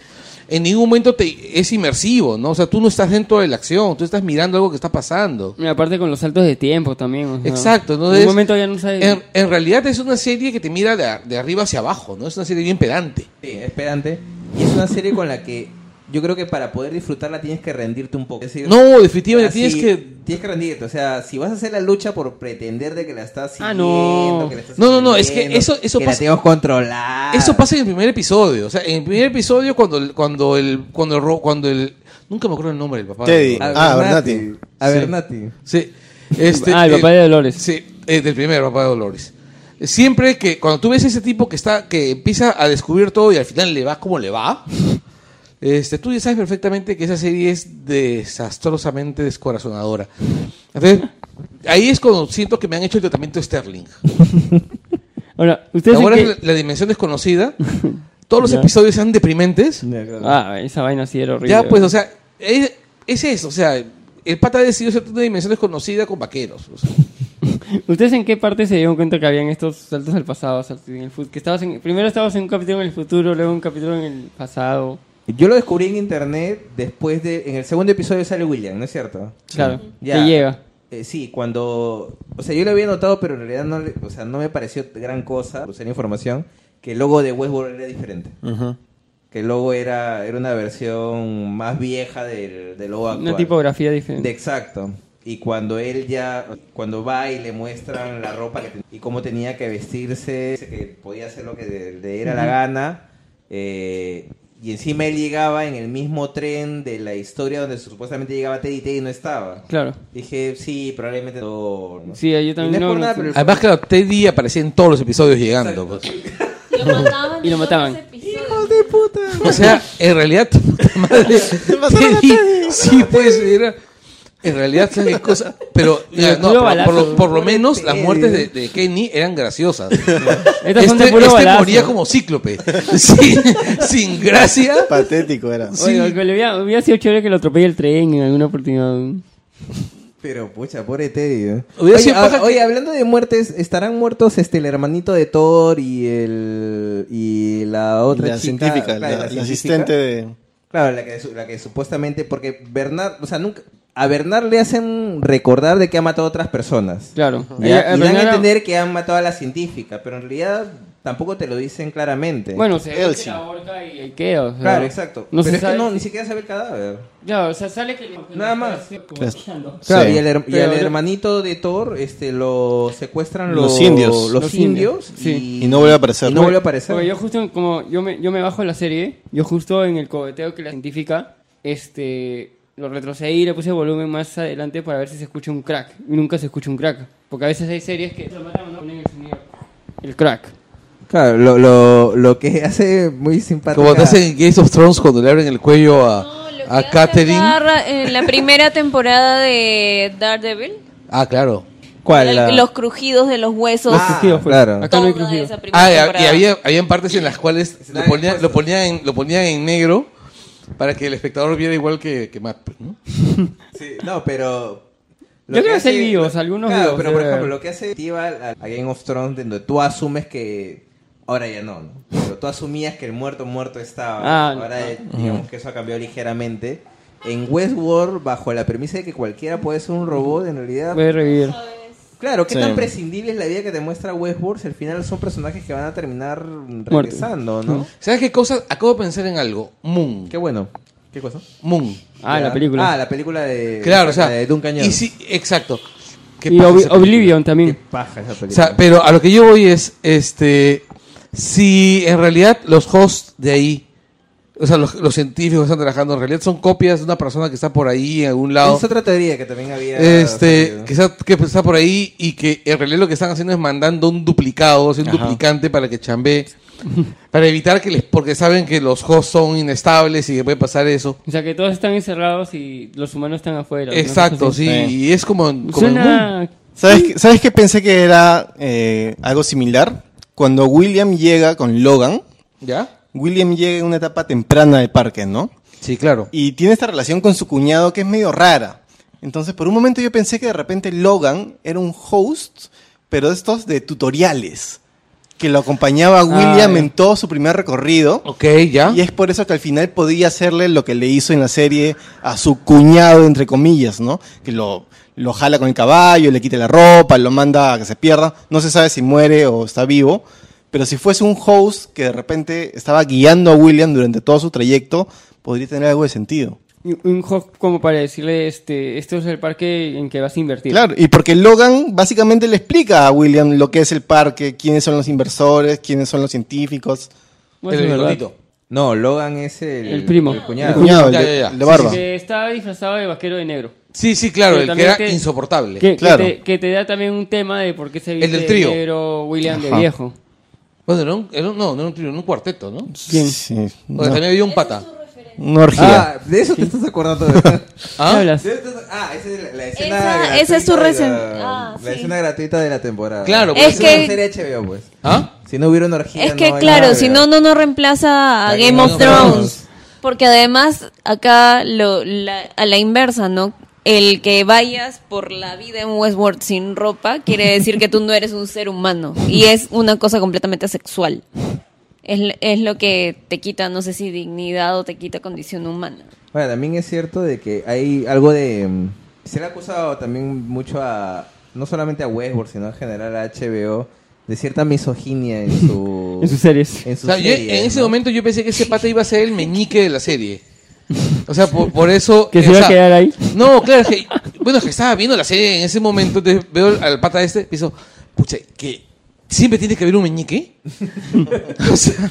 En ningún momento te, es inmersivo, ¿no? O sea, tú no estás dentro de la acción, tú estás mirando algo que está pasando. Y aparte con los saltos de tiempo también. o sea, Exacto, En entonces, un momento ya no sabes. En, en realidad es una serie que te mira de, a- de arriba hacia abajo, ¿no? Es una serie bien pedante. Sí, es pedante. Y es una serie con la que yo creo que para poder disfrutarla tienes que rendirte un poco. Es decir, No, Ah, definitivamente Así, tienes que tienes que rendirte, o sea, si vas a hacer la lucha por pretender de que la estás Ah, siguiendo, no. que la estás No, no, no, es siguiendo, que eso- eso que la pasa- tenemos controlada. Eso pasa en el primer episodio. O sea, en el primer episodio cuando el, cuando el, cuando el, ro- cuando el nunca me acuerdo el nombre del papá. Teddy. Ah, Ah, Bernati. A Sí. Bernati. Sí. Este, ah, el papá de Dolores. Sí, eh, del primer papá de Dolores. Siempre que cuando tú ves ese tipo que está, que empieza a descubrir todo y al final le va como le va, este, tú ya sabes perfectamente que esa serie es desastrosamente descorazonadora. Entonces, ahí es cuando siento que me han hecho el tratamiento Sterling. Ahora, ustedes. Ahora saben es la, la dimensión *laughs* desconocida. Todos los Ya. episodios sean deprimentes. que- Ah, esa vaina sí era horrible. Ya, pues, o sea, es, es eso, o sea, el pata ha decidido hacer una dimensión desconocida con vaqueros. o sea. ¿Ustedes en qué parte se dieron cuenta que habían estos saltos al pasado, saltos en el futuro? Que estabas en, primero estabas en un capítulo en el futuro, luego un capítulo en el pasado. Yo lo descubrí en internet después de en el segundo episodio sale William, ¿no es cierto? Claro, Ya. te llega. Eh, sí, cuando. O sea, yo lo había notado, pero en realidad no, le- o sea, no me pareció gran cosa. O sea, la información que el logo de Westworld era diferente. Que el logo era, era una versión más vieja del, del logo actual. Una tipografía De diferente. exacto. Y cuando él ya. Cuando va y le muestran la ropa que ten- y cómo tenía que vestirse, que podía hacer lo que le, le diera la gana. eh, y encima él llegaba en el mismo tren de la historia donde supuestamente llegaba Teddy y Teddy no estaba. Claro. Dije, sí, probablemente no. no. Sí, yo también Y no es no- por nada, no- pero el- Además, claro, Teddy aparecía en todos los episodios llegando. pues. Lo mataban. Y lo en mataban. otros episodios. O sea, en realidad, puta *laughs* madre, Teddy, sí, pues, era... En realidad, ¿sabes qué cosa? *laughs* Pero, mira, Pero no, puro por, lo- por lo, balazo. por lo menos, las Teddy. muertes de, de Kenny eran graciosas. *laughs* Estas son de Este, puro este balazo. moría como *laughs* cíclope. *laughs* Sin, sin gracia. Patético era. Oye, que le hubiera, hubiera sido chévere que lo atropelle el tren en alguna oportunidad. Pero, pucha, pobre Teddy. ¿eh? Hubiera Oye, sido a- paja que- oye, hablando de muertes, ¿estarán muertos este el hermanito de Thor y el y la otra La chica? científica, Claro, la, la científica. asistente de... Claro, la que, su- la que supuestamente... Porque Bernard... O sea, nunca... A Bernard le hacen recordar de que ha matado a otras personas. Claro. ¿ya? Eh, y dan a Renara- entender que han matado a la científica, pero en realidad tampoco te lo dicen claramente. Bueno, se ve que Elsie. la ahorca y el qué, o sea, Claro, exacto. No pero se es sabe- que no, ni siquiera sabe el cadáver. Claro, o sea, sale que... le- Nada más. Así como Claro. chillando. Claro, Sí. y, el her- y Pero al yo- hermanito de Thor este, lo secuestran los, Los indios. Los, Los indios. indios, sí. Y no vuelve a aparecer. y no vuelve a Porque aparecer. yo justo, como yo me, yo me bajo de la serie, yo justo en el coheteo que la científica, este, lo retrocedí y le puse volumen más adelante para ver si se escucha un crack. Y nunca se escucha un crack. Porque a veces hay series que... ponen el sonido. El crack. Claro, lo, lo, lo que hace muy simpático. Como te hacen en Games of Thrones cuando le abren el cuello a, No, lo que a hace Catherine. Barra en la primera temporada de Daredevil. Ah, claro. ¿Cuál? el- La- Los crujidos de los huesos. Ah, crujidos, pues. claro. Acá no toda hay crujidos. esa primera Ah, y, temporada. había, habían partes en las cuales lo Escenario ponían expuesto. lo ponía en, lo ponía en negro para que el espectador viera igual que, que Matt. ¿no? Sí, no, pero. Yo creo que hace videos, algunos Claro, videos, pero por eh. ejemplo, lo que hace Tiva a, a Game of Thrones, de donde tú asumes que. Ahora ya no, ¿no? Pero tú asumías que el muerto muerto estaba. Ah, Ahora eh, digamos que eso ha cambiado ligeramente. En Westworld, bajo la premisa de que cualquiera puede ser un robot, en realidad. Puede revivir. claro, ¿qué Sí. tan prescindible es la vida que te muestra Westworld? Si al final son personajes que van a terminar regresando, ¿no? ¿Sabes qué cosa? Acabo de pensar en algo. Moon. Qué bueno. ¿Qué cosa? Moon. Ah, Ya. la película. Ah, la película de. Claro, o sea. De Duncan y sí, exacto. Qué y paja Obli- esa película. Oblivion Qué también. paja esa película. O sea, pero a lo que yo voy es, este, si en realidad los hosts de ahí, o sea, los, los científicos que están trabajando en realidad son copias de una persona que está por ahí en algún lado, Es otra teoría que también había. este, salido. que está, que pues está por ahí y que en realidad lo que están haciendo es mandando un duplicado, o sea, un Ajá. duplicante para que chambee, para evitar que les, porque saben que los hosts son inestables y que puede pasar eso. O sea, que todos están encerrados y los humanos están afuera. ¿no? Exacto, Entonces, sí, Sí. y es como, como en Moon. Suena... ¿Sabes, qué- ¿Sabes qué pensé que era eh, algo similar? Cuando William llega con Logan, ¿ya? William llega en una etapa temprana del parque, ¿no? Sí, claro. Y tiene esta relación con su cuñado que es medio rara. Entonces, por un momento yo pensé que de repente Logan era un host, pero de estos de tutoriales, que lo acompañaba a William ya. en todo su primer recorrido. Ok, ya. Y es por eso que al final podía hacerle lo que le hizo en la serie a su cuñado, entre comillas, ¿no? Que lo, lo jala con el caballo, le quita la ropa, lo manda a que se pierda. No se sabe si muere o está vivo. Pero si fuese un host que de repente estaba guiando a William durante todo su trayecto, podría tener algo de sentido. y Un host como para decirle, este, esto es el parque en que vas a invertir. Claro, y porque Logan básicamente le explica a William lo que es el parque, quiénes son los inversores, quiénes son los científicos. Bueno, El es verdad. gordito. No, Logan es el. El primo. El cuñado. cuñado, el Ya, de, ya, ya. el de barba. Que está disfrazado de vaquero de negro. Sí, sí, claro, Pero el que también era que- insoportable. Que, que Claro. te, que te da también un tema de por qué se viste del de trío. negro William de Ajá. viejo. Bueno, era un- era un- no, no era un trío, era un cuarteto, ¿no? ¿Quién? Sí, O una, sea, también había un pata. una orgía. Ah, de eso te estás *laughs* acordando. ¿verdad? ¿Ah? ¿Qué hablas? De eso te estás- Ah, esa es la, la escena. Esa- gratuita esa es tu de la- recen- La, ah, sí. escena gratuita de la temporada. Claro, Pero Es es que. que- una serie HBO, pues. ¿Ah? Si no hubiera una orgía. Es que no hay claro, nada, si ¿verdad? no, no nos reemplaza a A Game, Game of, of Thrones. Thrones. Porque además acá lo, la- a la inversa, ¿no? El que vayas por la vida en Westworld sin ropa quiere decir que tú no eres un ser humano. Y es una cosa completamente sexual. Es, l- es lo que te quita, no sé si dignidad o te quita condición humana. Bueno, también es cierto de que hay algo de... mm, Se le ha acusado también mucho a... No solamente a Westworld, sino en general a HBO de cierta misoginia en su... En sus series. En, O sus sea, yo- series, en ese ¿no? momento yo pensé que ese pata iba a ser el meñique de la serie. O sea, por, por eso... *laughs* eh, Que se o iba a sea, quedar ahí. No, claro, es que, bueno, es que estaba viendo la serie en ese momento, entonces veo al pata este, pienso, pucha, que siempre tiene que haber un meñique. *laughs* o sea,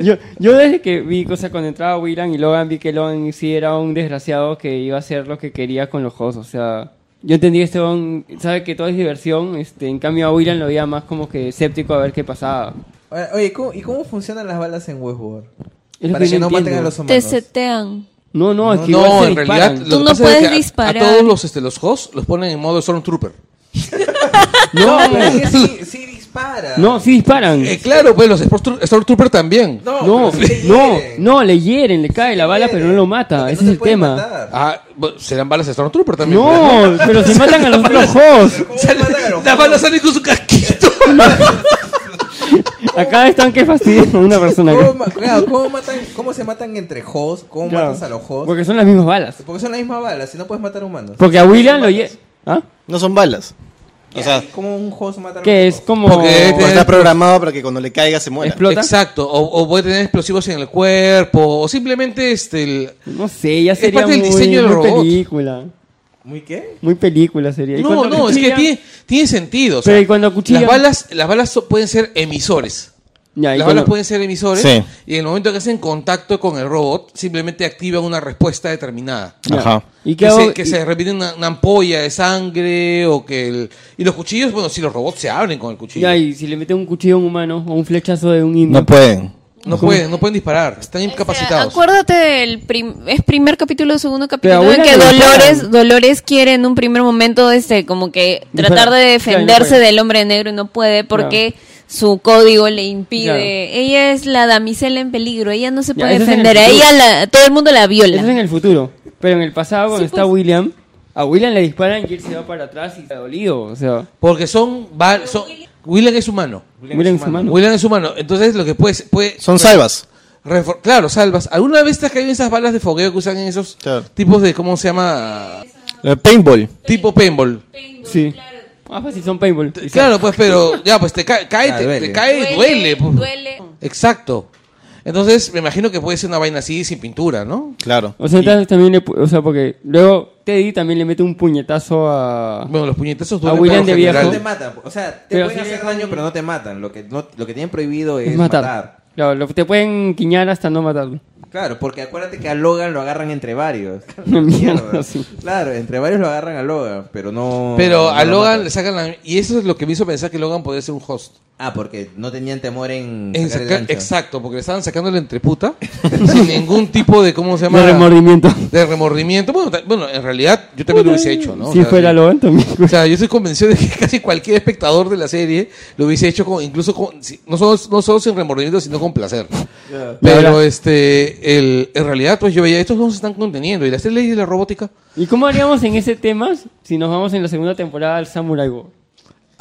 Yo, yo desde que vi, o sea, cuando entraba William y Logan, vi que Logan sí era un desgraciado que iba a hacer lo que quería con los hosts. O sea, yo entendí que este don sabe que todo es diversión. Este, en cambio, a William lo veía más como que escéptico a ver qué pasaba. Ahora, Oye, ¿cómo- ¿y cómo funcionan las balas en Westworld? Es lo Para que, yo no maten a entiendo. los Te humanos. setean. No, no, es no, que igual se en realidad... disparan. lo Tú que no pasa puedes es que a- disparar. A, todos los, este, los hosts los ponen en modo *laughs* Stormtrooper. No, pero es que sí, sí dispara. No, sí disparan. Eh, claro, pues los Stormtro- Stormtrooper también. No, *laughs* No, pero sí no, hieren. no, le hieren, le cae la bala, pero no lo mata. Porque Ese no se es el pueden tema. matar. Ah, bueno, serán balas de Stormtrooper también. ¿verdad? No, pero se matan *laughs* a los otros hosts. *laughs* ¿Cómo matan a los Las balas salen con su casquito. Acá están que fastidian *laughs* a una persona. ¿Cómo, acá. ma- claro, ¿cómo, matan, ¿Cómo se matan entre hosts? ¿Cómo Claro. matas a los hosts? Porque, Porque son las mismas balas. son la misma bala, si no puedes matar humanos. Porque a William lo hieren. ¿Ah? No son balas. O sea, ¿Cómo un host mata a Que los es hosts? como. Porque este- Porque está programado para que cuando le caiga se muera. Explo- ¿Explota? Exacto, o, o puede tener explosivos en el cuerpo, o simplemente este. el- No sé, ya Es sería parte del muy, diseño del muy robot. película. ¿Muy qué? Muy película sería. Y No, cuando no, es que cuchillan- tiene, tiene sentido. o Pero sea, y cuando cuchillan- Las balas, las balas so- pueden ser emisores. Ya, y las cuando- balas pueden ser emisores Sí. y en el momento que hacen contacto con el robot, simplemente activan una respuesta determinada. ya. Ajá. ¿Y qué que hago? se, que Y- se repite una, una ampolla de sangre o que el... Y los cuchillos, bueno, si los robots se abren con el cuchillo. ya, y si le meten un cuchillo a un humano o un flechazo de un indio. No pueden. No pueden, no pueden disparar, están incapacitados. acuérdate del prim- es primer capítulo, segundo capítulo, Pero en que abuela le Dolores, disparan. Dolores quiere en un primer momento este como que Dispara. tratar de Claro, no defenderse puede. del hombre negro y no puede porque su código le impide. Claro. Ella es la damisela en peligro, ella no se Ya, puede eso es en el defender, a futuro. ella la- todo el mundo la viola. Eso es en el futuro. Pero en el pasado, cuando Sí, está pues. William, a William le disparan y él se va para atrás y está dolido. O sea, Porque son, va- son- William es humano. William es humano. William es humano. Entonces lo que puede, puede Son salvas. refor- claro, salvas. ¿Alguna vez te has caído en esas balas de fogueo que usan en esos Claro. tipos de cómo se llama? Eh, Paintball. Tipo paintball. Ah, pues Sí. Más fácil son paintball. Y Claro, pues, pero ya, pues te ca- cae, Ah, te, duele. te cae, duele. pues. duele. Exacto. Entonces, me imagino que puede ser una vaina así sin pintura, ¿no? Claro. O sea, entonces también le, pu- o sea, porque luego Teddy también le mete un puñetazo a... Bueno, los puñetazos A duelen. William por lo de viejo. No general. te matan. O sea, te Pero pueden sí hacer dejan- daño, pero no te matan. Lo que, no, lo que tienen prohibido es, es matar. matar. Claro, lo- te pueden quiñar hasta no matarlo. Claro, porque acuérdate que a Logan lo agarran entre varios. *laughs* Una mierda, *laughs* sí. Claro, entre varios lo agarran a Logan, pero no. Pero no a lo Logan matan. le sacan la... Y eso es lo que me hizo pensar que Logan podía ser un host. Ah, porque no tenían temor en. En sacar el saca- gancho. exacto, porque le estaban sacando la entreputa *laughs* sin ningún tipo de, ¿cómo se llama? No remordimiento. De remordimiento. Bueno, ta- bueno, en realidad yo también lo hubiese hecho, *laughs* ¿no? O Si sea, fuera sí. Logan también. O sea, yo estoy convencido de que *laughs* casi cualquier espectador de la serie lo hubiese hecho con, incluso con, si- no, solo, no solo sin remordimiento, sino con placer. Pero Ahora- este, el, en realidad, pues yo veía, estos no se están conteniendo. Y las tres leyes de la robótica. ¿Y cómo haríamos en ese tema si nos vamos en la segunda temporada al Samurai Go?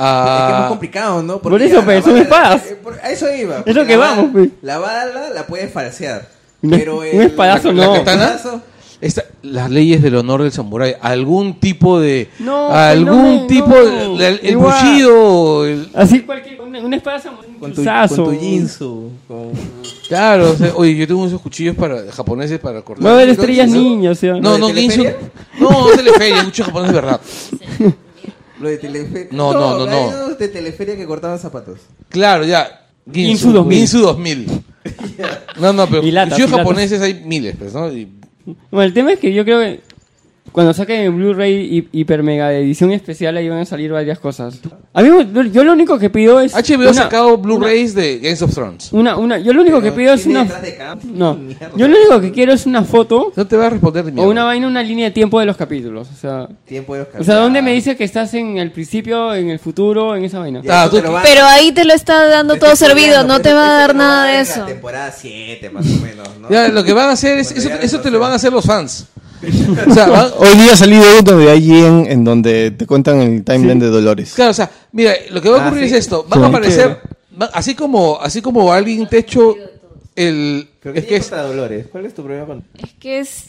Es que es ah, muy complicado, ¿no? Por eso, ya la pues, son bala- espadas. eh, por- A eso iba. Es porque lo que la vamos, bala- pues. La bala la puedes falsear. Una- Pero un el- espadazo la No. katana, esta- las leyes del honor del samurái, algún tipo de. No, pues, algún no, tipo. no. de- el, el Igual. bushido, el- Así cualquier... Una, una espada Samurai. un Con tu, con chuzazo. tu jinsu. con- claro, o sea, oye, yo tengo unos cuchillos para, japoneses para cortar. Va a haber estrellas ¿No? niñas, o sea. No, ¿Lo no, de Ginsu. Teleferia? No, no Teleferia, mucho japonés de verdad. Lo de Teleferia. No, no, no, hay no. unos de Teleferia que cortaban zapatos. Claro, ya. Ginsu 2000. Ginsu 2000. No, no, pero Y latas, cuchillos y latas. japoneses hay miles, pues, ¿no? Y- Bueno, el tema es que yo creo que cuando saquen el Blu-ray hi- hiper mega de edición especial ahí van a salir varias cosas. A mí, yo lo único que pido es... HBO ha una- sacado Blu-rays de Games of Thrones. Una, una, yo lo único que Pero pido es tiene una... detrás de cámara, No, mierda. yo lo único que quiero es una foto No te va a responder ni o mierda. una vaina, una línea de tiempo de los capítulos. O sea, Tiempo de Oscar. o sea ¿dónde me dice que estás en el principio, en el futuro, en esa vaina? Ya. Ah, tú- Pero ahí te lo está dando todo servido, no te va a dar nada de En la eso. temporada 7, más o menos. ¿no? Ya, lo que van a hacer es. Eso, Cuando ya eso te lo retroceda. van a hacer los *laughs* fans. O sea, van- Hoy día ha salido uno de IGN en donde te cuentan el timeline de Dolores. Claro, o sea, mira, lo que va a Ah, ocurrir sí. es esto. Van a Sí, aparecer, va- así como, así como alguien te echó el... Pero ¿qué Es que tienes es, contra Dolores? ¿Cuál es tu problema con.? Es que es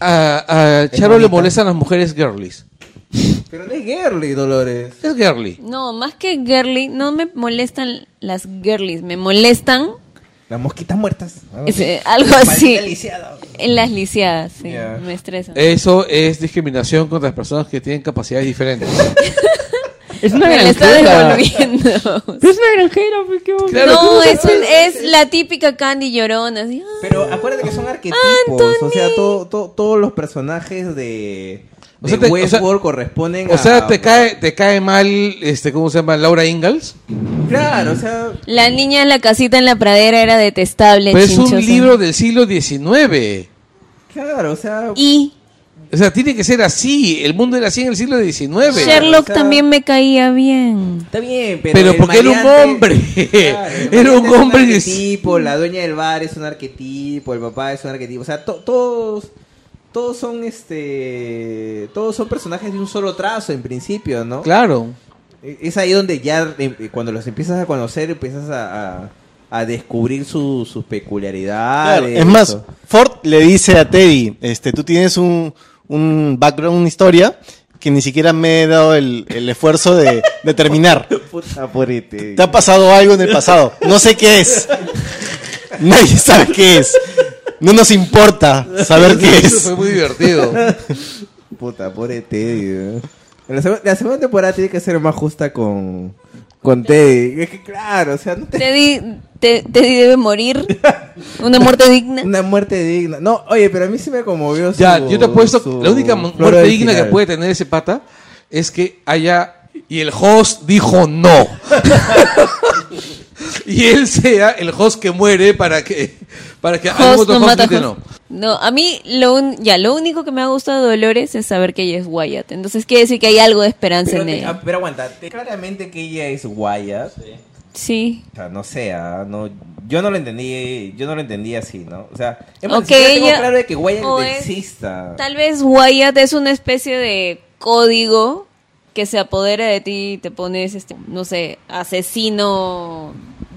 a, a Es Charo le bonita. molestan las mujeres girlies. Pero no es girly, Dolores. Es girly. no, más que girly, no me molestan las girlies, me molestan Las mosquitas muertas. es, eh, algo *laughs* Maldita así. lisiada. En las lisiadas, sí, Ya. me estresan. Eso es discriminación contra las personas que tienen capacidades diferentes. Es una me la está granjera. Pero devolviendo. *laughs* es una granjera, pues, qué bobo. Claro, ¿cómo no, te es, un- es la típica Candy llorona. así, "Ah". Pero acuérdate que son arquetipos. O sea, todo, todo- todos los personajes de. O de sea, te- o Westworld sea- corresponden a. O sea, te cae, te cae mal, este, ¿cómo se llama? Laura Ingalls. Claro, o sea. La niña en la casita en la pradera era detestable. Pero Pues es un chinchosa. libro del siglo XIX. Claro, o sea. Y O sea, tiene que ser así. El mundo era así en el siglo XIX. Sherlock o sea- también me caía bien. Está bien, pero. Pero el porque era un maleante- hombre. *laughs* Claro, el Era un maleante es hombre. Un de- arquetipo, la dueña del bar es un arquetipo, el papá es un arquetipo. O sea, to- todos. Todos son este. Todos son personajes de un solo trazo, en principio, ¿no? E, Claro. Es ahí donde ya, eh, cuando los empiezas a conocer, empiezas a, a- a descubrir su- sus peculiaridades. Claro, es más, Ford le dice a Teddy, este, tú tienes un, un background, una historia que ni siquiera me he dado el, el esfuerzo de, de terminar. Puta E purete. Te ha pasado algo en el pasado. No sé qué es. Nadie sabe qué es. No nos importa saber qué Eso es. fue muy divertido. Puta pobre Teddy. ¿eh? La, seg- la segunda temporada tiene que ser más justa con, con Teddy. Es que claro, o sea, no te- Teddy, te- Teddy debe morir. Una *laughs* muerte digna. una muerte digna. No, oye, pero a mí sí me conmovió. Ya, su- yo te apuesto, su la única mu- flora muerte digna que original. puede tener ese pata es que haya... Y el host dijo no. *laughs* y él sea el host que muere para que... Para que algún Host otro no host mata grite host. No, a mí lo un- ya lo único que me ha gustado de Dolores es saber que ella es Wyatt. Entonces quiere decir que hay algo de esperanza Pero, en te- ella. ah, pero aguanta, te- claramente que ella es guaya. Sí. O sea, no sé, ah, no, yo no lo entendí, yo no lo entendí así, ¿no? O sea, es más, O ni que siquiera tengo ella- claro de que Wyatt o es- exista. Tal vez Wyatt es una especie de código que se apodera de ti y te pones, este, no sé, asesino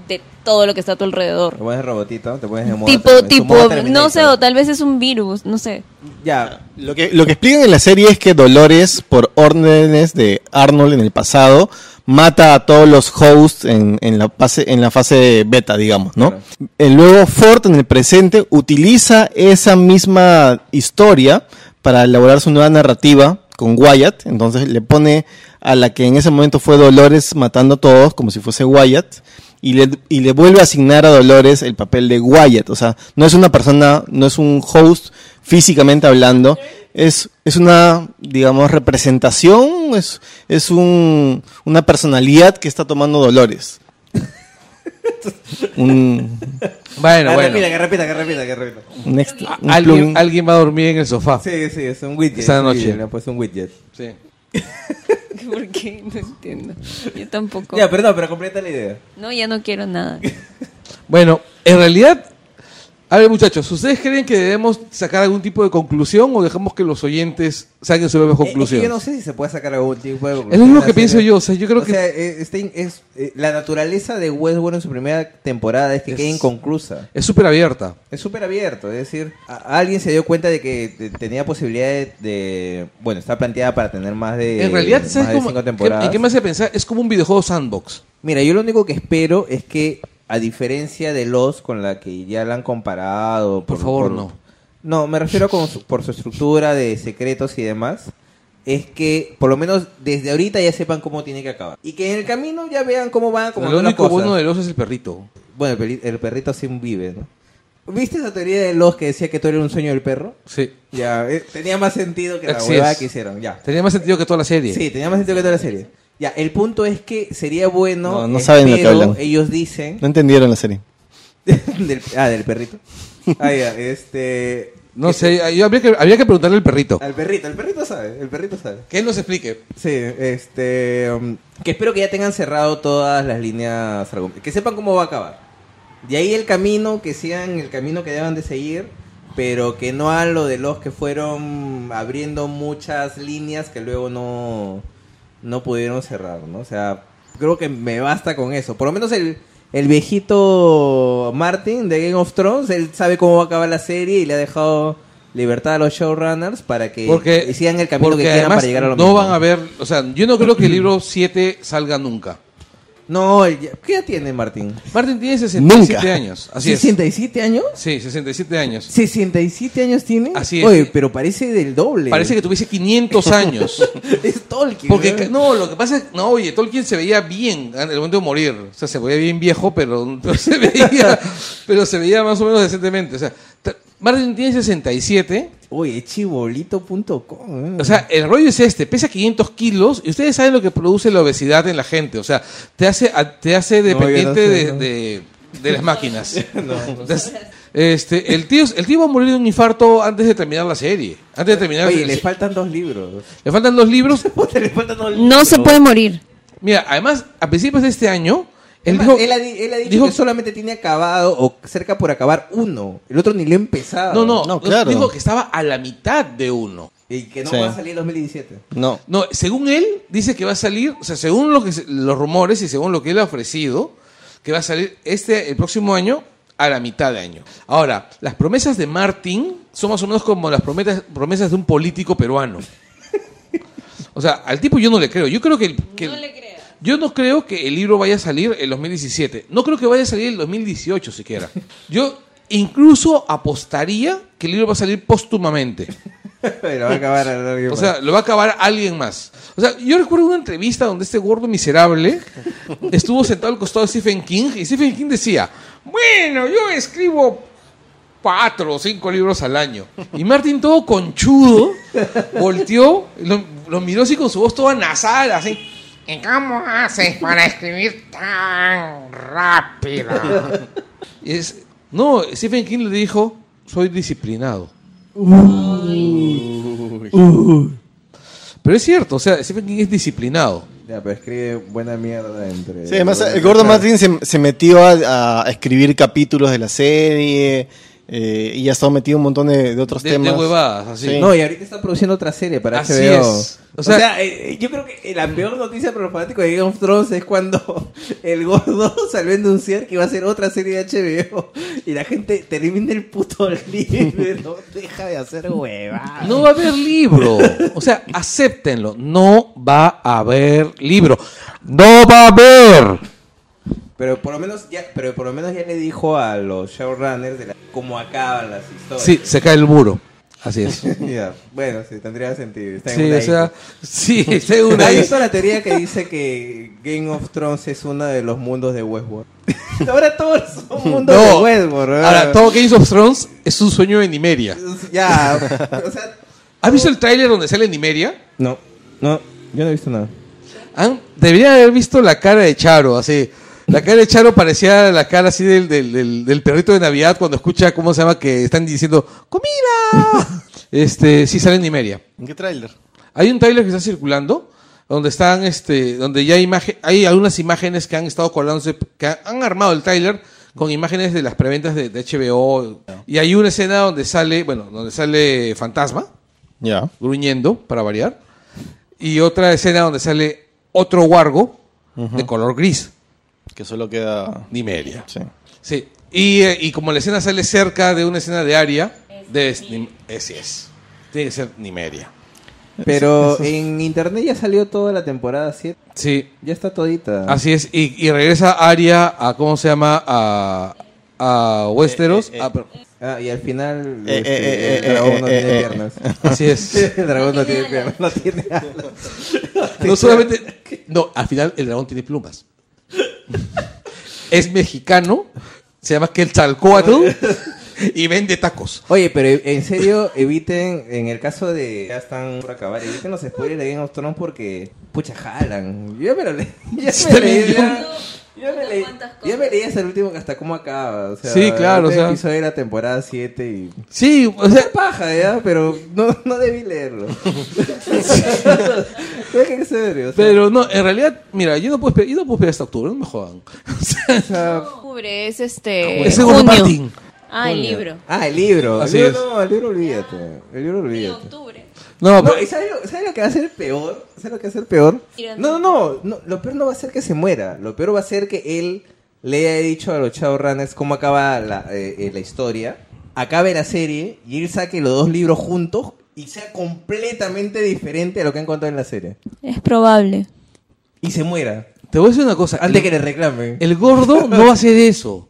de todo lo que está a tu alrededor. Te pones robotito, te pones de modo tipo, Terminator, tipo, modo no Terminator. sé, o tal vez es un virus, no sé. *laughs* Ya, Ah, Lo que, lo que explican en la serie es que Dolores, por órdenes de Arnold en el pasado, mata a todos los hosts en, en la, fase, en la fase beta, digamos, ¿no? Claro. Eh, Luego Ford en el presente utiliza esa misma historia para elaborar su nueva narrativa con Wyatt, entonces le pone a la que en ese momento fue Dolores matando a todos como si fuese Wyatt. Y le, y le vuelve a asignar a Dolores el papel de Wyatt. O sea, no es una persona, no es un host físicamente hablando. Es, es una, digamos, representación, es, es un, una personalidad que está tomando Dolores. Un, Bueno, Ah, bueno. repita, que repita, que repita, que repita. un extra- un plugin. Alguien, alguien va a dormir en el sofá. Sí, sí, es un widget. Esa sí, noche. le ha puesto un widget. Sí. ¿Por qué? No entiendo. Yo tampoco. Ya, perdón, pero completa la idea. No, ya no *laughs* quiero nada. Bueno, en realidad, a ver muchachos, ¿ustedes creen que debemos sacar algún tipo de conclusión o dejamos que los oyentes saquen sus propias Eh, es que conclusiones? yo no sé si se puede sacar algún tipo de Es lo mismo conclusión que de la pienso serie. yo, o sea, yo creo O que- sea, eh, está in- es, eh, la naturaleza de Westworld en su primera temporada es que Es- queda inconclusa. Es súper abierta. Es súper abierto, es decir, a- alguien se dio cuenta de que te- tenía posibilidad de, de- Bueno, está planteada para tener más de. en realidad, Eh, más ¿sabes de cómo? cinco ¿Qué- temporadas. ¿En qué me hace pensar? Es como un videojuego sandbox. Mira, yo lo único que espero es que, a diferencia de los con la que ya la han comparado. Por favor, no. No, me refiero con su- por su estructura de secretos y demás. Es que, por lo menos desde ahorita ya sepan cómo tiene que acabar. Y que en el camino ya vean cómo van como lo único bueno de los es el perrito. Bueno, el, peli- el perrito sí vive, ¿no? ¿Viste esa teoría de los que decía que todo era un sueño del perro? Sí. Ya, eh, tenía más sentido que la Así huevada es. que hicieron, ya. Tenía más sentido que toda la serie. Sí, tenía más sentido que toda la serie. Ya, el punto es que sería bueno. No, no saben de qué espero, hablan. Ellos dicen. No entendieron la serie. *laughs* del- ah, del perrito. Ah, ya, este. No que- sé, yo habría, que, habría que preguntarle al perrito. Al perrito, el perrito sabe, el perrito sabe. Que él nos explique. Sí, este. um, que espero que ya tengan cerrado todas las líneas. argument- Que sepan cómo va a acabar. De ahí el camino, que sigan el camino que deban de seguir. Pero que no hagan lo de los que fueron abriendo muchas líneas que luego no, no pudieron cerrar, ¿no? O sea, creo que me basta con eso. Por lo menos el, el viejito Martin de Game of Thrones, él sabe cómo va a acabar la serie y le ha dejado libertad a los showrunners para que Porque, sigan el camino que porque quieran además para llegar a lo no mismo. van a ver, o sea, yo no *clears throat* creo que el libro 7 salga nunca. No, el- ¿qué edad tiene Martín? Martin tiene 67 Nunca. años. Así es. ¿67 años? Sí, 67 años. ¿67 años tiene? Así es. Oye, pero parece del doble. Parece que tuviese 500 años. *laughs* es Tolkien. Porque, ¿no? ca- no, lo que pasa es no, oye, Tolkien se veía bien ah, en el momento de morir. O sea, se veía bien viejo, pero, *laughs* pero se, veía, pero se veía más o menos decentemente. O sea, t- Martin tiene 67. Oye, chibolito.com. eh. O sea, el rollo es este, pesa 500 kilos y ustedes saben lo que produce la obesidad en la gente. O sea, te hace, a- te hace yo no dependiente sé, de, no. de- de las *laughs* máquinas. Entonces, este, el, tío, el tío va a morir de un infarto antes de terminar la serie. Antes de terminar Oye, el- le faltan dos libros. *laughs* le faltan los libros. Puta, le faltan dos libros. No se puede morir. Mira, además, a principios de este año, él Es más, dijo... él ha, di- él ha dicho dijo- que solamente tiene acabado o cerca por acabar uno. El otro ni lo ha empezado. No, no, No, claro. dijo que estaba a la mitad de uno. Y que no Sí. va a salir en 2017. No. No, según él, dice que va a salir, o sea, según lo que se- los rumores y según lo que él ha ofrecido, que va a salir este, el próximo año a la mitad de año. Ahora, las promesas de Martín son más o menos como las prometas- promesas de un político peruano. O sea, al tipo yo no le creo. Yo creo que... el- que el- creas. Yo no creo que el libro vaya a salir en 2017. No creo que vaya a salir en 2018 siquiera. Yo incluso apostaría que el libro va a salir póstumamente. *laughs* Pero va a acabar a alguien O más. sea, lo va a acabar alguien más. O sea, yo recuerdo una entrevista donde este gordo miserable estuvo sentado al costado de Stephen King y Stephen King decía, bueno, yo escribo cuatro o cinco libros al año. Y Martin todo conchudo volteó, lo, lo miró así con su voz toda nasal, así. ¿Y cómo haces para escribir tan rápido? Y es- no, Stephen King le dijo, soy disciplinado. Pero es cierto, o sea, Stephen King es disciplinado. Ya, pero escribe buena mierda entre. Sí, además el Gordo Martin se, se metió a, a escribir capítulos de la serie eh, y ha estado metido en un montón de, de otros De, de temas. huevadas, así. Sí. No, No, y ahorita está produciendo otra serie para Así HBO. es. O O sea- sea, eh, yo creo que la peor noticia para los fanáticos de Game of Thrones es cuando *laughs* el gordo *laughs* salió a anunciar que iba a hacer otra serie de HBO y la gente termina el puto *laughs* libro, deja de hacer hueva. va a haber libro. O sea, acéptenlo. No va a haber libro. No va a haber. Pero por lo menos ya, pero por lo menos ya le dijo a los showrunners de la- cómo acaban las historias. Sí, se cae el muro. Así es. *laughs* Ya, bueno, sí, tendría sentido. Está en Sí, una o sea, isla. sí, está en una Hay isla. visto la teoría que dice que Game of Thrones es uno de los mundos de Westworld. *laughs* Ahora todos son mundos No. de Westworld. ¿verdad? Ahora, todo Games of Thrones es un sueño de Nimeria. Ya, o sea, ¿Has visto el tráiler donde sale Nimeria? no, no, yo no he visto nada. Han- debería haber visto la cara de Charo, así. La cara de Charo parecía la cara así del, del, del- del perrito de Navidad cuando escucha, ¿cómo se llama? Que están diciendo, ¡comida! este, sí, sale en Nimeria. ¿En qué tráiler? Hay un tráiler que está circulando donde están, este, donde ya hay imagen, hay algunas imágenes que han estado colándose, que han, han armado el tráiler con imágenes de las preventas de, de HBO. Y hay una escena donde sale, bueno, donde sale Fantasma Ya. gruñendo, para variar. Y otra escena donde sale otro wargo de color gris, Que solo queda. Nimeria. Sí. Sí. Y, eh, y como la escena sale cerca de una escena de Aria, de es- Nim- ese es. Tiene que ser Nimeria. Pero en internet ya salió toda la temporada 7. Sí, Ya está todita. Ah, así es. Y, y regresa Aria a, ¿cómo se llama? A, a Westeros. Ah, pero- Ah, y al final Eh, este, eh, eh, el dragón no eh, tiene eh, piernas. *laughs* así *laughs* es. El dragón no tiene piernas, no tiene alas. No solamente. No, al final el dragón tiene plumas. Es mexicano, se llama Quetzalcóatl y vende tacos. Oye, pero e- en serio, eviten, en el caso de ya están por acabar, eviten los spoilers de Game of Thrones porque, pucha, jalan. Yo me lo leí. *laughs* Ya me leí. Ya, ya me leí. Ya me leí hasta el último, hasta cómo acaba. O sea, Sí, claro, o este sea. episodio era temporada 7 y. Sí, o sea, paja, ya, pero no, no *laughs* debí leerlo. Dejen serio. o sea, pero no, en realidad, mira, yo no puedo esperar, yo no puedo esperar hasta octubre, no me jodan. O sea, o sea, Octubre es este. Ese es Gordon junio. Martin. Ah, el libro. Ah, el libro. Así el es. libro, No, el libro olvídate. El libro Sí, olvídate. octubre. No, No, pero- ¿y sabes lo, sabes lo que va a ser peor? ¿Sabes lo que va a ser peor? No, Tirando. no, no, Lo peor no va a ser que se muera. Lo peor va a ser que él le haya dicho a los showrunners cómo acaba la, eh, eh, la historia, acabe la serie y él saque los dos libros juntos y sea completamente diferente a lo que han contado en la serie. Es probable. Y se muera. te voy a decir una cosa. Antes el, que le reclamen. el gordo no va a hacer eso.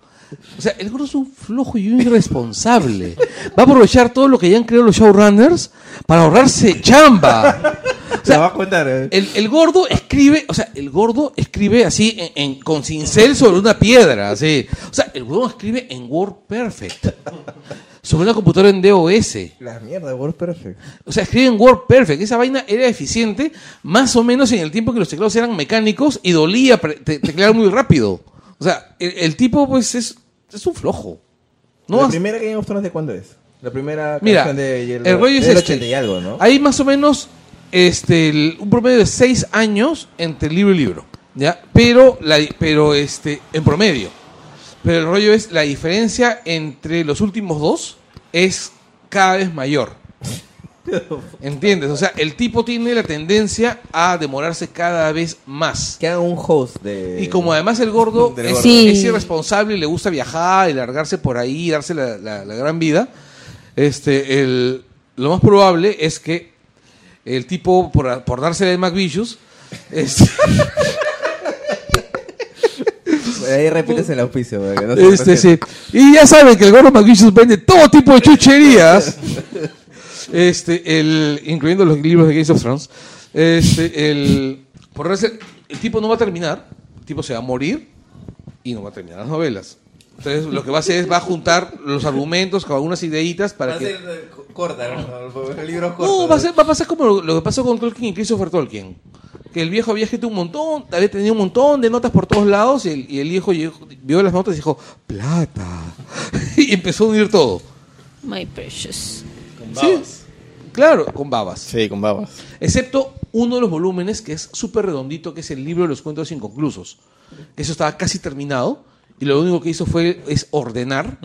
O sea, el gordo es un flojo y un irresponsable. Va a aprovechar todo lo que ya han creado los showrunners para ahorrarse chamba. se va a contar. eh. El, el gordo escribe, o sea, el gordo escribe así en- en- con cincel sobre una piedra, así. O sea, el gordo escribe en Word Perfect. Sobre una computadora en DOS. La mierda, Word Perfect. O sea, escribe en Word Perfect. Esa vaina era eficiente más o menos en el tiempo que los teclados eran mecánicos y dolía pre- te- teclear muy rápido. O sea, el, el tipo pues es, es un flojo. No ¿La has- primera Game of Thrones de cuándo es? La primera Mira, canción de Yellow- el rollo es del este. 80 y algo, ¿no? Hay más o menos este, el- un promedio de seis años entre libro y libro. ¿ya? Pero, la, pero este, en promedio. Pero el rollo es la diferencia entre los últimos dos es cada vez mayor. *laughs* ¿Entiendes? O sea, el tipo tiene la tendencia a demorarse cada vez más. Que haga un host de... Y como además el gordo, Eh, Del es, gordo. Sí. es irresponsable y le gusta viajar y largarse por ahí, darse la, la- la gran vida, este, el, lo más probable es que el tipo, por, por dársela de McVicious, este, Ahí repites el auspicio. para que no se este, resienta. sí. y ya saben que el gordo McVicious vende todo tipo de chucherías, este, el, incluyendo los libros de Games of Thrones. Este, el, por darse- el tipo no va a terminar, el tipo se va a morir y no va a terminar las novelas. Entonces lo que va a hacer es va a juntar los argumentos con algunas ideitas para Va a que... ser eh, co- corta, ¿no? El libro es corto. No, va a, ser- va a pasar como lo, lo que pasó con Tolkien y Christopher Tolkien. Que el viejo había escrito un montón, había tenido un montón de notas por todos lados y el, y el hijo llegó- vio las notas y dijo, plata. *laughs* y empezó a unir todo. My precious. ¿Sí? Claro, con babas. Sí, con babas. Excepto uno de los volúmenes que es súper redondito, que es el libro de los cuentos inconclusos. Eso estaba casi terminado. Y lo único que hizo fue es ordenar,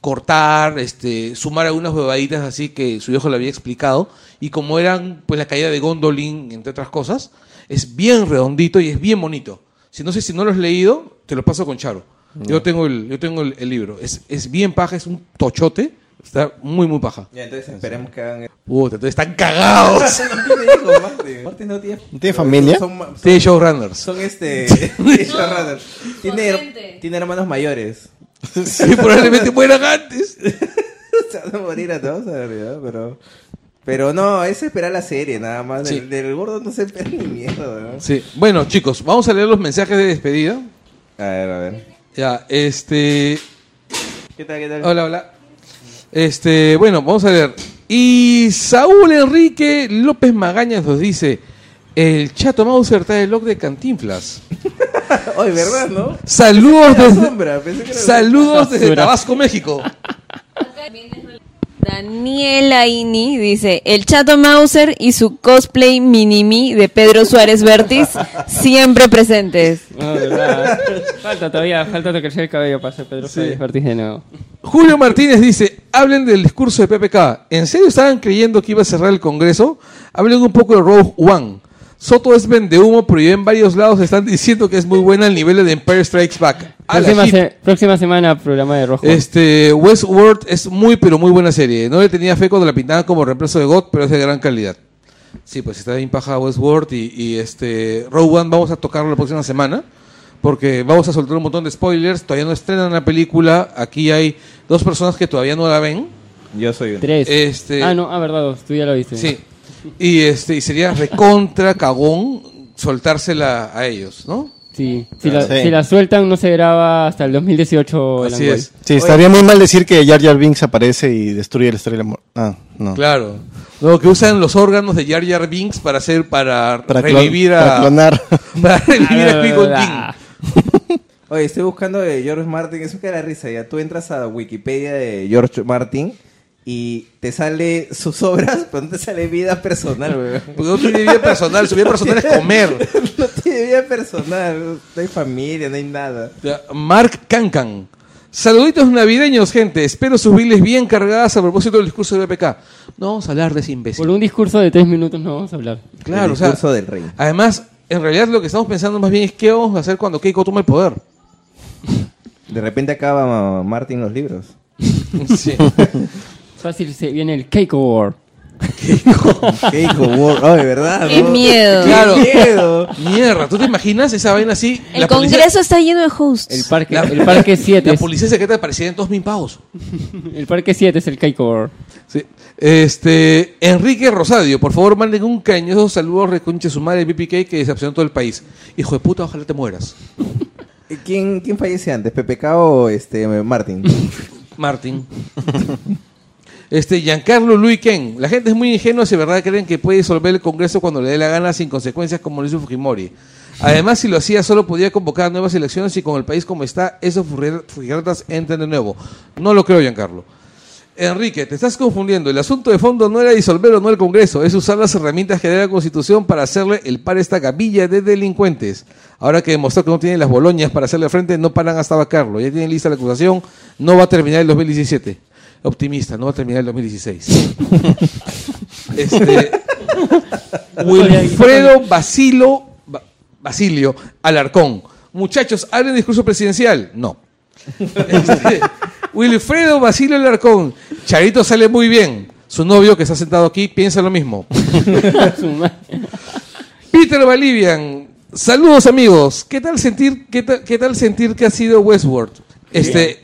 cortar, este, sumar algunas huevaditas así que su hijo le había explicado. Y como eran pues la caída de Gondolin, entre otras cosas, es bien redondito y es bien bonito. Si no sé si no lo has leído, te lo paso con Charo. Yo tengo el, yo tengo el, el libro. Es, es bien paja, es un tochote. Está muy, muy paja. Ya, entonces esperemos que hagan. Puta, entonces están *laughs* cagados. No tiene hijos, Martín. Martín no tiene. ¿No tiene familia? Son, son- Sí, showrunners. son *laughs* este. *laughs* showrunners. Potente. tiene, tiene hermanos mayores. *laughs* Sí, probablemente mueran antes. Se van a morir a todos, en realidad, pero. Pero no, es esperar la serie, nada más. Sí. Del, del gordo no se espera ni mierda. ¿no? Sí. Bueno, chicos, vamos a leer los mensajes de despedida. A ver, a ver. Ya, este. ¿Qué tal, qué tal? Hola, hola. Este, bueno, vamos a leer. Y Saúl Enrique López Magañas nos dice: El Chato Mauser trae el log de Cantinflas. Oye, ¿verdad, *laughs* no? Saludos La desde, sombra, pensé que era saludos desde Tabasco, México. Daniela Ini dice, el Chato Mauser y su cosplay Minimi de Pedro Suárez Vértiz siempre presentes. No, de verdad. falta todavía, falta crecer el cabello para ser Pedro Suárez Vértiz de nuevo. Julio Martínez dice, hablen del discurso de PPK. ¿En serio estaban creyendo que iba a cerrar el Congreso? Hablen un poco de Rogue One. Soto es vendehumo, pero ya en varios lados están diciendo que es muy buena al nivel de Empire Strikes Back. A Ah, la Próxima, hit. se- próxima semana, programa de Rojo. Este, Westworld es muy, pero muy buena serie. No le tenía fe cuando la pintaban como reemplazo de God, pero es de gran calidad. Sí, pues está bien paja Westworld y, y este, Rogue One vamos a tocarlo la próxima semana. Porque vamos a soltar un montón de spoilers. Todavía no estrenan la película. Aquí hay dos personas que todavía no la ven. Yo soy un... Tres. este- Ah, no, ah, verdad, dos. Tú ya lo viste. Sí. Y este, y sería recontra cagón soltársela a ellos, ¿no? Sí. Si, la, Sí. si la sueltan, no se graba hasta el 2018. el Así Angol. es. Sí, estaría muy mal decir que Jar Jar Binks aparece y destruye el Estrella Mor- Ah, no. Claro. Lo que usan los órganos de Jar Jar Binks para hacer, para, Para, clon- revivir a. para *laughs* clonar. Para revivir a Qui-Gon Ah, Jinn. Oye, estoy buscando de George Martin, eso que da la risa, ya tú entras a Wikipedia de George Martin y te sale sus *laughs* obras, pero no te sale vida personal, weón. Porque no tiene vida personal, *laughs* su vida personal es comer. *laughs* No tiene vida personal, no hay familia, no hay nada. Ya, Mark Cancan. Saluditos navideños, gente. Espero sus biles bien cargadas a propósito del discurso de BPK. No vamos a hablar de ese Por imbécil. un discurso de tres minutos no vamos a hablar. Claro, El o sea, discurso del rey. Además, en realidad lo que estamos pensando más bien es qué vamos a hacer cuando Keiko tome el poder. *laughs* De repente acaba Martin los libros. *laughs* Sí. Fácil, se viene el Cake Award. ¿Qué dijo Word? Ay, ¿verdad? Qué no? miedo. Claro. ¡Qué miedo! Mierda, ¿tú te imaginas esa vaina así? El La policía- Congreso está lleno de hosts. El parque, la- *laughs* el parque 7. La es- policía secreta parecía en dos mil pavos. El parque 7 es el Cake Award. Sí. Este, Enrique Rosadio, por favor, manden un cañoso saludo reconche su madre BPK que decepcionó todo el país. Hijo de puta, ojalá te mueras. ¿Quién, quién fallece antes, PPK o *laughs* este, Martin? Martín. *laughs* Este, Giancarlo Luis Ken. La gente es muy ingenua si de verdad creen que puede disolver el Congreso cuando le dé la gana sin consecuencias como lo hizo Fujimori. Además, si lo hacía, solo podía convocar nuevas elecciones y con el país como está, esos furri- furriatas entran de nuevo. No lo creo, Giancarlo. Enrique, te estás confundiendo. El asunto de fondo no era disolver o no el Congreso, es usar las herramientas que da la Constitución para hacerle el par a esta gavilla de delincuentes. Ahora que demostró que no tienen las boloñas para hacerle frente, no paran hasta vacarlo. Ya tienen lista la acusación, no va a terminar el 2017. Optimista, no va a terminar el 2016. este, Wilfredo Basilo, Ba- Basilio Alarcón. Muchachos, ¿hablen de discurso presidencial? No. Este, Wilfredo Basilio Alarcón. Charito sale muy bien. Su novio que está sentado aquí piensa lo mismo. Su madre. Peter Balivian. Saludos amigos. ¿Qué tal sentir qué tal, qué tal sentir que ha sido Westworld? Este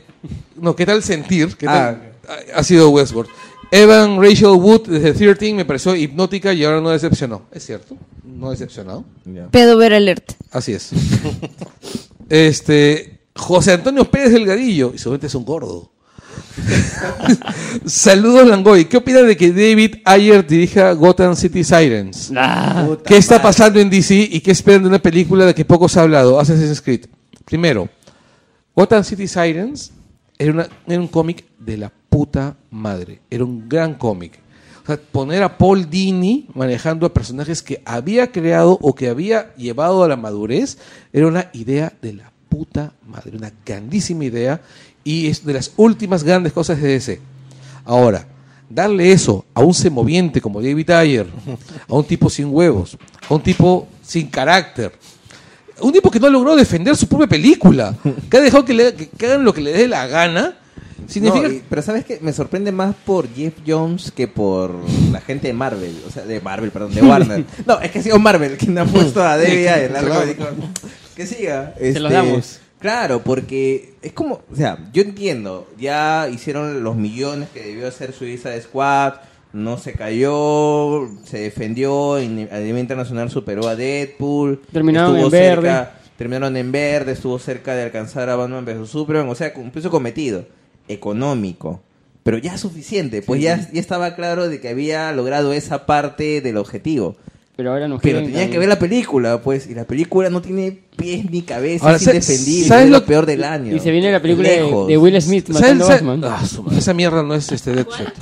no, ¿qué tal sentir que ha sido Westworld? Evan Rachel Wood desde 13 me pareció hipnótica y ahora no decepcionó. Es cierto, no ha decepcionado. Pedo ver alert. Así es. este José Antonio Pérez Delgadillo, y seguramente es un gordo. *laughs* Saludos Langoy. ¿Qué opinas de que David Ayer dirija Gotham City Sirens? Ah, ¿Qué está pasando en DC y qué esperan de una película de que poco se ha hablado? Assassin's Creed. Primero, Gotham City Sirens era, una- era un cómic de la puta madre. Era un gran cómic. O sea, poner a Paul Dini manejando a personajes que había creado o que había llevado a la madurez era una idea de la puta madre, una grandísima idea y es de las últimas grandes cosas de DC. Ahora, darle eso a un semoviente como David Ayer, a un tipo sin huevos, a un tipo sin carácter, un tipo que no logró defender su propia película, que ha dejado que, le, que- que hagan lo que le dé la gana, significa... No, y- pero sabes que me sorprende más por Jeff Jones que por la gente de Marvel, o sea, de Marvel, perdón, de *laughs* Warner. no, es que ha sido Marvel quien ha puesto *laughs* a Debbie Allen, algo así como, Que siga. este, los damos. Claro, porque es como, o sea, yo entiendo, ya hicieron los millones que debió hacer Suiza de Squad, no se cayó, se defendió, en- a nivel internacional superó a Deadpool, Terminaron estuvo en cerca- verde. terminaron en verde, estuvo cerca de alcanzar a Batman vs Superman, o sea, cumplió su cometido económico, pero ya suficiente, pues ya, ya estaba claro de que había logrado esa parte del objetivo. Pero ahora nos Pero quieren tenían que ver también. la película, pues, y la película no tiene pies ni cabeza, Ahora, es ¿sabes- indefendible, sabes es lo- lo peor del año. Y se viene la película de, Lejos. de Will Smith ¿Saben- matando a saben- Batman. Ah, su madre, esa mierda no es este Deadshot.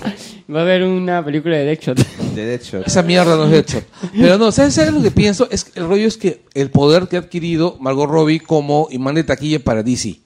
Va a haber una película *laughs* de Deadshot. De Deadshot. Esa mierda no es Deadshot. Pero no, ¿sabes, ¿sabes lo que pienso? Es que el rollo es que el poder que ha adquirido Margot Robbie como imán de taquilla para DC.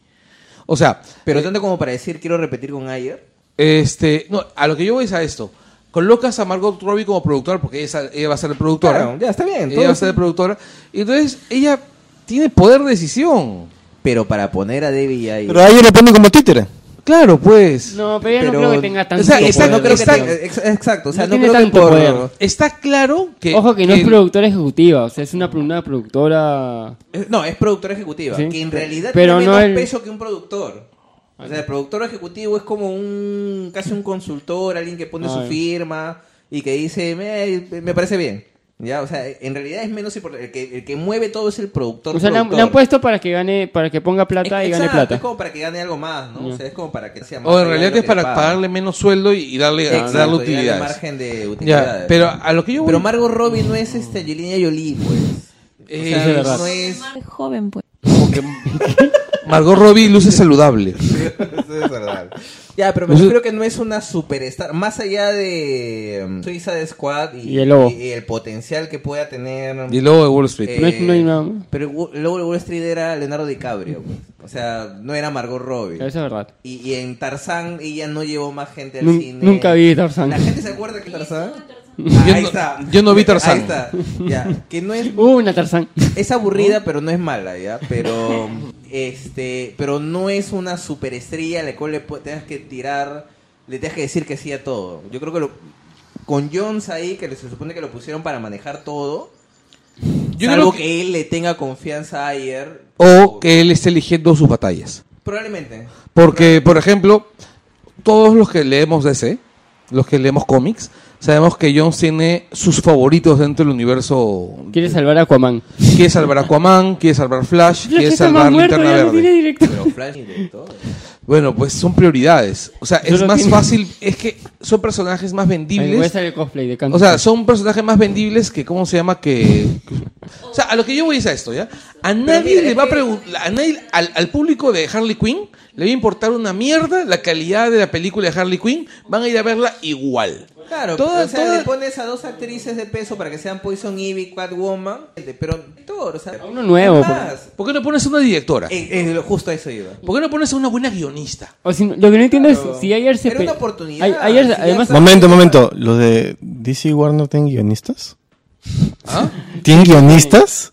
O sea, Pero tanto como para decir, quiero repetir con ayer. este, no, a lo que yo voy es a esto. Colocas a Margot Robbie como productora porque ella, es- ella va a ser la productora. Claro, ya está bien. ella va todo- a ser la productora. Y entonces ella tiene poder de decisión. Pero para poner a Debbie ahí. Pero ahí le pone como títere. Claro, pues. No, pero ya no Pero- creo que tenga tanto o sea, poder. está- no creo que está- tenga- ex- exacto, o sea, No no, tiene creo que tanto por- poder. Está claro que. Ojo que no es eh, que- productora ejecutiva, o sea, es una, una productora... Eh, No, es productora ejecutiva, Sí. que en realidad Pero tiene no menos el- peso que un productor. O sea, el productor ejecutivo es como un casi un consultor, alguien que pone Ay. su firma y que dice, me, me parece bien. Ya, o sea, en realidad es menos importante. El que, el que mueve todo es el productor. O sea, le han, productor. le han puesto para que gane, para que ponga plata Es- y gane exacto, plata. Es como para que gane algo más, ¿no? O sea, es como para que sea más. O en allá de realidad lo es que para le pagan. pagarle menos sueldo y, y darle, Exacto, darle y darle utilidades. margen de utilidades. Ya, pero a lo que yo voy. Pero Margot Robbie no es este Angelina Jolie, pues. O Eh, sea, es verdad. no es. Es joven, pues. Margot Robbie luce saludable. Eso es verdad. Ya, pero me refiero que no es una superstar. Más allá de mm, Suiza de Squad y, Y el lobo. y el potencial que pueda tener. Y luego de Wall Street. eh, No hay- no hay nada más. Pero Wo- luego el Wall Street era Leonardo DiCaprio. pues. O sea, no era Margot Eso Robbie. es verdad. Y, y en Tarzán ella no llevó más gente al Nun- cine. nunca vi Tarzán. ¿La gente se acuerda que *laughs* Tarzán? Yo ahí no- está. yo no vi Tarzán. *laughs* Ahí está. Ya, que *laughs* no es Uh, una Tarzán. es aburrida, pero no es mala, ¿ya? Pero, este, pero no es una superestrella a la cual le pu- tengas que tirar, le tengas que decir que sí a todo. Yo creo que lo- con Jones ahí, que se supone que lo pusieron para manejar todo, Yo creo salvo que... que- él le tenga confianza a Ayer. O que él esté eligiendo sus batallas. Probablemente. Porque, por ejemplo, todos los que leemos DC, los que leemos cómics, sabemos que Jones tiene sus favoritos dentro del universo. Quiere salvar a Aquaman. Quiere salvar a Aquaman, quiere salvar Flash, Ya quiere está más salvar muerto, Linterna ya lo tiene Verde. directo. Pero Flash y todo. Bueno, pues son prioridades. O sea, es Solo más tiene- fácil, es que son personajes más Ahí Voy a vendibles. hacer el cosplay de Canto. O sea, son personajes más vendibles que, ¿cómo se llama? Que... O sea, a lo que yo voy es a esto, ¿ya? A nadie mira, le es va a que- preguntar, a nadie, al, al público de Harley Quinn le va a importar una mierda la calidad de la película de Harley Quinn, van a ir a verla igual. Claro, Toda- o sea, toda- le pones a dos actrices de peso para que sean Poison Ivy, Catwoman, pero todo, o sea, Uno nuevo, ¿qué más? ¿Por qué no pones a una directora? Eh, eh, justo a eso iba. ¿Por qué no pones a una buena guionista? O si no- lo que no entiendo Claro. es si ayer se... Era pe- una oportunidad. Ay- Ayer, Si ya además, está- Momento, momento. ¿Los de DC y Warner tienen guionistas? ¿Ah? ¿Tienen guionistas?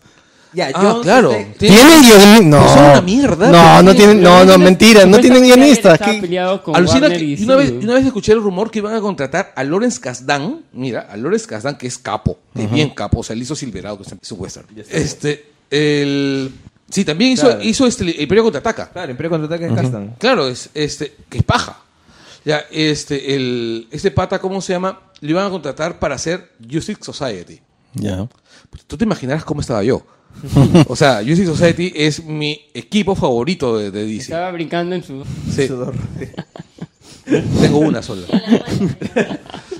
Ya, Ah, Jones claro. está- ¿Tienen guionistas? No. Son una mierda, No, pero no tienen, no, no, Ayer mentira. No tienen supuestamente guionistas. estaba ¿Qué- peleado con Alucina Warner que- y y una, vez, CW. y una vez escuché el rumor que iban a contratar a Lawrence Kasdan, mira, a Lawrence Kasdan, que es capo, de bien capo, o sea, él hizo Silverado, que es un western. Este, el... Sí, también hizo, Claro. hizo este, el Imperio Contraataca. Claro, Imperio contraataque es Castan. Claro, es, este, que es paja. Ya, este, el, este pata, ¿cómo se llama? Lo iban a contratar para hacer Justice Society. Ya. Tú te imaginarás cómo estaba yo. o sea, Justice Society es mi equipo favorito de, de DC. Estaba brincando en su... Sí. *laughs* Tengo una sola.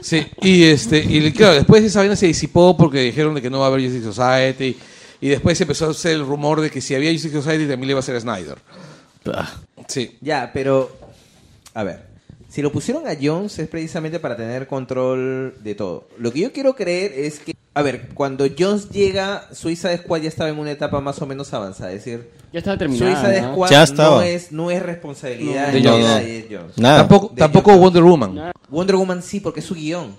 Sí, y este, y claro, después esa vaina se disipó porque dijeron de que no va a haber Justice Society. Y después empezó a hacer el rumor de que si había Ah, Justice Society también le iba a ser Snyder. Sí. Ya, pero. A ver. Si lo pusieron a Jones es precisamente para tener control de todo. Lo que yo quiero creer es que, a ver, cuando Jones llega, Suiza Squad ya estaba en una etapa más o menos avanzada. Es decir, Ya estaba terminada. Suiza de ¿no? Squad Ya no estaba. es, no es responsabilidad No, de no, Jones. no. nadie de Jones. Nada. Tampoco, Ah, De tampoco Joker. Wonder Woman. Nada. Wonder Woman sí, porque es su guión.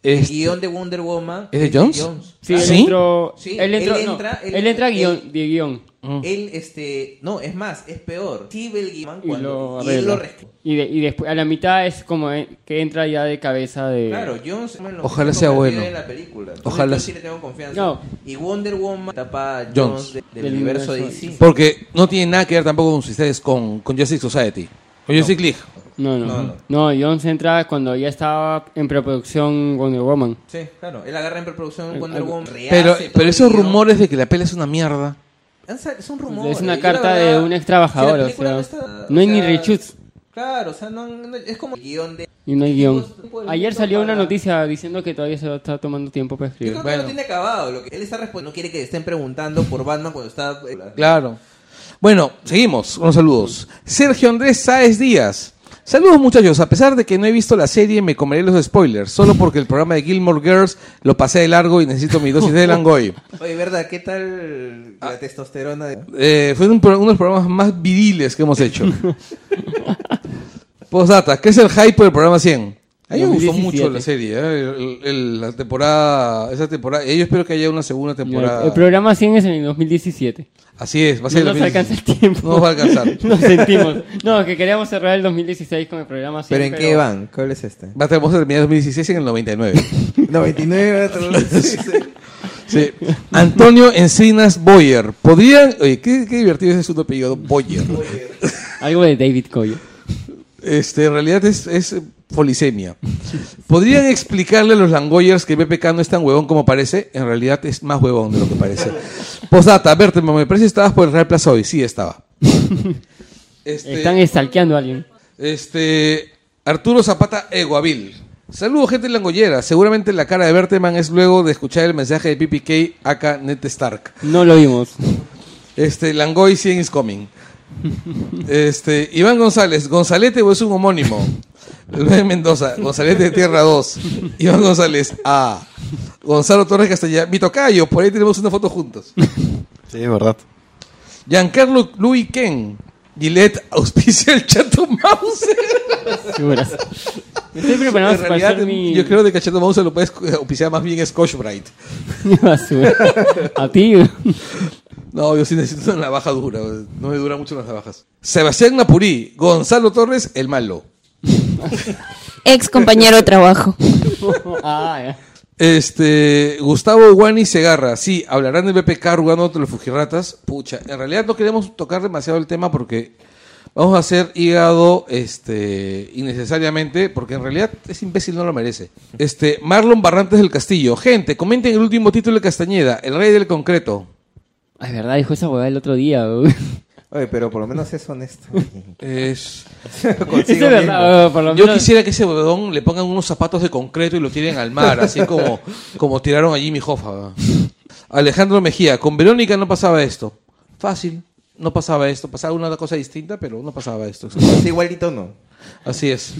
El Este- guión de Wonder Woman ¿Es de Jones? Sí, él ¿Ah, ¿Sí? entró. Sí, él entró. él no, entra- él- él entra guión, él- de guión. Él, este, no, es más, es peor. Sí, ve el guión Y lo cuando- y él lo arregla. rescata. Y, de- y después, a la mitad es como eh, que entra ya de cabeza de. Claro, Jones bueno, Eh, Ojalá fue sea convertido bueno. En la película. Entonces, Ojalá yo sea- sí le tengo confianza. No. Y Wonder Woman tapa a Jones. Jones, de- del, Del universo universo DC. Porque no tiene nada que ver tampoco con ustedes con, con Justice Society. Con Justice League. No, no. No, No, Jones entra cuando ya estaba en preproducción Wonder Woman. Sí, claro. Él agarra en preproducción Wonder Eh, algo- Woman. rehace Pero, todo pero el esos guión. rumores de que la peli es una mierda. Han sal- Son rumores. Es una Yo, la carta de un ex trabajador, si la o película sea, está- no hay o ni sea, reshoots. Claro, o sea, no, no- es como el guión de. Y no hay guión. tipo del Ayer mundo salió una para- noticia diciendo que todavía se está tomando tiempo para Yo escribir. creo que bueno. no tiene acabado. Lo que él está respondiendo, no quiere que le estén preguntando por Batman cuando está. eh, Claro. Bueno, seguimos. Unos saludos. Sergio Andrés Sáez Díaz. Saludos muchachos, a pesar de que no he visto la serie me comeré los spoilers, solo porque el programa de Gilmore Girls lo pasé de largo y necesito mi dosis de *laughs* Langoy. Oye, ¿verdad? ¿Qué tal Ah. la testosterona? De... Eh, fue un pro- uno de los programas más viriles que hemos hecho. Postdata, ¿qué es el hype del programa 100? A mí me gustó 2017. mucho la serie, ¿eh? El- el- la temporada, esa temporada. y Yo espero que haya una segunda Ya, El, temporada. programa 100 es en el 2017. Así es, va a No ser nos la- alcanza el tiempo. No nos va a alcanzar. *laughs* Nos sentimos. No, que queríamos cerrar el 2016 con el programa 100. ¿Pero en qué van? ¿Cuál es *laughs* este? Va a ter- vamos a terminar 2016 en el 99. 99 *laughs* Sí. Antonio Encinas Boyer. ¿Podrían.? Oye, qué, qué divertido ese segundo apellido, Boyer. Algo de David Coyo. Este, en realidad es, es polisemia. ¿Podrían explicarle a los Langoyers que BPK no es tan huevón como parece? En realidad es más huevón de lo que parece. Postdata, Berthe, me parece que estabas por el Real Plaza hoy. Sí, estaba. Este, Están estalqueando a alguien. este, Arturo Zapata Eguavil. Saludos, gente langollera. Seguramente la cara de Berteman es luego de escuchar el mensaje de PPK acá Net Stark. No *laughs* lo vimos. Este, Langoy 100 is coming. Este, Iván González, Gonzalete o es un homónimo. Luis Mendoza, Gonzalete de Tierra 2. Iván González, A. Gonzalo Torres Castellá, mi tocayo, por ahí tenemos una foto juntos. Sí, es verdad. Giancarlo Louis Ken, Gillette auspicia el Chato Mouse. Figuras. Me estoy preparando En para hacer realidad, mi. yo creo de que el Chato Mouse lo puedes eh, auspiciar más bien Scotch Bright. *laughs* mi *laughs* basura. A ti. *laughs* No, yo sí necesito una navaja dura. No me dura mucho las navajas. Sebastián Napurí, Gonzalo Torres, el malo. Ex compañero de trabajo. ah, ya. Este, Gustavo Guani Segarra, sí, hablarán de BPK jugando contra los Fujirratas. Pucha, en realidad no queremos tocar demasiado el tema porque vamos a hacer hígado este, innecesariamente, porque en realidad es imbécil, no lo merece. Este, Marlon Barrantes del Castillo, gente, comenten el último título de Castañeda, El Rey del Concreto. Ah, Es verdad, dijo esa huevada el otro día. güey. Oye, pero por lo menos es honesto. Es- *laughs* Eso es verdad, güey, por lo yo menos- quisiera que ese huevón le pongan unos zapatos de concreto y lo tiren al mar, así como, como tiraron a Jimmy Hoffa. ¿verdad? Alejandro Mejía, con Verónica no pasaba esto. Fácil, no pasaba esto. Pasaba una cosa distinta, pero no pasaba esto. Es igualito no. Así es.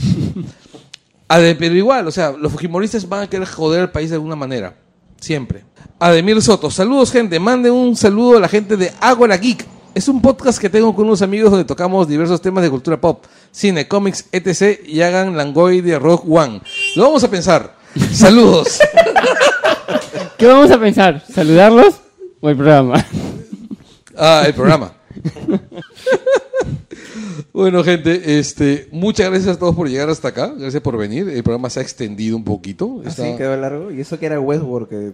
*laughs* Ade- pero igual, o sea, los fujimoristas van a querer joder al país de alguna manera. Siempre. Ademir Soto, saludos gente, manden un saludo a la gente de Ágora Geek. Es un podcast que tengo con unos amigos donde tocamos diversos temas de cultura pop, cine, cómics, etc. y hagan Langoy de Rock One. Lo vamos a pensar. Saludos. ¿Qué vamos a pensar? ¿Saludarlos o el programa? *laughs* Ah, el programa. bueno, gente, este, muchas gracias a todos por llegar hasta acá. Gracias por venir. El programa se ha extendido un poquito. Así Está- quedó largo. Y eso que era Westworld. Que...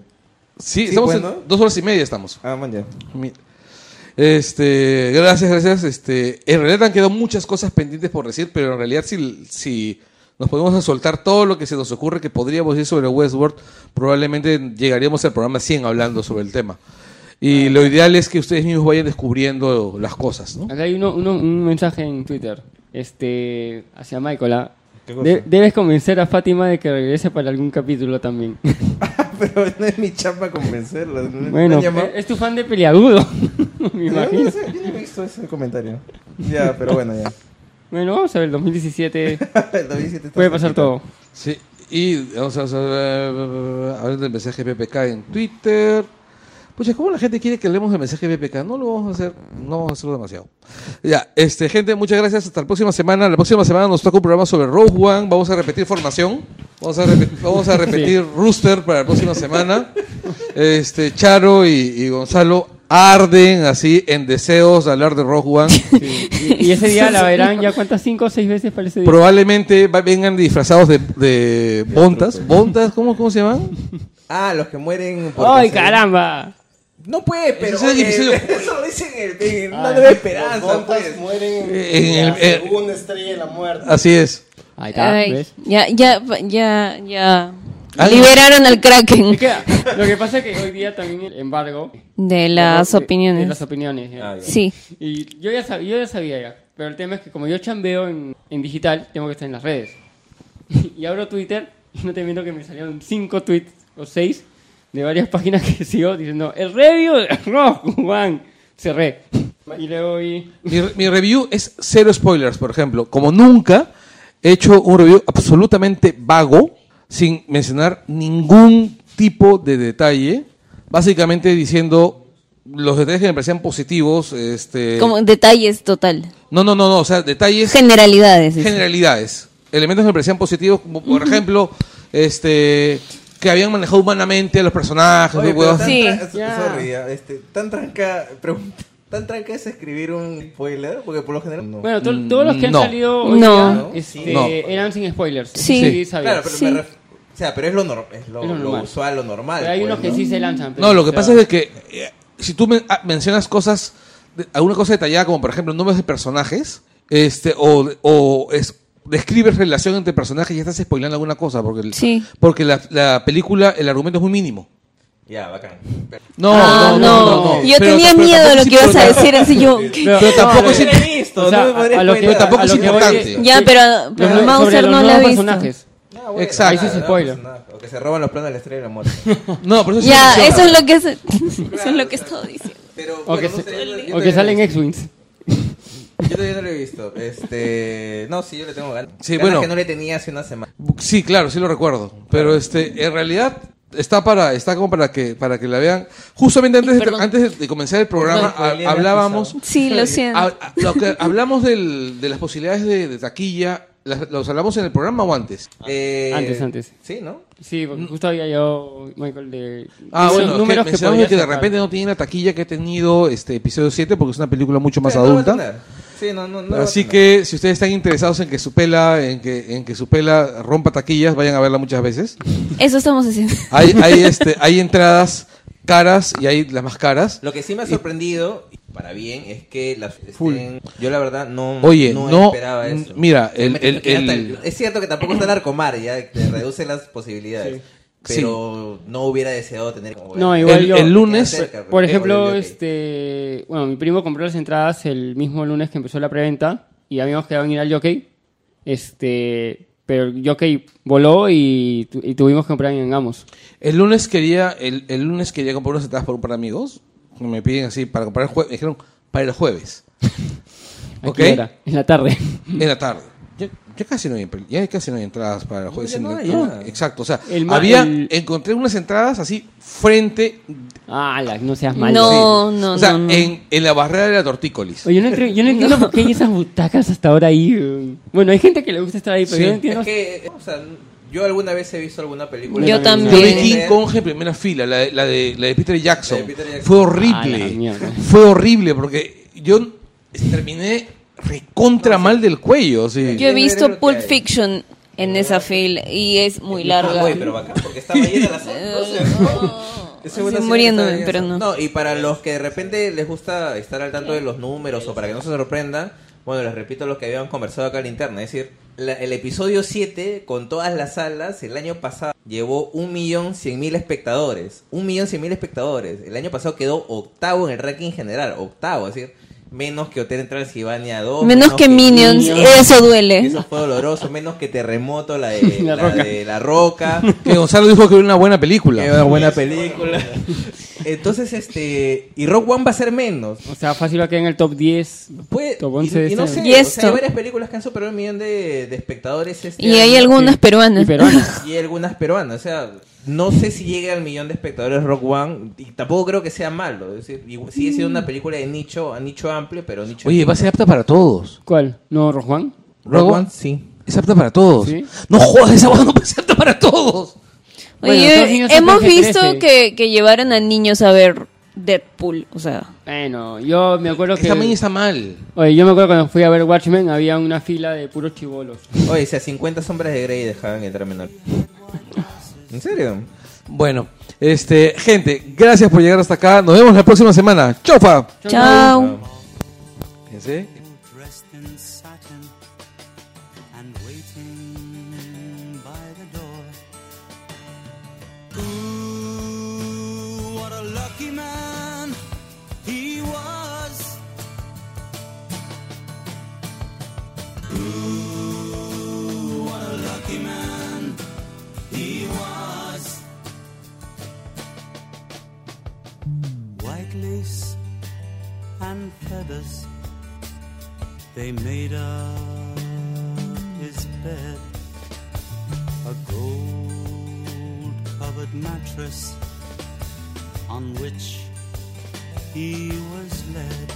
Sí, Sí, estamos pues, ¿no? en dos horas y media estamos. Ah, man, ya. *laughs* Mi- Este, gracias, gracias. Este, en realidad han quedado muchas cosas pendientes por decir, pero en realidad si, si nos podemos a soltar todo lo que se nos ocurre que podríamos decir sobre Westworld, probablemente llegaríamos al programa 100 hablando sobre el tema. Y Ah, lo ideal es que ustedes mismos vayan descubriendo las cosas, ¿no? Acá hay uno, uno- un mensaje en Twitter. Este, hacia Michael. ah. ¿Qué cosa? De- debes convencer a Fátima de que regrese para algún capítulo también. pero no es mi chamba convencerlo. ¿no? ¿Me *laughs* bueno, eh, han llamado? es tu fan de peleagudo. *laughs* Me Yo no imagino. sé, yo no he visto ese comentario. Ya, *laughs* pero bueno, ya. Bueno, vamos a ver, el 2017 El 2007 está puede pasar cerquita. todo. Sí, y vamos a, eh, a- a ver el mensaje de PPK en Twitter. Pucha, ¿cómo la gente quiere que leemos el mensaje de PPK? No lo vamos a hacer, no vamos a hacerlo demasiado. Ya, este, gente, muchas gracias. Hasta la próxima semana. La próxima semana nos toca un programa sobre Rogue One. Vamos a repetir formación. Vamos a, repe- vamos a repetir Rooster para la próxima semana. Este, Charo y, y Gonzalo arden así en deseos de hablar de Rogue One. Y, y ese día la verán ya cuántas, cinco o seis veces para ese día. Probablemente va- vengan disfrazados de, de bontas. ¿Bontas? ¿Cómo, ¿Cómo se llaman? Ah, los que mueren. por ¡Ay, conseguir- caramba! No puede, pero. Ese es el eh, episodio- *laughs* eso lo dicen en el. En una nueva esperanza, Los Bontas pues. mueren Eh, en en la el- eh, segunda estrella de la muerte. Así es. Ahí está, Ay, ¿ves? ya, ya, ya, ya. Ah, no. Liberaron al Kraken Es que, lo que pasa es que hoy día también el embargo... de las de- de opiniones. las opiniones, ya. Ah, ya. Sí. Y yo ya, sabía, yo ya sabía ya. Pero el tema es que como yo chambeo en, en digital, tengo que estar en las redes. *laughs* Y abro Twitter y no te miento que me salieron cinco tweets o seis de varias páginas que *laughs* sigo diciendo el review de Rock One. Cerré. Y luego vi... Mi, re- mi review es cero spoilers, por ejemplo. Como nunca he hecho un review absolutamente vago, sin mencionar ningún tipo de detalle, básicamente diciendo los detalles que me parecían positivos. Este, Como detalles total. No, no, no, no, o sea, detalles Generalidades. dice. generalidades. Elementos que me parecían positivos, como por ejemplo, este que habían manejado humanamente a los personajes, Oye, huevos. pero tan Sí. tra- Ya. sorry, ya, este, tan tranca. pregunta, *laughs* ¿Tan tranca es escribir un spoiler? Porque por lo general. No. Bueno, to- todos los que han Mm, No. salido hoy No. día, este, No. eran sin spoilers. Sí. sabía. claro, pero Sí. me ref- O sea, pero es lo, nor- es lo, Es lo lo normal. usual, lo normal. Pero hay pues, unos que ¿no? sí se lanzan. pero, No, lo o que sea, pasa es que eh, si tú men- ah, mencionas cosas, de- alguna cosa detallada, como por ejemplo nombres de personajes, este, o, o es- describes relación entre personajes, ya estás spoilando alguna cosa, porque, el- Sí. porque la, la película, el argumento es muy mínimo. Ya, bacán. No, Ah, no, no, no, no. Yo Pero tenía ta- pero miedo de lo tampoco que es ibas a importante. decir, así *laughs* yo. Pero tampoco es No imp- la he visto, o sea, no me podría a lo que- spoilear. tampoco a es lo que voy importante. Ya, pero, pero sobre Mauser no los la ha nuevos visto. personajes. Ah, bueno, Exacto. Ahí sí es nada, spoiler. no pasa pues, nada. O que se roban los planos de la estrella de la muerte. No, por eso es Ya, una eso opción. es lo que es, eso es lo que he estado diciendo. Pero, O que, bueno, no se- sé, yo- yo o todavía que no salen lo he X-Wings. visto. Yo todavía no lo he visto. Este, no, sí, yo le tengo ganas. Sí, Ganas bueno. que no le tenía hace una semana. Sí, claro, sí lo recuerdo. Pero este, en realidad está para, está como para que, para que la vean. Justamente antes, de, Perdón. antes de comenzar el programa Perdón, spoileé, ha- hablábamos. me Sí, lo siento. Hab- ha- lo que hablamos del- de las posibilidades de, de taquilla, las- ¿los hablamos en el programa o antes? Eh, Ah, Antes, antes. Sí, ¿no? Sí, Mm. porque justo había yo, Michael, de Ah, esos bueno, que mencionamos podías que de sacar. repente no tiene la taquilla que ha tenido este episodio 7 porque es una película mucho más Sí, no lo va a adulta. tener. sí, no, no, no. lo va a Así tener. que si ustedes están interesados en que su pela, en que, en que su pela rompa taquillas, vayan a verla muchas veces. Eso estamos haciendo. Hay, hay, este, hay entradas caras y hay las más caras. Lo que sí me ha sorprendido, y para bien, es que las estén- yo la verdad no, Oye, no, esperaba mm, eso. mira, el- Me- el- que hasta el- es cierto que tampoco está Narcomar, ya te reduce las posibilidades. Sí. Pero no hubiera deseado tener como No, ver. igual El- yo. el lunes, Queda cerca, Por pero- ejemplo, ok. este. Bueno, mi primo compró las entradas el mismo lunes que empezó la preventa y habíamos quedado en ir al jockey. Este. Pero el jockey voló y, tu- y tuvimos que comprar en Gamos. El lunes quería, el, el lunes quería comprar unas entradas por un par de amigos. que Me piden así para comprar el jueves. Me dijeron para el *laughs* jueves. ¿A Ok. qué hora? En la tarde. *laughs* en la tarde. Ya, ya casi no hay, pel- ya casi no hay entradas para el jueves. ya no hay, ya. Exacto, o sea, El ma- había, el- encontré unas entradas así frente. Ah, la- no seas malo. No, no, o sea, no, no. En, en la barrera de la tortícolis. Oye, yo no, entre- yo no entiendo por qué hay esas butacas hasta ahora ahí. eh. Bueno, hay gente que le gusta estar ahí, pero Sí. yo no entiendo. Es que, eh, o sea, yo alguna vez he visto alguna película. Yo que- también. Yo vi Sí. King Kong en primera fila, la de, la de, la de Peter Jackson. La de Peter Jackson. Fue Ah, la horrible. mierda. Fue horrible porque yo terminé recontra mal del cuello. sí. Yo he Yo creo visto que Pulp hay. Fiction en esa fila y es muy Ah, larga. Eh, güey, pero bacán, porque estaba llena a las 11, *laughs* ¿no? Ese Estoy buena serie muriéndome, está bien. pero no. No, y para los que de repente les gusta estar al tanto de los números o para que no se sorprendan, bueno, les repito lo que habíamos conversado acá en la interna. Es decir, la- el episodio 7, con todas las salas, el año pasado llevó 1.100.000 espectadores. 1.100.000 espectadores. El año pasado quedó octavo en el ranking general, octavo. Es decir, menos que Hotel en Transilvania 2. Menos que eh. Minions, eso duele. Eso fue doloroso, menos que Terremoto, la *laughs* de La, La Roca. de La Roca. Que Gonzalo dijo que era una buena película. Es una buena película. *laughs* Entonces, este. Y Rock One va a ser menos. O sea, fácil va a quedar en el top 10. Puede, Top 11 y, y no sé, Y o sea, hay esto. varias películas que han superado el millón de, de espectadores. Este Y hay año. algunas peruanas. *laughs* Y peruanas. y algunas peruanas. O sea, no sé si llegue al millón de espectadores Rock One. Y tampoco creo que sea malo. Es decir, igual- sigue siendo una película de nicho, a nicho amplio, pero nicho. Oye, va a ser apta para todos. ¿Cuál? ¿No, Rojuan? Rock Rock One, sí. Es apta para todos. Sí. No jodas, esa voz no puede ser apta para todos. Bueno, Oye, todos niños eh, son hemos PG-13. visto que, que llevaron a niños a ver Deadpool, o sea, Bueno, yo me acuerdo que... Esa maña está mal. Oye, yo me acuerdo cuando fui a ver Watchmen había una fila de puros chivolos. Oye, o sea, 50 sombras de Grey dejaban entrar menor. ¿En serio? Bueno, este, gente, gracias por llegar hasta acá. Nos vemos la próxima semana. ¡Chofa! chao. Fíjense. dressed in satin and waiting by the door. Ooh, what a lucky man he was. Ooh, what a lucky man he was. White lace and feathers they made up his bed, a gold covered mattress on which he was led.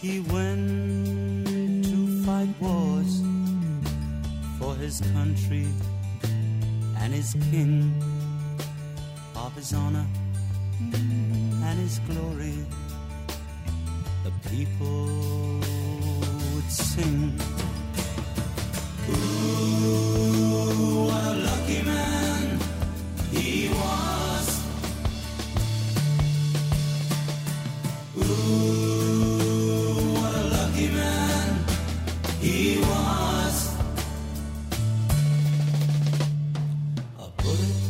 He went to fight wars for his country and his king, of his honor and his glory. The people would sing. A bullet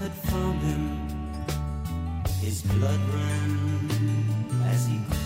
had found him. His blood ran as he